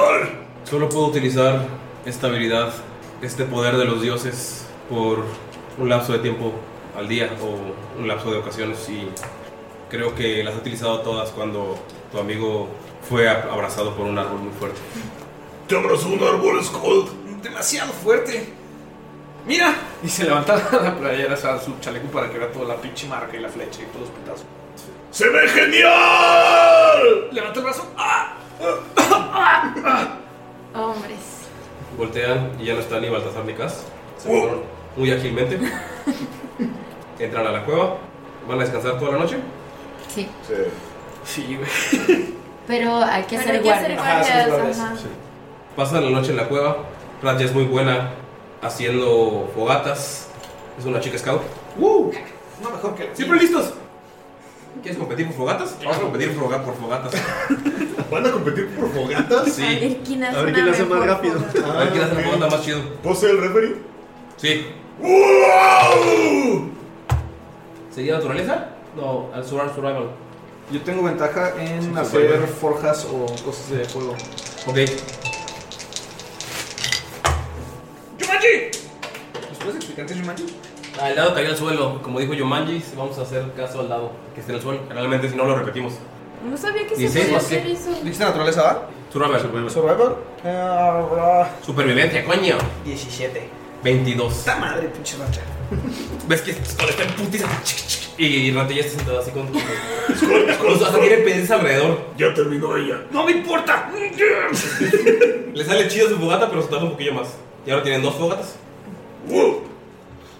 Speaker 1: Solo puedo utilizar esta habilidad, este poder de los dioses, por un lapso de tiempo al día o un lapso de ocasiones y creo que las he utilizado todas cuando tu amigo fue a- abrazado por un árbol muy fuerte.
Speaker 11: Te abrazó un árbol, Skull.
Speaker 10: Demasiado fuerte. Mira. Y se levanta la playera, o sea, su chaleco para que vea toda la pinche marca y la flecha y todos los putazos.
Speaker 11: ¡Se ve genial!
Speaker 10: Levanta el brazo.
Speaker 2: Hombres.
Speaker 1: Voltean y ya no está ni Baltasar ni Cas. Se fueron muy
Speaker 11: [laughs]
Speaker 1: ágilmente. Entran a la cueva. ¿Van a descansar toda la noche?
Speaker 3: Sí.
Speaker 1: Sí. Sí, güey.
Speaker 3: Pero hay que
Speaker 2: Pero
Speaker 3: hacer
Speaker 2: hay que hacer
Speaker 3: guardias.
Speaker 2: guardias, Ajá, hacer guardias, ajá.
Speaker 1: Pasan la noche en la cueva. Ratja es muy buena haciendo fogatas. Es una chica scout. ¡Uh!
Speaker 10: No mejor que la.
Speaker 1: ¡Siempre listos! ¿Quieres competir por fogatas? Vamos a competir por foga- por fogatas.
Speaker 8: [laughs] ¿Van a competir por fogatas? Ah,
Speaker 1: Sí. A ver
Speaker 2: quién
Speaker 1: hace A ver quién una hace más mejor rápido. fogata. A ver quién hace la fogata más chido.
Speaker 8: ¿Puedo ser el referee?
Speaker 1: Sí.
Speaker 8: ¡Wow!
Speaker 1: ¿Sería naturaleza? No, al survival. survival.
Speaker 10: Yo tengo ventaja en
Speaker 1: Sí,
Speaker 10: hacer
Speaker 1: survival.
Speaker 10: forjas o cosas de fuego.
Speaker 1: Ok.
Speaker 10: ¡Yumanji! ¿Nos puedes explicar qué es Yumanji?
Speaker 1: Ah, el dado cayó al suelo. Como dijo Yomanji, vamos a hacer caso al dado que esté en el suelo. Realmente, si no lo repetimos.
Speaker 2: No sabía que se
Speaker 1: Dieciséis
Speaker 2: podía
Speaker 1: más
Speaker 2: hacer
Speaker 1: qué.
Speaker 2: eso.
Speaker 10: ¿Dijiste naturaleza, va?
Speaker 1: Survival.
Speaker 10: Survivor. Ah,
Speaker 1: Supervivencia, coño.
Speaker 10: 17.
Speaker 1: 22.
Speaker 10: Esta madre, pinche
Speaker 5: [laughs]
Speaker 10: racha.
Speaker 1: ¿Ves que Skull está en putiza? Y Rata ya está sentada así [laughs] con. Skull, Skull. Hasta tiene pendientes alrededor.
Speaker 11: Ya terminó ella.
Speaker 10: ¡No me importa!
Speaker 1: Le sale chido su fogata, pero se tarda un poquillo más. Y ahora tienen dos fogatas.
Speaker 11: ¡Wow!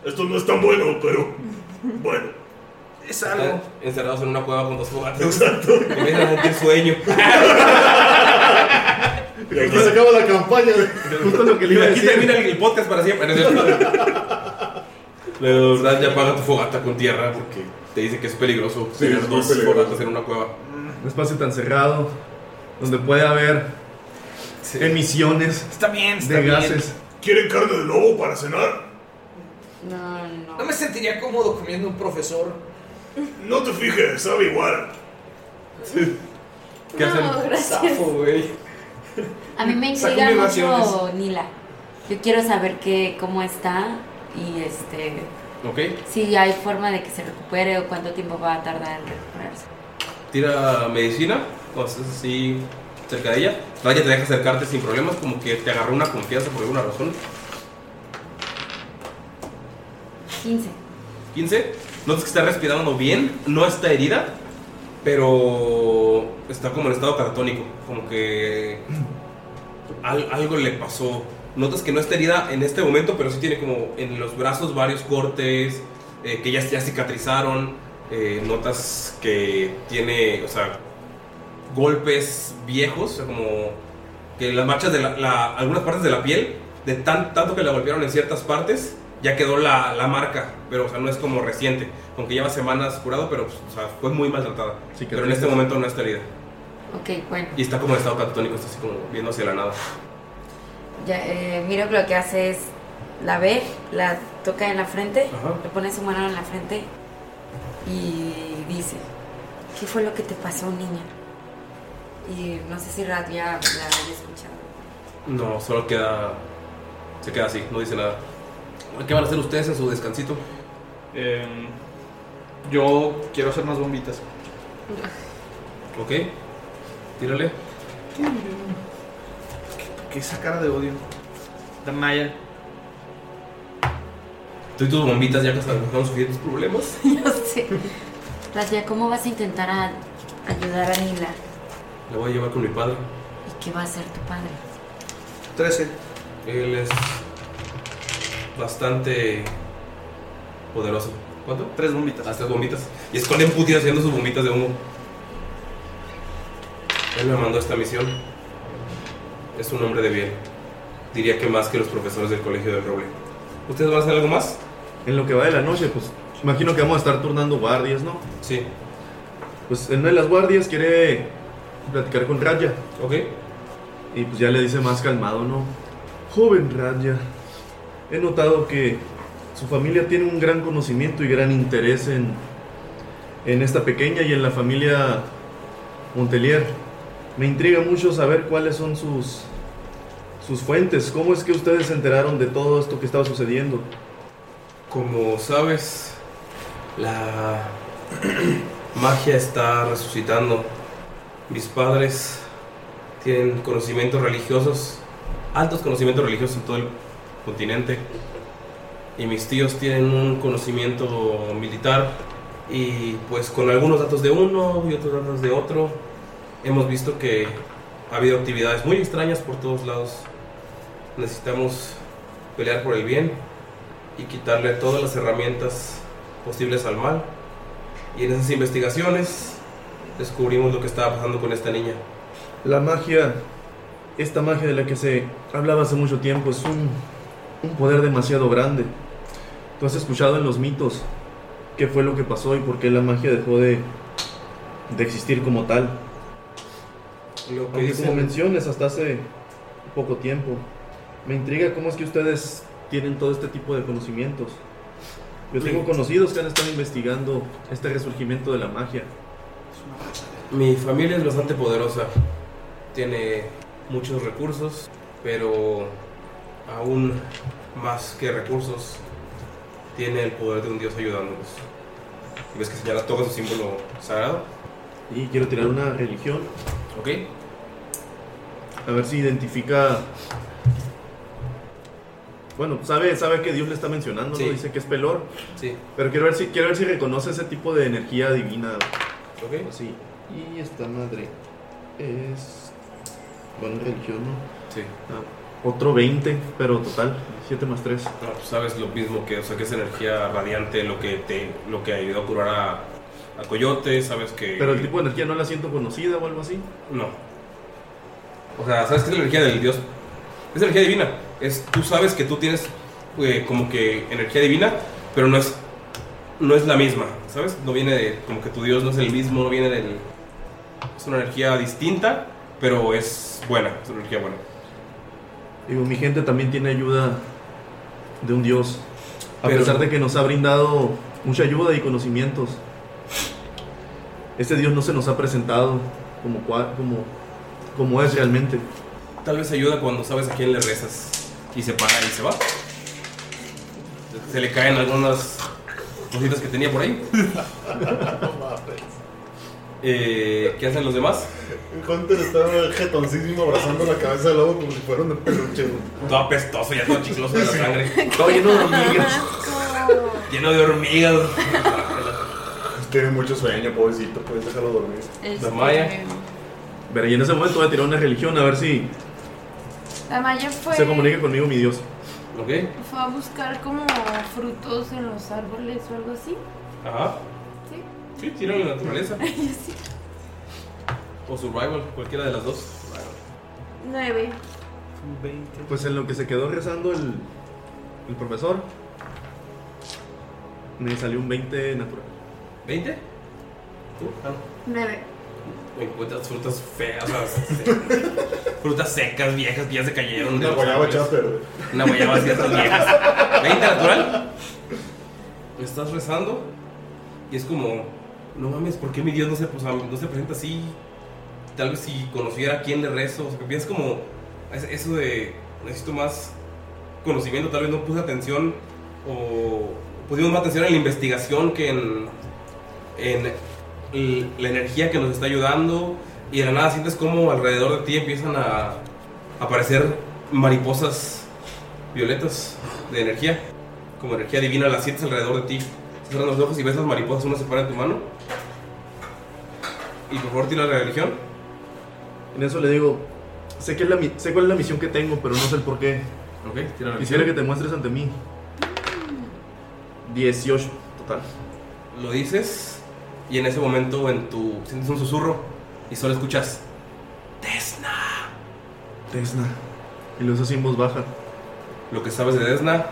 Speaker 11: Esto no es tan bueno, pero bueno.
Speaker 10: Es
Speaker 1: algo. Encerrados en una cueva con dos fogatas. Exacto. Empiezan a sentir
Speaker 11: [laughs]
Speaker 1: sueño.
Speaker 8: Y aquí se acaba la campaña. Justo lo que le iba a
Speaker 1: aquí
Speaker 8: decir.
Speaker 1: termina el podcast para siempre. No es cierto. La verdad, ya apaga tu fogata con tierra porque te dice que es peligroso
Speaker 8: Sí,
Speaker 1: tener
Speaker 8: es muy
Speaker 1: dos
Speaker 8: peligroso.
Speaker 1: fogatas en una cueva.
Speaker 4: Un espacio tan cerrado donde puede haber emisiones
Speaker 10: Está bien, está
Speaker 4: de
Speaker 10: bien.
Speaker 4: gases.
Speaker 11: ¿Quieren carne de lobo para cenar?
Speaker 3: No, no.
Speaker 10: No me sentiría cómodo comiendo un profesor.
Speaker 11: No te fijes, sabe igual.
Speaker 1: ¿Qué hacen?
Speaker 3: No, gracias.
Speaker 10: Zafo, güey.
Speaker 3: A mí me
Speaker 1: [laughs]
Speaker 10: Saco
Speaker 3: intriga
Speaker 10: vibraciones.
Speaker 3: mucho Nila. Yo quiero saber que, cómo está y este
Speaker 1: Ok.
Speaker 3: si hay forma de que se recupere o cuánto tiempo va a tardar en recuperarse.
Speaker 1: Tira medicina, cosas así cerca de ella. Raya te deja acercarte sin problemas, como que te agarró una confianza por alguna razón.
Speaker 3: 15.
Speaker 1: 15. Notas que está respirando bien, no está herida, pero está como en estado catatónico, como que al- algo le pasó. Notas que no está herida en este momento, pero sí tiene como en los brazos varios cortes eh, que ya, ya cicatrizaron. eh, notas que tiene, o sea, golpes viejos, o sea, como que las marchas de la- la- algunas partes de la piel, de tan, tanto que la golpearon en ciertas partes, ya quedó la, la marca, pero o sea, no es como reciente, aunque lleva semanas curado, pero pues, o sea, fue muy maltratada. pero en este momento no está herida.
Speaker 3: Ok, bueno.
Speaker 1: Y está como en estado catatónico, está así como viendo hacia la nada.
Speaker 3: Ya, eh, Miro que lo que hace es la ve, la toca en la frente,
Speaker 1: Ajá.
Speaker 3: le pone su mano en la frente y dice, ¿qué fue lo que te pasó, niña? Y no sé si Rad ya la haya escuchado.
Speaker 1: No, solo queda. Se queda así, no dice nada. ¿Qué van a hacer ustedes en su descansito?
Speaker 10: Em, yo quiero hacer más bombitas.
Speaker 1: Ok, tírale.
Speaker 10: ¿Qué esa cara de odio? La [laughs] Maya.
Speaker 1: Tú y tus bombitas ya que están con suficientes problemas.
Speaker 3: [laughs] No sé. Radia, ¿cómo vas a intentar a- ayudar a Nila?
Speaker 1: La voy a llevar con mi padre.
Speaker 3: ¿Y qué va a hacer tu padre?
Speaker 1: 13. Él es bastante poderoso. ¿Cuánto? Tres bombitas. Ah, tres bombitas. Y esconden Putin haciendo sus bombitas de humo. Él me mandó a esta misión. Es un hombre de bien. Diría que más que los profesores del colegio del Roble. ¿Ustedes van a hacer algo más?
Speaker 4: En lo que va de la noche, pues imagino que vamos a estar turnando guardias, ¿no?
Speaker 1: Sí.
Speaker 4: Pues en una de las guardias quiere platicar con Raya.
Speaker 1: Ok.
Speaker 4: Y pues ya le dice más calmado, ¿no? Joven Raya, he notado que su familia tiene un gran conocimiento y gran interés en, en esta pequeña y en la familia Montelier. Me intriga mucho saber cuáles son sus, sus fuentes. ¿Cómo es que ustedes se enteraron de todo esto que estaba sucediendo?
Speaker 1: Como sabes, la [clears throat] magia está resucitando. Mis padres tienen conocimientos religiosos, altos conocimientos religiosos en todo el continente. Y mis tíos tienen un conocimiento militar. Y pues con algunos datos de uno y otros datos de otro, hemos visto que ha habido actividades muy extrañas por todos lados. Necesitamos pelear por el bien y quitarle todas las herramientas posibles al mal. Y en esas investigaciones descubrimos lo que estaba pasando con esta niña.
Speaker 4: La magia, esta magia de la que se hablaba hace mucho tiempo, es un, un poder demasiado grande. Tú has escuchado en los mitos qué fue lo que pasó y por qué la magia dejó de, de existir como tal.
Speaker 1: Lo que
Speaker 4: Aunque
Speaker 1: dicen-
Speaker 4: como menciones, hasta hace poco tiempo. Me intriga cómo es que ustedes tienen todo este tipo de conocimientos. Yo tengo
Speaker 1: Sí.
Speaker 4: conocidos que han estado investigando este resurgimiento de la magia.
Speaker 1: Mi familia es bastante poderosa, tiene muchos recursos, pero aún más que recursos, tiene el poder de un dios ayudándonos. ¿Ves que señala todo su símbolo sagrado?
Speaker 4: Y quiero tirar una religión.
Speaker 1: Ok.
Speaker 4: A ver si identifica. Bueno, sabe, sabe que Dios le está mencionando,
Speaker 1: Sí.
Speaker 4: ¿no? Dice que es pelor.
Speaker 1: Sí.
Speaker 4: Pero quiero ver si quiero ver si reconoce ese tipo de energía divina.
Speaker 1: Ok.
Speaker 4: Así. Y esta madre es. Bueno, religión, ¿no?
Speaker 1: Sí.
Speaker 4: Ah, otro 20, pero total. 7 más 3.
Speaker 1: No, pues sabes lo mismo que, o sea, que es energía radiante lo que te, lo que ayudó a curar a, a Coyote, sabes que...
Speaker 4: Pero el tipo de energía no la siento conocida o algo así.
Speaker 1: No. O sea, sabes que es la energía del dios. Es energía divina. Es, tú sabes que tú tienes eh, como que energía divina, pero no es, no es la misma, ¿sabes? No viene de, como que tu dios no es el mismo, no viene del... Es una energía distinta, pero es buena, es una energía buena.
Speaker 4: Digo, mi gente también tiene ayuda de un Dios. A
Speaker 1: Pero-
Speaker 4: pesar de que nos ha brindado mucha ayuda y conocimientos. Este Dios no se nos ha presentado como, cua- como, como es realmente.
Speaker 1: Tal vez ayuda cuando sabes a quién le rezas y se para y se va. Se le caen algunas cositas que tenía por [laughs] ahí. Eh, ¿Qué hacen los demás?
Speaker 8: [laughs] Hunter está jetoncísimo abrazando la cabeza del lobo como si fuera un peluche.
Speaker 1: Todo apestoso, ya todo chicloso de la [laughs] sangre.
Speaker 8: Todo lleno de hormigas.
Speaker 1: Lleno de hormigas.
Speaker 8: Tiene mucho sueño, pobrecito, puedes dejarlo dormir.
Speaker 2: Este- Damaya.
Speaker 4: Pero y en ese momento voy a tirar una religión a ver si
Speaker 2: La Maya fue,
Speaker 4: se comunica conmigo mi Dios.
Speaker 1: Ok.
Speaker 2: fue a buscar como frutos en los árboles o algo así.
Speaker 1: Ajá. Sí, tira la naturaleza.
Speaker 2: Yo [laughs] sí.
Speaker 1: O survival, cualquiera de las dos.
Speaker 2: Nueve.
Speaker 4: Pues en lo que se quedó rezando el, el profesor, me salió un 20 natural.
Speaker 1: ¿20? ¿Tú?
Speaker 3: Nueve.
Speaker 1: Encuentras frutas feas, o sea, [laughs] frutas secas, viejas, que ya se cayeron.
Speaker 8: Una
Speaker 1: de los
Speaker 8: guayaba
Speaker 1: árboles.
Speaker 8: chata, güey.
Speaker 1: Una guayaba así de esas viejas.
Speaker 8: [laughs]
Speaker 1: ¿20 natural? Estás rezando y es como, no mames, ¿por qué mi Dios no se, o sea, no se presenta así? Tal vez si conociera a quién le rezo. O sea, que piensas como, es- eso de necesito más conocimiento, tal vez no puse atención o pusimos más atención en la investigación que en, en l- la energía que nos está ayudando y de la nada sientes como alrededor de ti empiezan a aparecer mariposas violetas de energía, como energía divina, las sientes alrededor de ti. Cierras los ojos y ves las mariposas, una se para en tu mano. Y por favor tira la religión.
Speaker 4: En eso le digo, sé, que es la, mi- sé cuál es la misión que tengo, pero no sé el por qué.
Speaker 1: Ok, tira la
Speaker 4: Quisiera
Speaker 1: religión.
Speaker 4: que te muestres ante mí. 18 total.
Speaker 1: Lo dices y en ese momento en tu sientes un susurro y solo escuchas Desna.
Speaker 4: Tesna. Y lo hizo así en voz baja.
Speaker 1: Lo que sabes de Desna.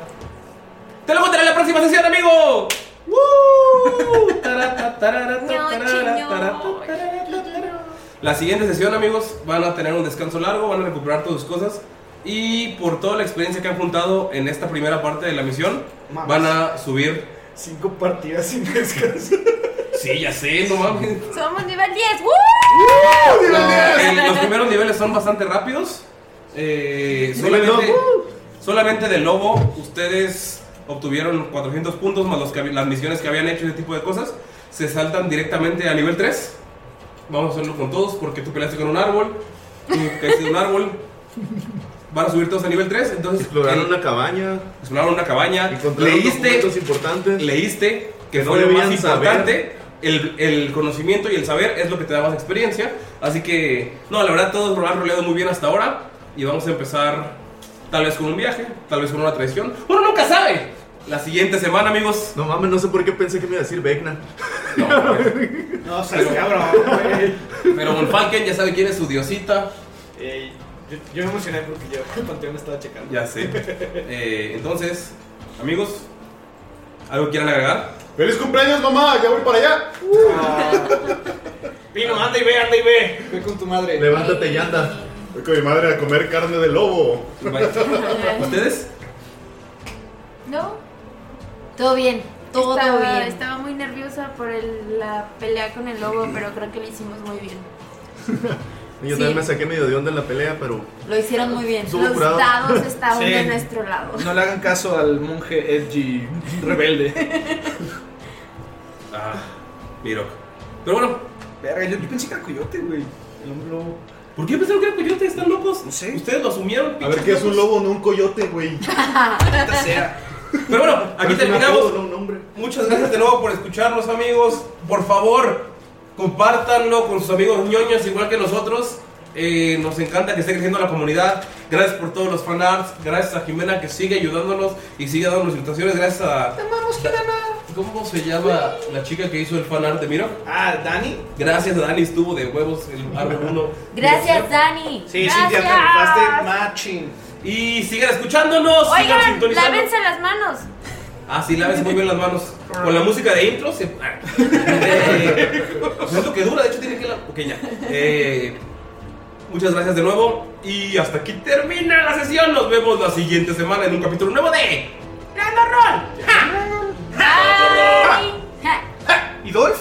Speaker 1: Te lo contaré en la próxima sesión, amigo. ¡Woo! Tarara, tarara, tarara, tarara. La siguiente sesión, amigos, van a tener un descanso largo, van a recuperar todas sus cosas. Y por toda la experiencia que han juntado en esta primera parte de la misión,
Speaker 13: Mames.
Speaker 1: van a subir.
Speaker 13: Cinco partidas sin descanso.
Speaker 1: Sí, ya sé, no mames.
Speaker 2: Somos nivel 10. ¡Woo!
Speaker 1: Eh, los
Speaker 2: [laughs]
Speaker 1: primeros niveles son bastante rápidos. Eh, solamente, solamente de lobo, ustedes obtuvieron 400 puntos más los que hab- las misiones que habían hecho, ese tipo de cosas. Se saltan directamente a nivel 3. Vamos a hacerlo con todos porque tú peleaste con un árbol. Tú caíste de un árbol. Van a subir todos a nivel 3. Entonces,
Speaker 4: Exploraron
Speaker 1: eh,
Speaker 4: una cabaña.
Speaker 1: Exploraron una cabaña.
Speaker 4: Encontraron
Speaker 1: Leíste.
Speaker 4: documentos importantes.
Speaker 1: Leíste que
Speaker 4: Que
Speaker 1: fue
Speaker 4: no
Speaker 1: lo más
Speaker 4: debían saber.
Speaker 1: importante. El, el conocimiento y el saber es lo que te da más experiencia. Así que, no, la verdad, todos lo han roleado muy bien hasta ahora. Y vamos a empezar tal vez con un viaje, tal vez con una traición. Uno nunca sabe. La siguiente semana, amigos.
Speaker 4: No mames, no sé por qué pensé que me iba a decir Vecna. [laughs]
Speaker 1: No, Pero Wolfalken ya sabe quién es su diosita.
Speaker 13: Ey, yo, yo me emocioné porque yo
Speaker 5: [laughs]
Speaker 13: el panteón estaba checando.
Speaker 1: Ya sé. Eh, entonces, amigos, ¿algo quieran agregar?
Speaker 7: ¡Feliz cumpleaños, mamá! ¡Ya voy para allá!
Speaker 1: Ah.
Speaker 13: Pino, anda y ve, anda y ve. Ve con tu madre.
Speaker 8: Levántate y anda. Voy con mi madre a comer carne de lobo.
Speaker 13: [laughs]
Speaker 1: ¿Ustedes?
Speaker 2: No,
Speaker 3: Todo bien, todo
Speaker 2: estaba,
Speaker 3: bien.
Speaker 2: estaba muy nerviosa por el- la pelea con el lobo, pero creo que lo hicimos muy bien.
Speaker 4: Y yo
Speaker 2: Sí.
Speaker 4: también me saqué medio de onda en la pelea, pero.
Speaker 3: Lo hicieron muy bien.
Speaker 4: Estuvo
Speaker 2: Los
Speaker 4: curado.
Speaker 2: dados estaban
Speaker 10: Sí.
Speaker 2: de nuestro lado.
Speaker 10: No le hagan caso al monje edgy rebelde.
Speaker 1: [laughs] Ah, Miro. Pero bueno.
Speaker 10: Verga, yo, yo pensé que era coyote, güey. El hombre lobo.
Speaker 1: ¿Por qué pensaron que era coyote? ¿Están locos? No sé. Ustedes lo asumieron.
Speaker 8: A ver, ¿qué es un lobo, no un coyote, güey?
Speaker 1: Pero bueno, aquí terminamos. Muchas gracias de nuevo por escucharnos, amigos. Por favor, compártanlo con sus amigos ñoños, igual que nosotros. Eh, nos encanta que esté creciendo la comunidad. Gracias por todos los fanarts. Gracias a Jimena que sigue ayudándonos y sigue dándonos ilustraciones. Gracias a. ¿Cómo se llama la chica que hizo el fanart de Miro?
Speaker 10: Ah, Dani.
Speaker 1: Gracias a Dani, estuvo de huevos el árbol 1.
Speaker 3: Gracias, Dani.
Speaker 10: Sí,
Speaker 3: Gracias.
Speaker 10: Cintia, te rifaste matching.
Speaker 1: Y sigan escuchándonos, sigan
Speaker 2: Oigan,
Speaker 1: sintonizando.
Speaker 2: lávense las manos.
Speaker 1: Ah, sí, laves muy bien las manos. Con la música de intro se. Eh, pues es lo que dura, de hecho tiene que la. Ok, ya. Eh, muchas gracias de nuevo. Y hasta aquí termina la sesión. Nos vemos la siguiente semana en un capítulo nuevo de. [laughs]
Speaker 10: ¿Y Dolph?